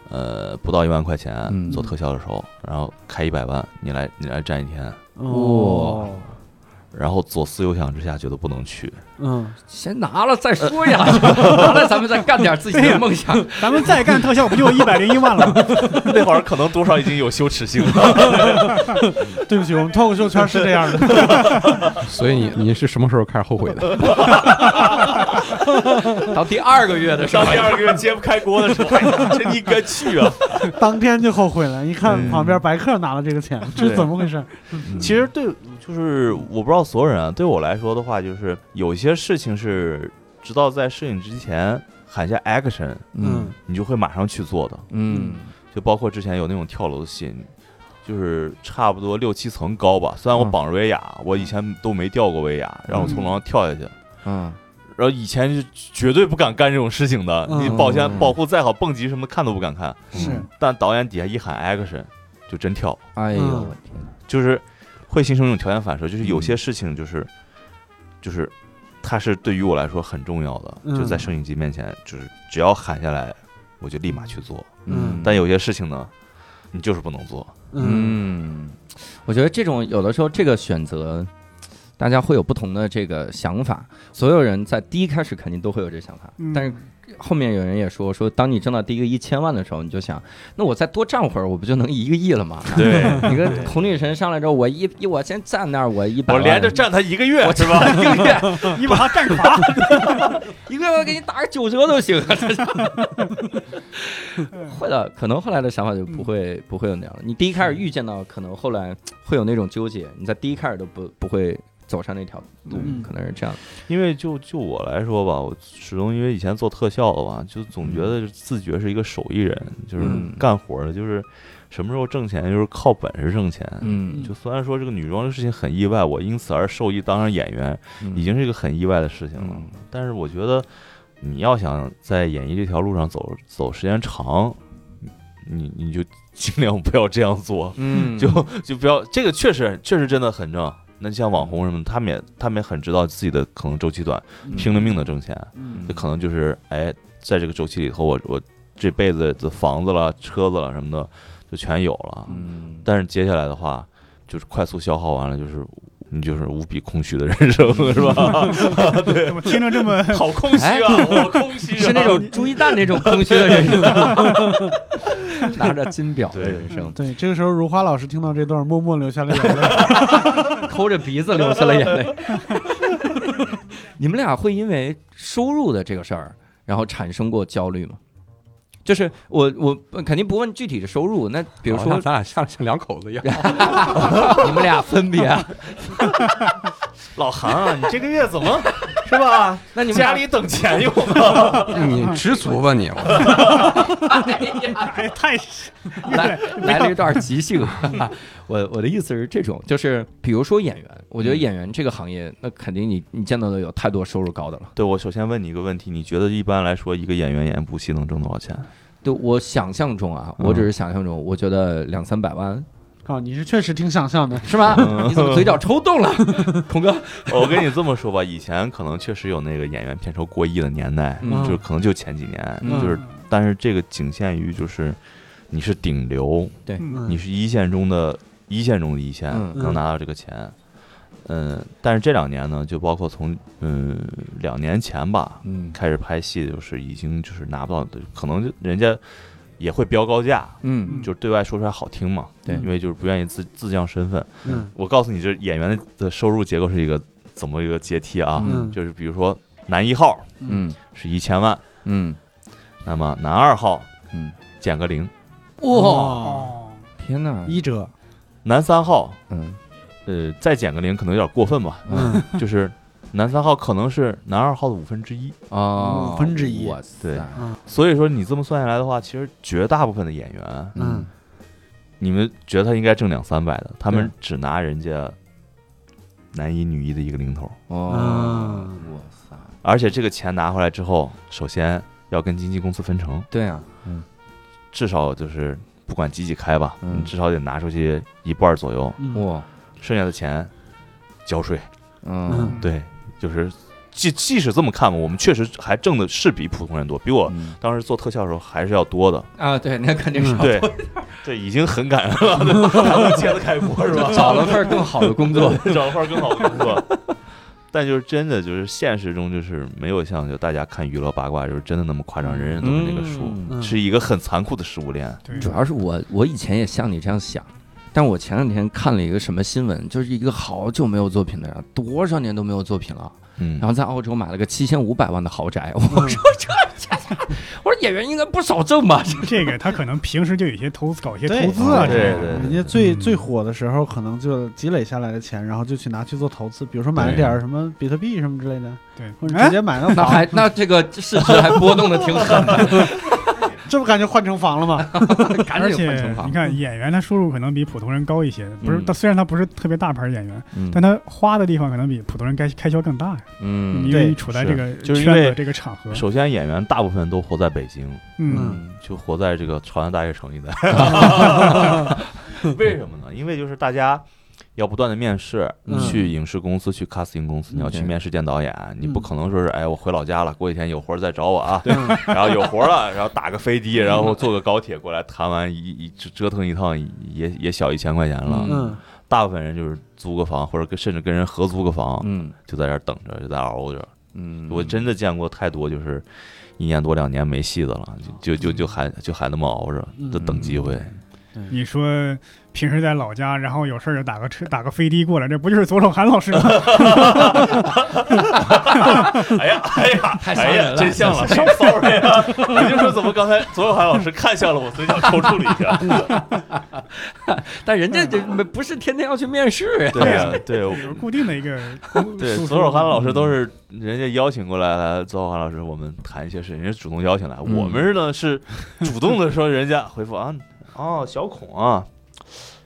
Speaker 6: 呃不到一万块钱
Speaker 1: 嗯
Speaker 6: 做特效的时候，然后开一百万，你来你来站一天，
Speaker 3: 哦，
Speaker 6: 然后左思右想之下觉得不能去，
Speaker 3: 嗯，
Speaker 1: 先拿了再说呀， *laughs* 拿了咱们再干点自己的梦想。
Speaker 6: *laughs*
Speaker 2: 咱们再干特效，不就一百零一万了？
Speaker 6: *laughs* 那会儿可能多少已经有羞耻心了，
Speaker 3: *laughs* 对不起，我们脱口秀圈是这样
Speaker 2: *laughs*
Speaker 3: 的。
Speaker 4: 所以你你是什么时候开始后悔的？
Speaker 1: 到第二个月的时候
Speaker 6: *laughs* 上，第二个月揭不开锅的时候，哎呀真应该去啊。
Speaker 3: 当天就后悔了，一
Speaker 6: 嗯
Speaker 3: 看旁边白客拿了这个钱，这是怎么回事？
Speaker 6: *laughs* 其实对，就是我不知道所有人啊，对我来说的话，就是有些事情是直到在摄影之前喊下 action，
Speaker 3: 嗯
Speaker 6: 你就会马上去做的。
Speaker 1: 嗯
Speaker 6: 就包括之前有那种跳楼的戏，就是差不多六七层高吧。虽然我
Speaker 1: 嗯
Speaker 6: 绑着威亚，我以前都没吊过威亚，然后我从楼上跳下去。
Speaker 1: 嗯
Speaker 6: 然后以前是绝对不敢干这种事情的，
Speaker 3: 嗯
Speaker 6: 你保险保护再好，蹦极什么的看都不敢看。
Speaker 3: 是，
Speaker 6: 但导演底下一喊 action，就真跳。
Speaker 1: 哎呦
Speaker 3: 嗯
Speaker 1: 我天哪，
Speaker 6: 就是会形成一种条件反射，就是有些事情就是就是它是对于我来说很重要的，
Speaker 3: 嗯
Speaker 6: 就在摄影机面前，就是只要喊下来，我就立马去做。
Speaker 3: 嗯
Speaker 6: 但有些事情呢，你就是不能
Speaker 3: *laughs*
Speaker 6: 做。
Speaker 3: 嗯
Speaker 1: 嗯，我觉得这种有的时候这个选择。大家会有不同的这个想法，所有人在第一开始肯定都会有这想法，
Speaker 2: 嗯
Speaker 1: 但是后面有人也说说，当你挣到第一个一千万的时候，你就想，那我再多站会儿，我不就能一个亿了
Speaker 3: *laughs*
Speaker 1: 吗？
Speaker 6: 对，
Speaker 1: 你跟孔女神上来之后，我一一我先站那儿，我一百
Speaker 6: 我
Speaker 1: 万，
Speaker 6: 连着站他一个月
Speaker 1: 我
Speaker 6: 是吧？
Speaker 1: 一个月
Speaker 2: 你把它干垮。
Speaker 1: 一个月给你打个九折都行啊。会的，可能后来的想法就不会、不会有那样了。你第一开始遇见到，可能后来会有那种纠结，你在第一开始都不不会走上那条路，
Speaker 3: 嗯
Speaker 1: 可能是这样的。
Speaker 6: 因为就就我来说吧，我始终因为以前做特效的嘛，就总觉得自觉是一个手艺人，就是
Speaker 1: 嗯
Speaker 6: 干活儿的，就是什么时候挣钱就是靠本事挣钱。
Speaker 1: 嗯
Speaker 6: 就虽然说这个女装的事情很意外，我因此而受益当上演员，已经是一个很意外的事情了
Speaker 1: 嗯。
Speaker 6: 但是我觉得你要想在演艺这条路上走走时间长，你你就尽量不要这样做。
Speaker 1: 嗯
Speaker 6: 就 *laughs* 就不要这个确实确实真的很正。那像网红什么，他们也他们也很知道自己的可能周期短，拼了命的挣钱，
Speaker 3: 嗯
Speaker 6: 这可能就是哎，在这个周期里头，我我这辈子的房子了、车子了什么的就全有了。
Speaker 1: 嗯，
Speaker 6: *laughs* 但是接下来的话，就是快速消耗完了，就是你就是无比空虚的人 *laughs* 生，是吧？
Speaker 2: 怎么听着这么
Speaker 6: 好空虚
Speaker 1: 哎
Speaker 6: 啊，我空 *laughs* 虚啊，
Speaker 1: 是那种朱一蛋那种空虚的人 *laughs* 生，拿着金表的人生，
Speaker 3: 对，这个时候如花老师听到这段，默默流下了眼
Speaker 6: *laughs*
Speaker 3: 泪。
Speaker 1: 抠着鼻子流下了眼泪。 *laughs* 你们俩会因为收入的这个事儿，然后产生过焦虑吗？就是我我肯定不问具体的收入，那比如
Speaker 4: 好像
Speaker 1: 说
Speaker 4: 咱俩像像两口子一样，
Speaker 1: 你们俩分 *laughs* 别，
Speaker 6: 老韩啊，你这个月怎 *laughs* 么是吧？
Speaker 1: 那你们
Speaker 6: 家
Speaker 1: 俩
Speaker 6: 里等钱用啊。
Speaker 4: *laughs* 你知足吧你？
Speaker 2: 哎太
Speaker 1: 来来了一段即兴。啊我我的意思是这种，就是比如说演员，我觉得演员这个行业，那肯定你你见到的有太多收入高的了。
Speaker 6: *laughs* 对我首先问你一个问题，你觉得一般来说一个演员演一部戏能挣多少钱？
Speaker 1: 对我想象中啊，
Speaker 6: 嗯
Speaker 1: 我只是想象中，我觉得两三百万
Speaker 3: 啊，你是确实挺想象的，
Speaker 1: 是 *laughs* 吗？
Speaker 6: 嗯
Speaker 1: 你怎么嘴角抽 *laughs* 动了，孔哥？
Speaker 6: 我跟你这么说吧，以前可能确实有那个演员片酬过亿的年代，
Speaker 1: 嗯
Speaker 6: 就是可能就前几年，
Speaker 1: 嗯
Speaker 6: 就是但是这个仅限于就是你是顶流，
Speaker 3: 嗯
Speaker 6: 你是一线中的一线中的一线，
Speaker 1: 嗯
Speaker 6: 能拿到这个钱。嗯，但是这两年呢，就包括从嗯两年前吧
Speaker 1: 嗯
Speaker 6: 开始拍戏，就是已经就是拿不到，可能就人家也会标高价，
Speaker 1: 嗯
Speaker 6: 就是对外说出来好听嘛，
Speaker 1: 对
Speaker 6: 因为就是不愿意自自降身份。
Speaker 3: 嗯
Speaker 6: 我告诉你，这演员的的收入结构是一个怎么一个阶梯啊？
Speaker 3: 嗯
Speaker 6: 就是比如说男一号
Speaker 1: 嗯
Speaker 6: 是一千万，
Speaker 1: 嗯
Speaker 6: 那么男二号
Speaker 1: 嗯，
Speaker 6: 减个零，
Speaker 1: 哇，
Speaker 2: 哦，
Speaker 1: 天哪！
Speaker 3: 一折，
Speaker 6: 男三号
Speaker 1: 嗯
Speaker 6: 呃再减个零可能有点过分吧，
Speaker 1: *laughs*
Speaker 3: 嗯，
Speaker 6: 就是男三号可能是男二号的五分之一。
Speaker 1: 哦，
Speaker 3: 五分之一
Speaker 1: 哇塞
Speaker 6: 对所以说你这么算下来的话，其实绝大部分的演员，
Speaker 1: 嗯
Speaker 3: 嗯
Speaker 6: 你们觉得他应该挣两三百的，他们
Speaker 1: 对
Speaker 6: 只拿人家男一女一的一个零头。
Speaker 1: 嗯哦，
Speaker 3: 嗯
Speaker 1: 哇塞，
Speaker 6: 而且这个钱拿回来之后，首先要跟经纪公司分成，
Speaker 1: 对啊，
Speaker 6: 至少就是不管几几开吧，
Speaker 1: 嗯
Speaker 6: 你至少得拿出去一半儿左右，
Speaker 3: 嗯
Speaker 1: 哇，
Speaker 6: 剩下的钱交税。
Speaker 1: 嗯
Speaker 3: 嗯，
Speaker 6: 对，就是即即使这么看吧，我们确实还挣的是比普通人多，比我
Speaker 1: 嗯
Speaker 6: 当时做特效的时候还是要多的。
Speaker 1: 啊，对，那肯定是
Speaker 6: *laughs* 对，对，已经很 *laughs* 感恩了，还能接着开锅是 *laughs* 吧？
Speaker 1: *laughs* 找了份更好的工作。
Speaker 6: 找份儿更好的工作。 *laughs* 但就是真的，就是现实中就是没有像就大家看娱乐八卦，就是真的那么夸张，人人都是那个数。
Speaker 1: 嗯
Speaker 3: 嗯
Speaker 6: 是一个很残酷的食物链。
Speaker 2: 对
Speaker 1: *laughs* 主要是我，我以前也像你这样想，但我前两天看了一个什么新闻，就是一个好久没有作品的人，多少年都没有作品了，
Speaker 6: 嗯
Speaker 1: 然后在澳洲买了个七千五百万的豪宅。我说这家伙，我说演员应该不少挣吧？这
Speaker 2: 这个他可能平时就有一些投资，搞一些
Speaker 3: 对
Speaker 2: 投资啊，
Speaker 6: 对
Speaker 2: 这
Speaker 6: 对
Speaker 2: 个
Speaker 3: 人家最
Speaker 2: 嗯
Speaker 3: 最火的时候，可能就积累下来的钱，然后就去拿去做投资，比如说买了点儿什么比特币什么之类的，或
Speaker 2: 对
Speaker 3: 者
Speaker 2: 哎
Speaker 3: 直接买个
Speaker 1: *laughs* 那
Speaker 2: *laughs*
Speaker 3: 房，
Speaker 1: 还那这个市值还波动的挺狠的，
Speaker 3: 这不感觉换成房了吗？
Speaker 1: 赶
Speaker 2: 而
Speaker 1: 紧
Speaker 2: 且
Speaker 1: 换成房
Speaker 2: 你。看演员，他收入可能比普通人高一些，不是
Speaker 1: 嗯？
Speaker 2: 他虽然他不是特别大牌演员，
Speaker 1: *laughs* 嗯
Speaker 2: 但他花的地方可能比普通人该开销更大呀，
Speaker 1: 嗯
Speaker 2: 因为你处在这个
Speaker 6: 是就是因
Speaker 2: 圈
Speaker 6: 为
Speaker 2: 子、这个场合，
Speaker 6: 首先，演员大部分都活在北京，
Speaker 2: 嗯，
Speaker 1: 嗯
Speaker 6: 就活在这个朝阳大悦城一
Speaker 3: *laughs*
Speaker 6: 带。为什么呢？因为就是大家要不断的面试，
Speaker 3: 嗯
Speaker 6: 去影视公司、去 casting 公司，你要去
Speaker 1: 嗯
Speaker 6: 面试见导演，你不
Speaker 3: 嗯
Speaker 6: 可能说是哎，我回老家了，过几天有活儿再找我啊。
Speaker 3: 嗯
Speaker 6: 然后有活儿了，然后打个飞的，然后坐个高铁过来，谈完一 *laughs* 一折折腾一趟，也也小一千块钱了。
Speaker 3: 嗯
Speaker 6: 大部分人就是租个房，或者跟甚至跟人合租个房，
Speaker 1: 嗯
Speaker 6: 就在这儿等着，就在这儿熬着，
Speaker 1: 嗯，
Speaker 6: 我真的见过太多，就是一年多两年没戏的了，就就就就还就还那么熬着，就等机会。
Speaker 1: 嗯
Speaker 2: 你说平时在老家，然后有事儿就打个车打个飞的过来，这不就是左手韩老师吗？
Speaker 6: *laughs* *laughs* 哎呀，哎呀，
Speaker 1: 太吓人了
Speaker 6: 真像了，sorry 啊！ *laughs* 我就说怎么刚才左小海老师看向了我，所以想抽搐了一下。
Speaker 1: 但人家这没不是天天要去面试呀，
Speaker 6: *laughs* 对呀，对，我
Speaker 2: 有固定的一
Speaker 6: *laughs*
Speaker 2: 个
Speaker 6: 对，
Speaker 2: 叔叔
Speaker 6: 左手韩老师都是人家邀请过来了，左手韩老师我们谈一些事，人家主动邀请来，
Speaker 1: 嗯
Speaker 6: 我们呢是主动的说人家回复啊，哦，小孔啊，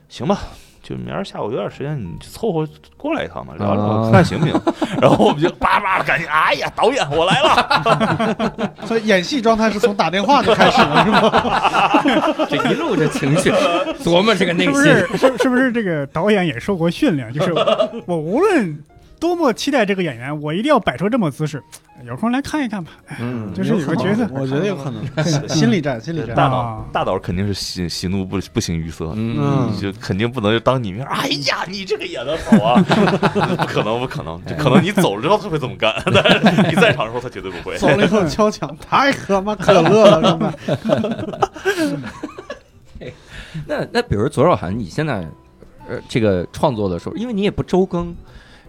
Speaker 6: 行吧。就明儿下午有点时间，你就凑合过来一趟嘛，聊聊
Speaker 1: 啊
Speaker 6: 看行不行？然后我们就叭叭的赶紧，哎呀，导演我来了，
Speaker 3: 嗯所以演戏状态是从打电话就开始了，是吧？
Speaker 1: 啊这一路这情绪， *laughs* 琢磨这个内
Speaker 2: 是不
Speaker 1: 心
Speaker 2: 是。是是不是这个导演也受过训练？
Speaker 6: *laughs*
Speaker 2: 就是我我无论多么期待这个演员，我一定要摆出这么姿势。有空来看一看吧，
Speaker 1: 嗯
Speaker 2: *laughs* 就是有个角色
Speaker 3: 我觉得有可能，心理战，心理
Speaker 6: 大
Speaker 3: 战。
Speaker 6: 导大导肯定是喜喜怒不不形于色，
Speaker 1: 嗯，
Speaker 6: 就肯定不能就当你面，哎呀，你这个演的好啊，不可能，不可能，就可能你走了之后他会这么干，但是你在场的时候他绝
Speaker 3: *laughs*
Speaker 6: 对不会。
Speaker 3: 走了以后敲墙，太他妈可乐了，是吧？
Speaker 1: 那那比如左小涵，你现在呃这个创作的时候，因为你也不周更，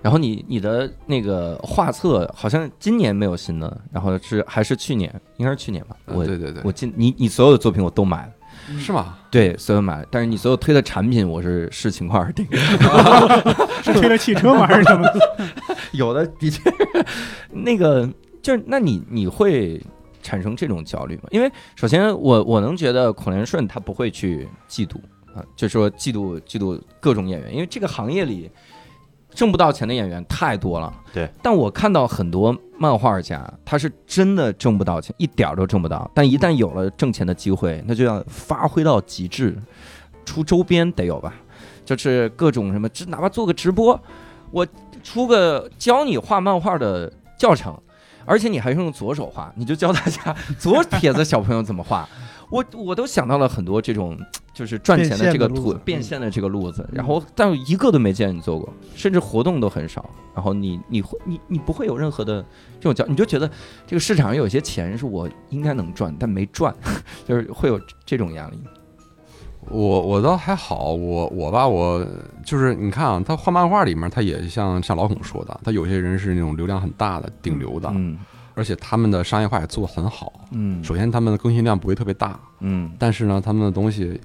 Speaker 1: 然后你你的那个画册好像今年没有新的，然后是还是去年，应该是去年吧？
Speaker 4: 嗯
Speaker 1: 我
Speaker 4: 对对对
Speaker 1: 我今你你所有的作品我都买了。
Speaker 4: 是吗？
Speaker 1: 对，所有买了，但是你所有推的产品，我是视情况而定。
Speaker 2: 是推了汽车吗？还是什
Speaker 6: *laughs*
Speaker 2: 么？
Speaker 1: 有的的确，那个就是，那你你会产生这种焦虑吗？因为首先我我能觉得孔连顺他不会去嫉妒啊，就说嫉妒嫉妒各种演员，因为这个行业里挣不到钱的演员太多了。
Speaker 6: 对，
Speaker 1: 但我看到很多漫画家，他是真的挣不到钱，一点儿都挣不到，但一旦有了挣钱的机会，那就要发挥到极致，出周边得有吧。就是各种什么，只哪怕做个直播，我出个教你画漫画的教程，而且你还用左手画，你就教大家左撇子小朋友怎么画。 *laughs* 我我都想到了很多这种，就是赚钱的这个
Speaker 3: 变现的
Speaker 1: 途
Speaker 3: 路子
Speaker 1: 变现的这个路子，嗯然后但一个都没见你做过，甚至活动都很少。然后你你会你你不会有任何的这种教，你就觉得这个市场上有些钱是我应该能赚，但没赚， *laughs* 就是会有这种压力。
Speaker 4: 我我倒还好，我我吧，我就是你看啊，他画漫画里面，他也像像老孔说的，他有些人是那种流量很大的顶流的，
Speaker 1: 嗯
Speaker 4: 而且他们的商业化也做得很好。
Speaker 1: 嗯
Speaker 4: 首先，他们的更新量不会特别大，
Speaker 1: 嗯
Speaker 4: 但是呢，他们的东西，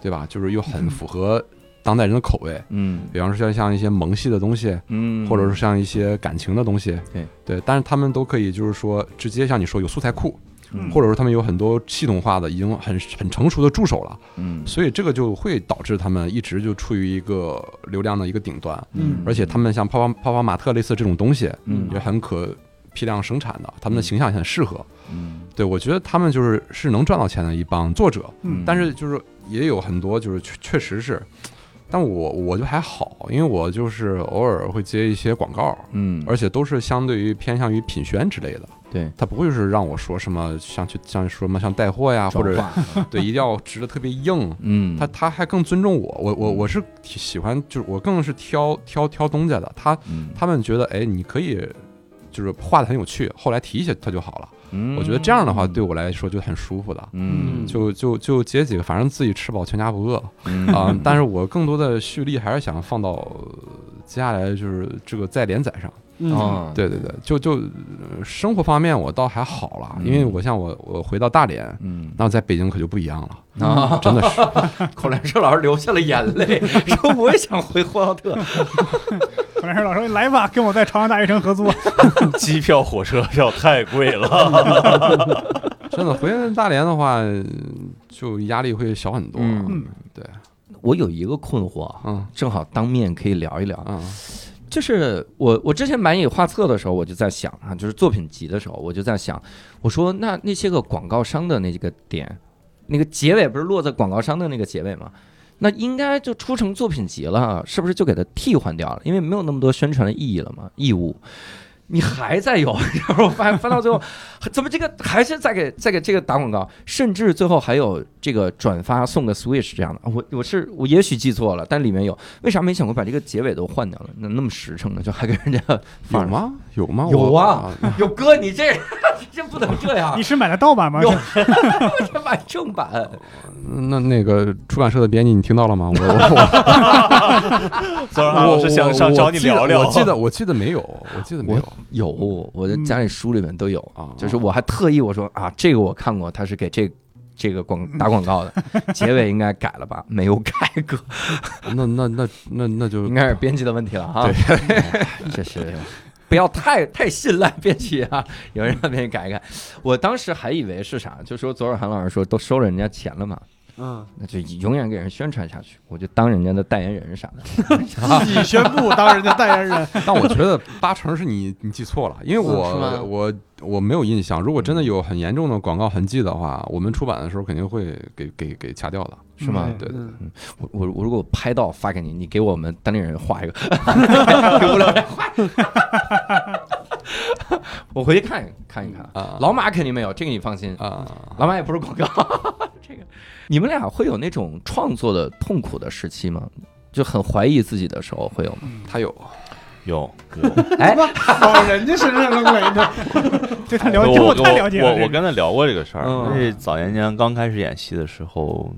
Speaker 4: 对吧？就是又很符合当代人的口味。
Speaker 1: 嗯
Speaker 4: 比方说像像一些萌系的东西，
Speaker 1: 嗯，
Speaker 4: 或者是像一些感情的东西，
Speaker 1: 对
Speaker 4: 对，但是他们都可以就是说直接像你说有素材库，
Speaker 1: 嗯
Speaker 4: 或者说他们有很多系统化的已经很很成熟的助手了。
Speaker 1: 嗯
Speaker 4: 所以这个就会导致他们一直就处于一个流量的一个顶端，
Speaker 3: 嗯
Speaker 4: 而且他们像泡泡泡泡玛特类似这种东西
Speaker 1: 嗯
Speaker 4: 也很可批量生产的，他们的形象也很适合。
Speaker 1: 嗯
Speaker 4: 对我觉得他们就是是能赚到钱的一帮作者，
Speaker 1: 嗯
Speaker 4: 但是就是也有很多就是确确实是，但我我就还好，因为我就是偶尔会接一些广告，
Speaker 1: 嗯
Speaker 4: 而且都是相对于偏向于品宣之类的，
Speaker 1: 对，
Speaker 4: 他不会是让我说什么像去像说什么像带货呀，或者对一定要直的特
Speaker 1: *laughs*
Speaker 4: 别硬。
Speaker 1: 嗯，
Speaker 4: 他他还更尊重我，我我我是挺喜欢，就是我更是挑挑挑东家的。他
Speaker 1: 嗯
Speaker 4: 他们觉得，哎，你可以就是画的很有趣，后来提一下他就好了。我觉得这样的话对我来说就很舒服的，
Speaker 1: 嗯
Speaker 4: 就就就姐几个，反正自己吃饱全家
Speaker 1: *laughs*
Speaker 4: 不饿
Speaker 1: 嗯
Speaker 4: 啊、但是我更多的蓄力还是想放到呃接下来就是这个在连载上。
Speaker 3: 嗯，
Speaker 1: 啊，
Speaker 4: 对对对，就就呃生活方面我倒还好了，因为我像我我回到大连，
Speaker 1: 嗯
Speaker 4: 那在北京可就不一样了，
Speaker 1: 啊，
Speaker 4: 真的是。
Speaker 1: 孔兰寿老师流下了眼 *laughs* 泪，说我也想回呼和浩特。
Speaker 2: 本来是老师来吧，跟我在朝阳大学城合
Speaker 6: *laughs*
Speaker 2: 作，
Speaker 6: 机票、火车票太贵了，
Speaker 4: 真的，回大连的话，嗯就压力会小很多。
Speaker 1: 嗯
Speaker 4: 对，
Speaker 1: 我有一个困惑啊，
Speaker 4: 嗯
Speaker 1: 正好当面可以聊一聊。
Speaker 4: 嗯
Speaker 1: 就是我我之前买你画册的时候，我就在想啊，就是作品集的时候，我就在想，我说那那些个广告商的那几个点，那个结尾不是落在广告商的那个结尾吗？那应该就出成作品集了，是不是就给它替换掉了？因为没有那么多宣传的意义了嘛，义务。你还在有，然后翻翻到最后，怎么这个还是在给在给这个打广告，甚至最后还有这个转发送个 Switch 这样的，啊我我是我也许记错了，但里面有，为啥没想过把这个结尾都换掉了？那那么实诚呢，就还给人家
Speaker 4: 有
Speaker 1: 放？
Speaker 4: 吗？有吗？
Speaker 1: 有
Speaker 4: 我呃
Speaker 1: 啊， *laughs* 有哥，你这 *laughs* 这不能这样
Speaker 2: 你，是买的盗版吗？
Speaker 1: 有 *laughs* 为什么买正版？
Speaker 4: 那那个出版社的编辑，你听到了吗？我
Speaker 1: *laughs*
Speaker 4: 我
Speaker 6: *laughs* 昨
Speaker 4: 我
Speaker 6: 儿老师想想找你聊聊，
Speaker 4: 我记得我记得没有，我记得 *laughs* 没有
Speaker 1: 有，我的家里书里面都有。
Speaker 4: 啊，
Speaker 1: 就是我还特意我说啊，这个我看过，他是给这这个广打广告的，结尾应该改了吧？没有改过，
Speaker 4: 那那那那那就
Speaker 1: 应该是编辑的问题了啊。对，这是不要太太信赖编辑啊，有人让编辑改一改。我当时还以为是啥，就说左尔涵老师说都收了人家钱了嘛，
Speaker 3: 嗯，
Speaker 1: 那就永远给人宣传下去，我就当人家的代言人啥的。
Speaker 3: 自己宣布当人家代言人，
Speaker 4: 但我觉得八成是你你记错了，因为
Speaker 1: 嗯是吗
Speaker 4: 我我我没有印象。如果真的有很严重的广告痕迹的话，我们出版的时候肯定会给给给掐掉的。啊
Speaker 1: 是吗
Speaker 4: 对对，
Speaker 3: 嗯
Speaker 1: 我我我如果拍到发给你，你给我们单立人 *laughs* 画一个，给我俩画。 *laughs* 我回去看一看一看
Speaker 4: 啊
Speaker 1: 老马肯定没有，这个你放心，
Speaker 4: 啊，
Speaker 1: 老马也不是广告。这个，你们俩会有那种创作的痛苦的时期吗？就很怀疑自己的时候会有吗？
Speaker 4: 他有
Speaker 6: *laughs* 有有。
Speaker 1: 哎，
Speaker 3: 往人家身上扔雷呢，
Speaker 2: 对他了解，
Speaker 6: 我
Speaker 2: 我太了解了。
Speaker 6: 我我跟他聊过这个事儿，
Speaker 1: 嗯
Speaker 6: 因为早年间刚开始演戏的时候，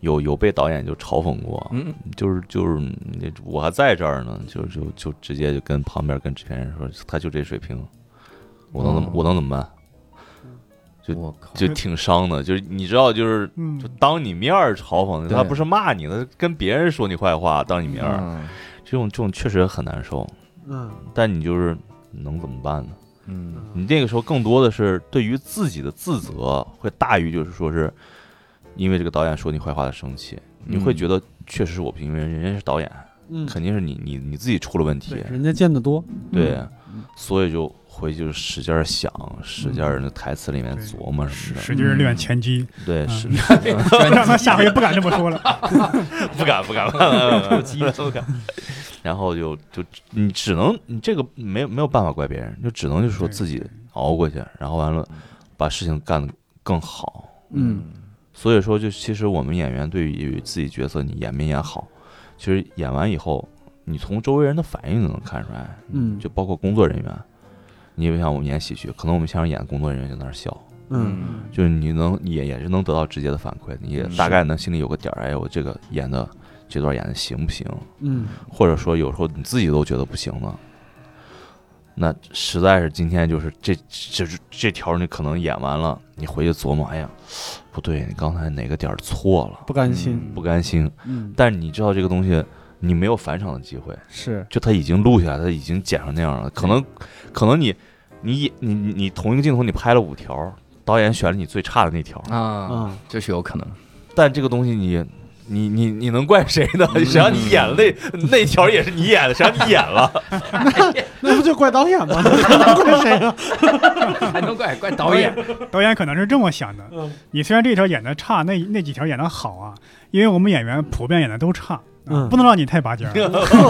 Speaker 6: 有有被导演就嘲讽过，
Speaker 1: 嗯，
Speaker 6: 就是就是嗯我还在这儿呢，就就就直接就跟旁边跟制片人说，他就这水平，我能怎么、
Speaker 1: 哦
Speaker 6: 我能怎么办？就
Speaker 1: 我靠，
Speaker 6: 就挺伤的，就是你知道，就是
Speaker 2: 嗯
Speaker 6: 就，当你面儿嘲讽
Speaker 1: 对
Speaker 6: 他，不是骂你，他跟别人说你坏话，当你面儿，
Speaker 1: 嗯
Speaker 6: 这种这种确实很难受，
Speaker 3: 嗯
Speaker 6: 但你就是能怎么办呢？
Speaker 1: 嗯
Speaker 6: 你那个时候更多的是对于自己的自责，会大于就是说是因为这个导演说你坏话的生气，你会觉得确实是我不行，因为人家是导演，
Speaker 3: 嗯，
Speaker 6: 肯定是你你你自己出了问
Speaker 3: 对
Speaker 6: 题，
Speaker 3: 人家见得多，
Speaker 6: 对，啊所以就回去就是使劲儿想，使劲儿那台词里面
Speaker 2: 对
Speaker 6: 琢磨什么的，
Speaker 2: 使劲儿练拳击，
Speaker 6: 对，
Speaker 2: 嗯
Speaker 6: 嗯是
Speaker 2: *laughs* 让他下回不敢这么
Speaker 6: *laughs*
Speaker 2: 说了。 *laughs*
Speaker 6: 不敢不敢不敢不敢，然后就就你只能你这个没有没有办法怪别人，就只能就说
Speaker 2: 对
Speaker 6: 自己熬过去，然后完了把事情干得更好。
Speaker 3: 嗯，
Speaker 6: 所以说，就其实我们演员对于自己角色你演没演好，其实演完以后，你从周围人的反应就能看出来。
Speaker 3: 嗯
Speaker 6: 就包括工作人员，你比像我们演喜剧，可能我们现场演工作人员就在那儿笑，
Speaker 3: 嗯
Speaker 6: 就是你能你也也是能得到直接的反馈，你也
Speaker 1: 嗯
Speaker 6: 大概能心里有个底儿，哎，我这个演的这段演的行不行？
Speaker 3: 嗯
Speaker 6: 或者说有时候你自己都觉得不行了，那实在是今天就是这这这这条你可能演完了，你回去琢磨，哎呀，不对，你刚才哪个点儿错了，
Speaker 3: 不甘心，
Speaker 6: 不甘心。
Speaker 3: 嗯
Speaker 6: 但是你知道这个东西，你没有返场的机会，
Speaker 3: 是，
Speaker 6: 就他已经录下来，他已经剪成那样了。可能可能你你你你你同一个镜头你拍了五条，导演选了你最差的那条，
Speaker 1: 啊，
Speaker 3: 嗯
Speaker 1: 这是有 *laughs* 可能。
Speaker 6: 但这个东西你。你你你能怪谁呢？ *laughs* 谁让你演了那那条也是你演的，谁让你演了？
Speaker 3: *laughs* 那不就怪导演吗？那能怪谁啊？
Speaker 1: 还能怪 *laughs* 怪导演？
Speaker 2: 导演可能是这么想的：
Speaker 3: 嗯
Speaker 2: 你虽然这条演的差，那那几条演的好啊，因为我们演员普遍演的都差。啊
Speaker 3: 嗯
Speaker 2: 不能让你太拔尖儿，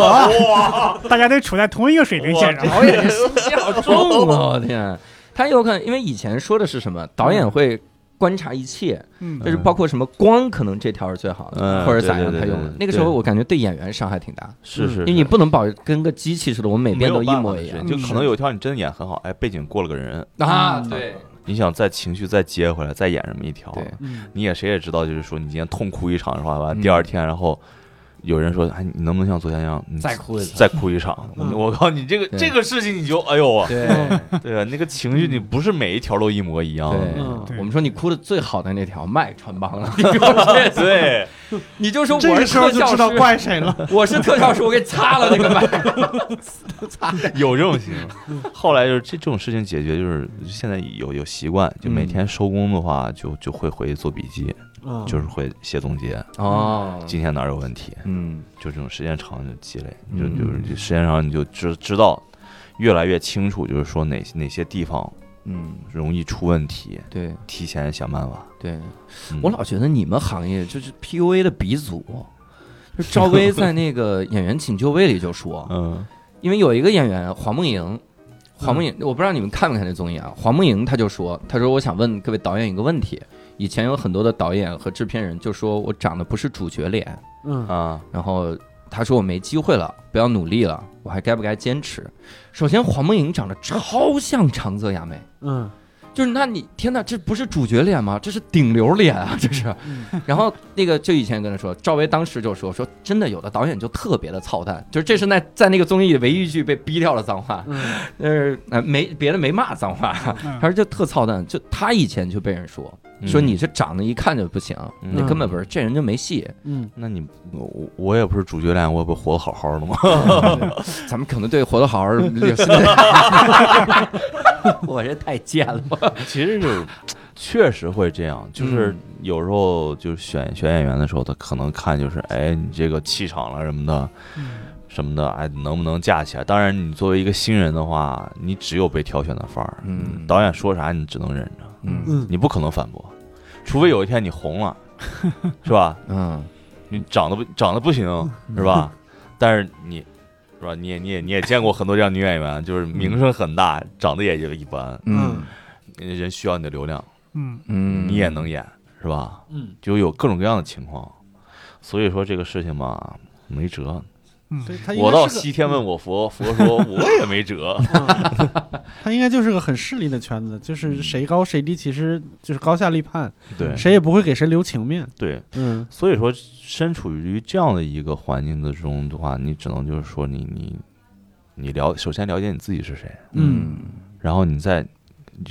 Speaker 2: 啊 *laughs* 大家得处在同一个水平线
Speaker 1: *laughs*
Speaker 2: 上。
Speaker 1: 导演这心机好重啊！我天，他有可能因为以前说的是什么，导演会观察一切，
Speaker 2: 嗯
Speaker 1: 就是包括什么光，可能这条是最好的，
Speaker 6: 嗯
Speaker 1: 或者咋样，
Speaker 6: 对对对
Speaker 1: 他用的
Speaker 6: 对
Speaker 1: 那个时候，我感觉对演员伤害挺大，
Speaker 6: *laughs* 是是
Speaker 1: 因为你不能保跟个机器似的，我们每边都一模一样
Speaker 6: 就
Speaker 2: 嗯
Speaker 6: 可能有一条你真的演很好，哎，背景过了个人，
Speaker 1: 啊！
Speaker 2: 嗯
Speaker 1: 对，
Speaker 6: 你想再情绪再接回来，再演这么一条，
Speaker 1: 对
Speaker 3: *laughs* 嗯
Speaker 6: 你也谁也知道，就是说你今天痛哭一场的话，完
Speaker 1: 嗯
Speaker 6: 第二天，然后有人说，哎，你能不能像昨天一样，你
Speaker 1: 再哭一次
Speaker 6: 再哭
Speaker 1: *laughs*
Speaker 6: 一场？
Speaker 3: 嗯
Speaker 6: 我告诉你，这
Speaker 1: 对
Speaker 6: 个这个事情你就，哎呦啊，
Speaker 1: 对，
Speaker 6: 对啊，那个情绪你不是每一条都一模一样
Speaker 1: 对
Speaker 6: 的，
Speaker 3: 嗯
Speaker 2: 对
Speaker 1: 我们说你哭的最好的那条麦穿帮 *laughs* 了，你给我这次
Speaker 6: 对，
Speaker 1: 你就说
Speaker 3: 这
Speaker 1: 我
Speaker 3: 个
Speaker 1: 是
Speaker 3: 时候
Speaker 1: 特
Speaker 3: 就
Speaker 1: 效
Speaker 3: 知道
Speaker 1: 师，
Speaker 3: 怪谁了。
Speaker 1: 我是特效师，我给擦了那个麦。
Speaker 6: 有这种情况。后来就是这这种事情解决，就是现在有有习惯，就每
Speaker 1: 嗯
Speaker 6: 天收工的话，就就会回去做笔记，
Speaker 3: 嗯
Speaker 6: 就是会写总结，
Speaker 1: *laughs* 哦，
Speaker 6: 今天哪儿有问题，
Speaker 1: 嗯
Speaker 6: 就这种时间长就积累，
Speaker 1: 嗯
Speaker 6: 就就是这时间长你就知知道，越来越清楚，就是说哪哪些地方
Speaker 1: 嗯，
Speaker 6: 容易出问题，
Speaker 1: 对
Speaker 6: 提前想办法。
Speaker 1: 对，
Speaker 6: 嗯
Speaker 1: 我老觉得你们行业就是 PUA 的鼻祖。就赵薇在那个《演员请就位》里就说，
Speaker 6: 嗯
Speaker 1: 因为有一个演员黄梦莹，黄梦莹，我不知道你们看没看这综艺啊？黄梦莹她就说，她说我想问各位导演一个问题。以前有很多的导演和制片人就说我长得不是主角脸，
Speaker 3: 嗯
Speaker 6: 啊，
Speaker 1: 然后他说我没机会了，不要努力了，我还该不该坚持？首先，黄梦莹长得超像长泽雅美，
Speaker 3: 嗯
Speaker 1: 就是那你天哪，这不是主角脸吗？这是顶流脸啊，这是。然后那个就以前跟他说，赵薇当时就说说真的，有的导演就特别的操蛋，就是这是那在那个综艺唯一一句被逼掉了脏话，
Speaker 3: 嗯
Speaker 1: 呃呃没别的没骂脏话，
Speaker 2: 嗯
Speaker 1: 他说就特操蛋，就他以前就被人说说你，这长得一看就不行，
Speaker 6: 嗯
Speaker 1: 你根本不是这人就没戏。
Speaker 3: 嗯，
Speaker 6: 那你我我也不是主角脸，我也不活得好好的吗？
Speaker 1: 嗯 *laughs* 咱们可能对活得好好有新的， *laughs* 我这太贱了。
Speaker 6: *laughs* 其实就是确实会这样，就是
Speaker 1: 嗯
Speaker 6: 有时候就是选选演员的时候，他可能看就是，哎，你这个气场了什么的，
Speaker 2: 嗯
Speaker 6: 什么的，哎，能不能架起来？当然，你作为一个新人的话，你只有被挑选的份儿，
Speaker 1: 嗯
Speaker 6: 导演说啥你只能忍着，
Speaker 1: 嗯
Speaker 3: 嗯
Speaker 6: 你不可能反驳，除非有一天你红了，是吧？
Speaker 1: 嗯，
Speaker 6: 你长得不长得不行，是吧？但是你。是吧？你也你也你也见过很多这样女演员，就是名声很大，长得也就一般，
Speaker 1: 嗯
Speaker 6: 人需要你的流量，
Speaker 2: 嗯，
Speaker 1: 嗯，
Speaker 6: 你也能演，是吧？
Speaker 3: 嗯，
Speaker 6: 就有各种各样的情况。所以说这个事情嘛，没辙。
Speaker 2: 嗯
Speaker 3: 所以他啊应该
Speaker 6: 我到
Speaker 3: 是个嗯
Speaker 6: 西天问我佛，佛说我也
Speaker 3: *laughs*
Speaker 6: 没辙。
Speaker 3: 他应该就是个很势利的圈子，就是谁高谁低，其实就是高下立判，
Speaker 6: 对
Speaker 3: 谁也不会给谁留情面。
Speaker 6: 对，
Speaker 3: 嗯
Speaker 6: 所以说身处于这样的一个环境之中的话，你只能就是说你你你了，首先了解你自己是谁，
Speaker 1: 嗯
Speaker 6: 然后你再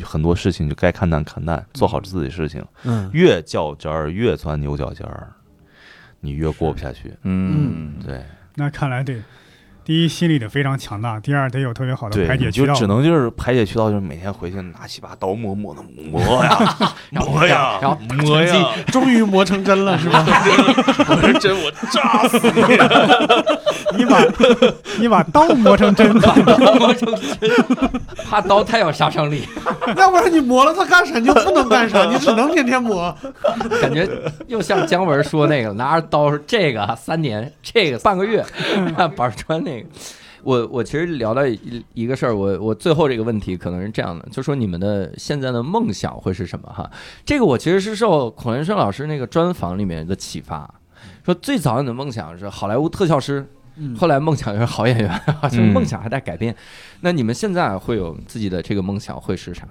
Speaker 6: 很多事情就该看淡看淡，做好自己的事情。
Speaker 3: 嗯
Speaker 6: 越较真儿，越钻牛角尖儿，你越过不下去。
Speaker 1: 嗯，
Speaker 6: 对
Speaker 2: 那看来得第一心理得非常强大，第二得有特别好的
Speaker 6: 对，
Speaker 2: 排
Speaker 6: 你
Speaker 2: 解渠
Speaker 6: 就
Speaker 2: 道，
Speaker 6: 只能就是排解渠道，就是每天回去拿起把刀磨磨的磨 *laughs* 呀磨呀，
Speaker 1: 然后
Speaker 6: 磨呀，
Speaker 3: *laughs* 终于磨成针了，是吧？ *laughs*
Speaker 6: 我是真我炸死你！
Speaker 2: 你把你把刀磨成针，
Speaker 1: 我就 *laughs* 怕刀太有杀伤力，
Speaker 3: 要不然你磨了它干啥？你就不能干啥，你只能天天磨。
Speaker 1: 感觉又像姜文说那个拿着刀这个三年，这个半个月， *laughs* 板砖那个。嗯我我其实聊到一一个事儿，我我最后这个问题可能是这样的，就说你们的现在的梦想会是什么哈？这个我其实是受孔连顺老师那个专访里面的启发，说最早你的梦想是好莱坞特效师，
Speaker 3: *laughs* 嗯
Speaker 1: 后来梦想是好演 *laughs* 员，哈，这个梦想还在改变。那你们现在会有自己的这个梦想会是啥？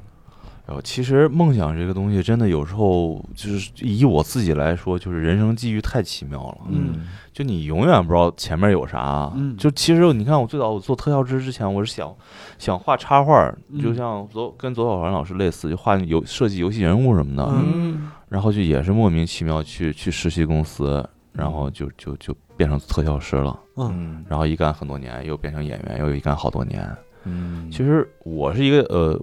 Speaker 6: 然后其实梦想这个东西，真的有时候就是以我自己来说，就是人生际遇太奇妙了。
Speaker 3: 嗯
Speaker 6: 就你永远不知道前面有啥。
Speaker 3: 嗯
Speaker 6: 就其实你看，我最早我做特效师之前，我是想想画插画，
Speaker 3: 嗯
Speaker 6: 就像左跟左小凡老师类似，就画游设计游戏人物什么的。
Speaker 1: 嗯
Speaker 6: 然后就也是莫名其妙去去实习公司，然后就就就变成特效师了，
Speaker 1: 嗯
Speaker 6: 然后一干很多年，又变成演员，又一干好多年。
Speaker 1: 嗯，
Speaker 6: 其实我是一个呃，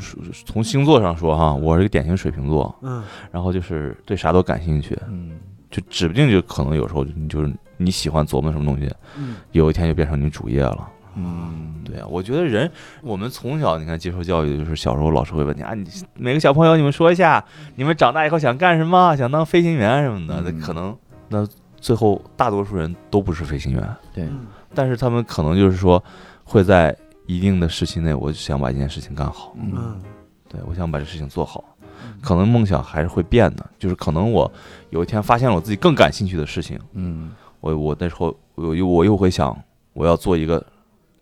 Speaker 6: 是是从星座上说哈，我是一个典型水瓶座，
Speaker 3: 嗯
Speaker 6: 然后就是对啥都感兴趣，
Speaker 1: 嗯
Speaker 6: 就指不定就可能有时候你就是你喜欢琢磨什么东西，
Speaker 3: 嗯
Speaker 6: 有一天就变成你主业了。
Speaker 1: 嗯
Speaker 6: 对啊，我觉得人我们从小你看接受教育，就是小时候老师会问你啊，你每个小朋友你们说一下，你们长大以后想干什么？想当飞行员什么的，那
Speaker 1: 嗯
Speaker 6: 可能那最后大多数人都不是飞行员，
Speaker 1: 对
Speaker 3: 嗯
Speaker 6: 但是他们可能就是说会在一定的时期内，我就想把一件事情干好，
Speaker 1: 嗯
Speaker 3: 嗯
Speaker 6: 对我想把这事情做好
Speaker 3: 嗯。
Speaker 6: 可能梦想还是会变的，就是可能我有一天发现了我自己更感兴趣的事情，
Speaker 1: 嗯
Speaker 6: 我我那时候我又我又会想，我要做一个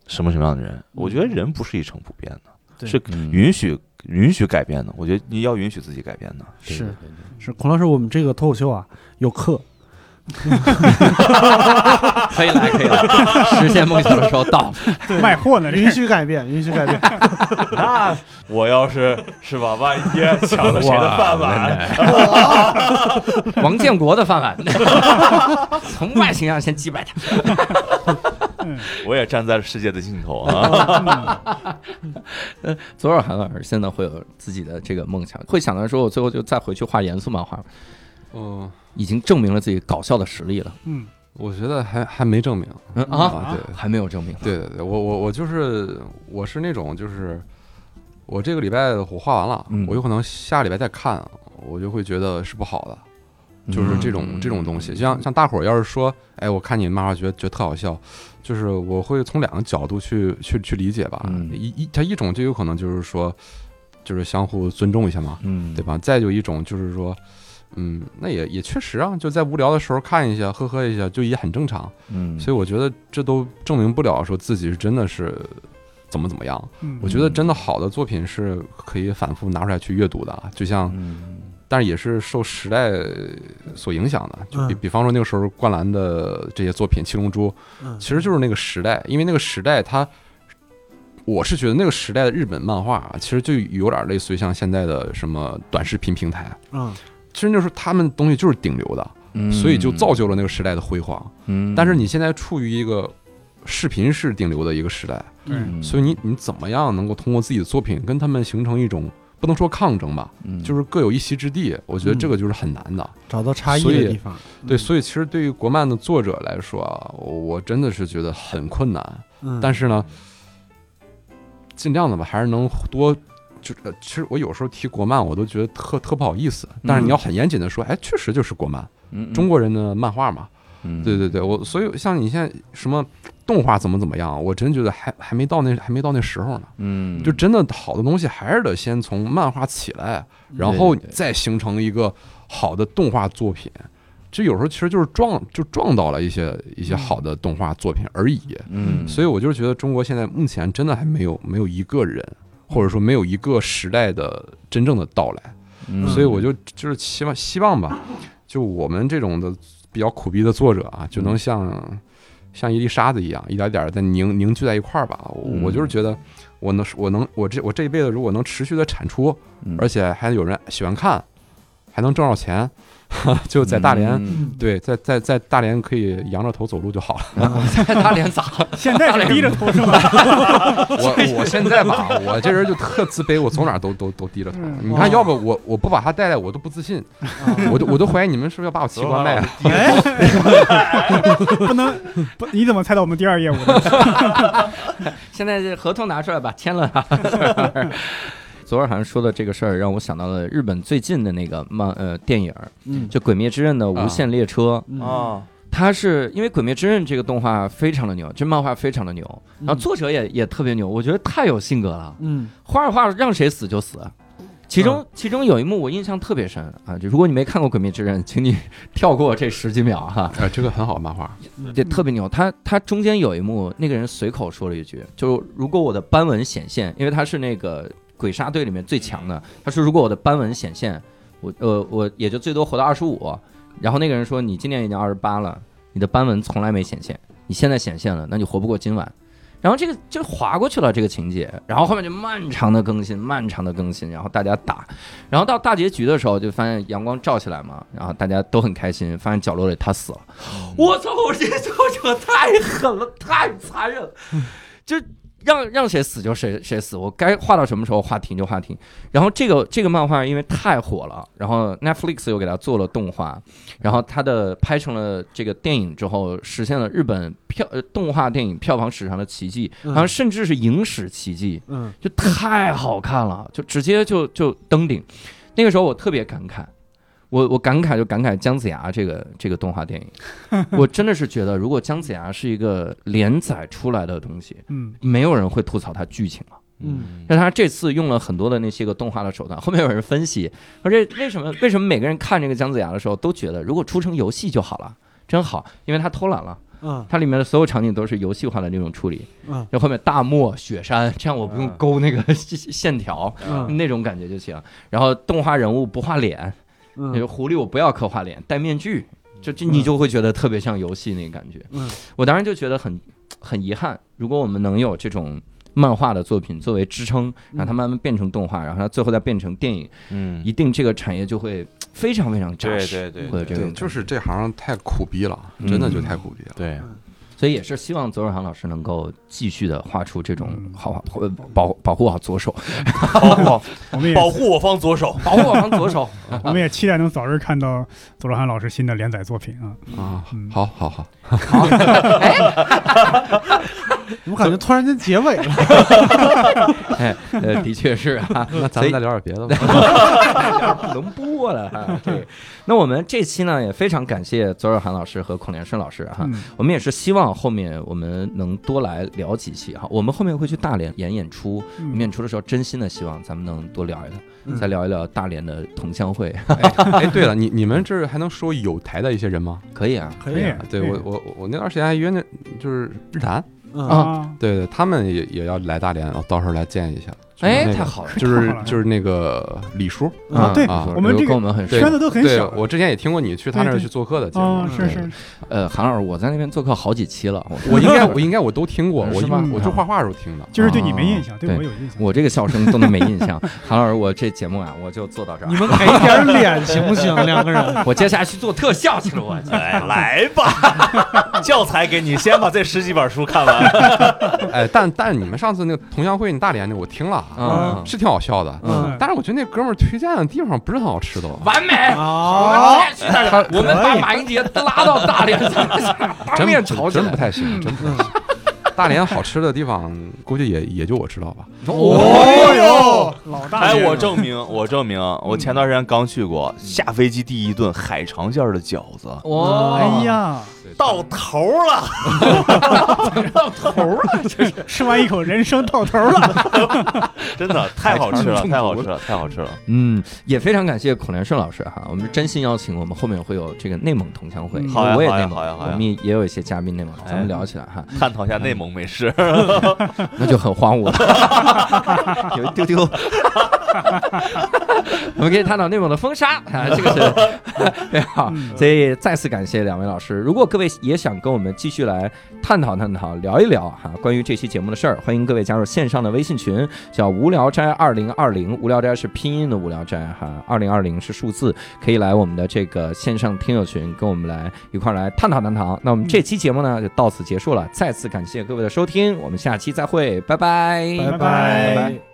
Speaker 6: 什么什么样的人？我觉得人不是一成不变的，
Speaker 3: 对
Speaker 6: 是
Speaker 1: 嗯
Speaker 6: 允许允许改变的。我觉得你要允许自己改变
Speaker 4: *laughs*
Speaker 6: 的。
Speaker 3: 是是，孔老师，我们这个脱口秀啊有课，
Speaker 1: *laughs*
Speaker 3: *laughs*
Speaker 1: 可以来，可以来，实现梦想的时候到了。
Speaker 2: 卖货呢，这
Speaker 3: 允
Speaker 2: 是
Speaker 3: 许改变，允许改变。 *laughs*
Speaker 6: 那我要是是吧，万一抢了谁的饭碗，
Speaker 1: 王建国的饭碗，
Speaker 4: *laughs*
Speaker 1: 从外形上先击败他。
Speaker 6: 我也站在了世界的尽头啊！
Speaker 1: 左耳韩老师现在会有自己的这个梦想，会想到说，我最后就再回去画严肃漫画，
Speaker 4: 嗯，
Speaker 1: 已经证明了自己搞笑的实力了。
Speaker 2: 嗯，
Speaker 4: 我觉得还还没证明
Speaker 1: 嗯啊，
Speaker 4: 啊，对
Speaker 1: 还没有证明。
Speaker 4: 对对对，我我我就是我是那种就是我这个礼拜我画完了，
Speaker 1: 嗯
Speaker 4: 我有可能下个礼拜再看，我就会觉得是不好的。就是这种、
Speaker 1: 嗯
Speaker 4: 这种东西，就像像大伙儿要是说，哎，我看你漫画觉得觉得特好笑，就是我会从两个角度去去去理解吧。
Speaker 1: 嗯
Speaker 4: 一一，它一种就有可能就是说，就是相互尊重一下嘛，
Speaker 1: 嗯
Speaker 4: 对吧？再有一种就是说，嗯，那也也确实啊，就在无聊的时候看一下，呵呵一下，就也很正常。
Speaker 1: 嗯，
Speaker 4: 所以我觉得这都证明不了说自己是真的是怎么怎么样。
Speaker 2: 嗯
Speaker 4: 我觉得真的好的作品是可以反复拿出来去阅读的啊，就像，
Speaker 1: 嗯
Speaker 4: 但是也是受时代所影响的。就比
Speaker 3: 嗯
Speaker 4: 比方说那个时候灌篮的这些作品，《七龙珠》
Speaker 3: 嗯
Speaker 4: 其实就是那个时代，因为那个时代它，我是觉得那个时代的日本漫画啊，其实就有点类似于像现在的什么短视频平台，
Speaker 3: 嗯
Speaker 4: 其实就是他们东西就是顶流的，
Speaker 1: 嗯
Speaker 4: 所以就造就了那个时代的辉煌。
Speaker 1: 嗯
Speaker 4: 但是你现在处于一个视频式顶流的一个时代，
Speaker 2: 对
Speaker 1: 嗯
Speaker 4: 所以你你怎么样能够通过自己的作品跟他们形成一种不能说抗争吧，
Speaker 1: 嗯
Speaker 4: 就是各有一席之地？我觉得这个就是很难的。
Speaker 3: 找到差异
Speaker 4: 所以
Speaker 3: 的地方，
Speaker 4: 对，所以其实对于国漫的作者来说啊，我我真的是觉得很困难。
Speaker 3: 嗯，
Speaker 4: 但是呢，尽量的吧，还是能多。就呃其实我有时候提国漫，我都觉得特特不好意思。但是你要很严谨的说，哎，确实就是国漫，
Speaker 1: 嗯
Speaker 4: 中国人的漫画嘛。
Speaker 1: 嗯
Speaker 4: 对对对，我所以像你现在什么动画怎么怎么样，啊我真觉得还还没到那还没到那时候呢。
Speaker 1: 嗯
Speaker 4: 就真的好的东西，还是得先从漫画起来，然
Speaker 1: 对
Speaker 4: 后
Speaker 1: 对对
Speaker 4: 再形成一个好的动画作品。这有时候其实就是撞就撞到了一些一些好的动画作品而已。
Speaker 1: 嗯，
Speaker 4: 所以我就是觉得中国现在目前真的还没有没有一个人，或者说没有一个时代的真正的到来，
Speaker 1: 嗯
Speaker 4: 所以我就就是希望希望吧，就我们这种的比较苦逼的作者啊，
Speaker 1: 嗯
Speaker 4: 就能像像一粒沙子一样，一点点的凝凝聚在一块儿吧。我
Speaker 1: 嗯
Speaker 4: 我就是觉得我能我能我这我这一辈子如果能持续的产出，
Speaker 1: 嗯
Speaker 4: 而且还有人喜欢看，还能挣着钱， *laughs* 就在大连。
Speaker 1: 嗯
Speaker 4: 对，在在在大连可以仰着头走路
Speaker 1: *laughs*
Speaker 4: 就好了。 *laughs*
Speaker 1: 在大连咋
Speaker 2: 现在是低着头是吧？
Speaker 4: 我我现在吧，我这人就特自卑，我走哪儿都都都低着头。
Speaker 1: 嗯
Speaker 4: 你
Speaker 1: 哦
Speaker 4: 看，要不我我不把他带来，我都不自信，我都我都怀疑你们是不是要把我器官卖了。
Speaker 2: 不能不，你怎么猜到我们第二业务的？
Speaker 1: 现在这合同拿出来吧，签了吧。
Speaker 4: *laughs*
Speaker 1: 昨儿好像说的这个事儿，让我想到了日本最近的那个漫呃电影儿，
Speaker 3: 嗯
Speaker 1: 就《鬼灭之刃》的《
Speaker 4: 啊
Speaker 1: 无限列车》。
Speaker 3: 嗯
Speaker 6: 啊，
Speaker 1: 它是因为《鬼灭之刃》这个动画非常的牛，这漫画非常的牛，然后作者也也特别牛，我觉得太有性格了，
Speaker 3: 嗯
Speaker 1: 画着画着让谁死就死。其
Speaker 4: 嗯
Speaker 1: 中其中有一幕我印象特别深啊，就如果你没看过《鬼灭之刃》，请你 *laughs* 跳过这十几秒哈、
Speaker 4: 哎，这个很好，漫画。
Speaker 1: 对，特别牛。他他中间有一幕，那个人随口说了一句，就是如果我的斑纹显现，因为他是那个鬼杀队里面最强的，他说如果我的斑纹显现，我呃我也就最多活到二十五。然后那个人说你今年已经二十八了，你的斑纹从来没显现，你现在显现了，那你活不过今晚。然后这个就划过去了这个情节，然后后面就漫长的更新，漫长的更新，然后大家打，然后到大结局的时候就发现阳光照起来嘛，然后大家都很开心，发现角落里他死了。我操！我这作者太狠了，太残忍了，就让让谁死就谁谁死，我该画到什么时候画停就画停。然后这个这个漫画因为太火了，然后 Netflix 又给它做了动画，然后它的拍成了这个电影之后，实现了日本票呃动画电影票房史上的奇迹，
Speaker 3: 嗯
Speaker 1: 好像甚至是影史奇迹。
Speaker 3: 嗯
Speaker 1: 就太好看了，就直接就就登顶。那个时候我特别感慨，我我感慨就感慨姜子牙这个这个动画电影，我真的是觉得如果姜子牙是一个连载出来的东西，
Speaker 2: 嗯，
Speaker 1: 没有人会吐槽它剧情了。啊
Speaker 3: 嗯
Speaker 1: 但他这次用了很多的那些个动画的手段，后面有人分析说这为什么为什么每个人看这个姜子牙的时候都觉得如果出成游戏就好了，真好，因为他偷懒了。
Speaker 3: 嗯
Speaker 1: 它里面的所有场景都是游戏化的那种处理，
Speaker 3: 嗯，
Speaker 1: 就后面大漠、雪山，这样我不用
Speaker 6: 嗯
Speaker 1: 勾那个线条，
Speaker 3: 嗯
Speaker 1: 那种感觉就行。然后动画人物不画脸，那个
Speaker 3: 嗯
Speaker 1: 狐狸我不要刻画脸，戴面具，就就你就会觉得特别像游戏那个感觉。
Speaker 3: 嗯，
Speaker 1: 我当时就觉得很很遗憾，如果我们能有这种。漫画的作品作为支撑，让它慢慢变成动画，然后它最后再变成电影，
Speaker 6: 嗯，
Speaker 1: 一定这个产业就会非常非常扎
Speaker 6: 对
Speaker 1: 实。
Speaker 6: 对对
Speaker 1: 会有这种
Speaker 4: 对，
Speaker 1: 感
Speaker 4: 嗯
Speaker 1: 觉，
Speaker 4: 就是这行太苦逼了，真的就太苦逼了。
Speaker 6: 对
Speaker 1: 所以也是希望左尔航老师能够继续的画出这种
Speaker 2: 嗯
Speaker 1: 好呃保保护好左手，
Speaker 6: 保护
Speaker 2: 我们也
Speaker 6: 保护我方左手，
Speaker 1: 保护好左手。
Speaker 2: 我们也期待能早日看到左罗汉老师新啊嗯的连载作品啊。
Speaker 4: 啊
Speaker 2: 嗯，
Speaker 4: 好好好，
Speaker 3: 怎么感觉突然间结尾了？
Speaker 1: *laughs* 哎，呃，的确是啊， *laughs*
Speaker 4: 那咱
Speaker 1: 所以
Speaker 4: 们再聊点别的吧。
Speaker 1: 能播了哈。对，那我们这期呢也非常感谢左尔涵老师和孔连顺老师哈。
Speaker 2: 嗯
Speaker 1: 我们也是希望后面我们能多来聊几期哈。我们后面会去大连演演出，我们
Speaker 2: 嗯
Speaker 1: 演出的时候真心的希望咱们能多聊一聊，
Speaker 3: 嗯
Speaker 1: 再聊一聊大连的同乡会，
Speaker 4: *laughs* 哎，对了，你你们这儿还能说有台的一些人吗？
Speaker 1: 可以啊。
Speaker 3: 可
Speaker 2: 以
Speaker 4: 啊对
Speaker 2: 嗯
Speaker 4: 我我我那段时间还约那就是日坛，
Speaker 3: 嗯 *laughs*
Speaker 1: 啊
Speaker 2: 啊，
Speaker 4: 对对，他们也也要来大连，我到时候来见一下。就是
Speaker 1: 哎，
Speaker 4: 那个
Speaker 1: 太好了。
Speaker 4: 就是就是那个李叔，
Speaker 1: 嗯
Speaker 3: 啊
Speaker 2: 对
Speaker 1: 啊
Speaker 2: 我们这个
Speaker 1: 跟我们很熟
Speaker 4: 对
Speaker 2: 圈子都很
Speaker 4: 对
Speaker 2: 小
Speaker 4: 我之前也听过你去他那儿
Speaker 2: 对对
Speaker 4: 去做客的节目
Speaker 2: 啊，，是是，
Speaker 1: 呃，韩老师，我在那边做客好几期了，我
Speaker 4: 我应
Speaker 2: *laughs*
Speaker 4: 该我应该我都听过，我
Speaker 1: 是吧
Speaker 4: 我就画画时候听的，
Speaker 2: 就是对你没印象，
Speaker 1: 对
Speaker 2: 我有印象。
Speaker 1: 我这个笑声都能没印象。韩老师，我这节目啊，我就做到这儿
Speaker 3: 你。们给点脸行不行？两
Speaker 1: *laughs*
Speaker 3: 个人，
Speaker 1: 我接下来去做特效去了，我
Speaker 6: 哎，来吧， *laughs* 教材给你，先把这十几本书看完。
Speaker 4: 哎，但但是你们上次那个同乡会，你大连那个我听了啊
Speaker 2: 啊
Speaker 1: 嗯
Speaker 4: 是挺好笑的，
Speaker 1: 嗯
Speaker 4: 但是我觉得那哥们儿推荐的地方不是很好吃都，
Speaker 1: 完美。我们
Speaker 3: 哦，
Speaker 1: 太去大连，我们把马英杰拉到大连，咱们当
Speaker 4: 真
Speaker 1: 面吵起
Speaker 4: 真不
Speaker 1: 来。
Speaker 4: 太行，真不太行。 *laughs* 大连好吃的地方，估计也也就我知道吧。
Speaker 2: 哦呦，老大
Speaker 6: 哎，
Speaker 2: 爷了，
Speaker 6: 我证明，我证明，我前段时间刚去过，下飞机第一顿海肠馅儿的饺子，
Speaker 1: 哇
Speaker 2: 哎，呀，
Speaker 6: 到头了，
Speaker 2: *laughs* 吃完一口人生到头了，
Speaker 6: 真的太好吃了，太好吃了，太好吃了。
Speaker 1: 嗯，也非常感谢孔连顺老师哈，我们真心邀请，我们后面会有这个内蒙同乡会，
Speaker 2: 嗯
Speaker 6: 好呀
Speaker 1: 我也
Speaker 6: 好呀
Speaker 1: 内蒙，
Speaker 6: 好呀好
Speaker 1: 我
Speaker 6: 呀
Speaker 1: 们也有一些嘉宾内蒙，咱
Speaker 6: 哎
Speaker 1: 们聊起来哈，
Speaker 6: 探讨一下内蒙美食，
Speaker 1: 那就很荒芜了，有一丢丢。 *laughs* 我们可以探讨内蒙的风沙啊，这个是 *laughs* 非常好，所以再次感谢两位老师。如果各位也想跟我们继续来探讨探讨、聊一聊哈、关于这期节目的事儿，欢迎各位加入线上的微信群，叫“无聊斋二零二零”，无聊斋是拼音的无聊斋哈，二零二零是数字，可以来我们的这个线上听友群，跟我们来一块儿来探讨探讨。那我们这期节目呢就到此结束了，再次感谢各位的收听，我们下期再会，拜拜
Speaker 3: 拜拜。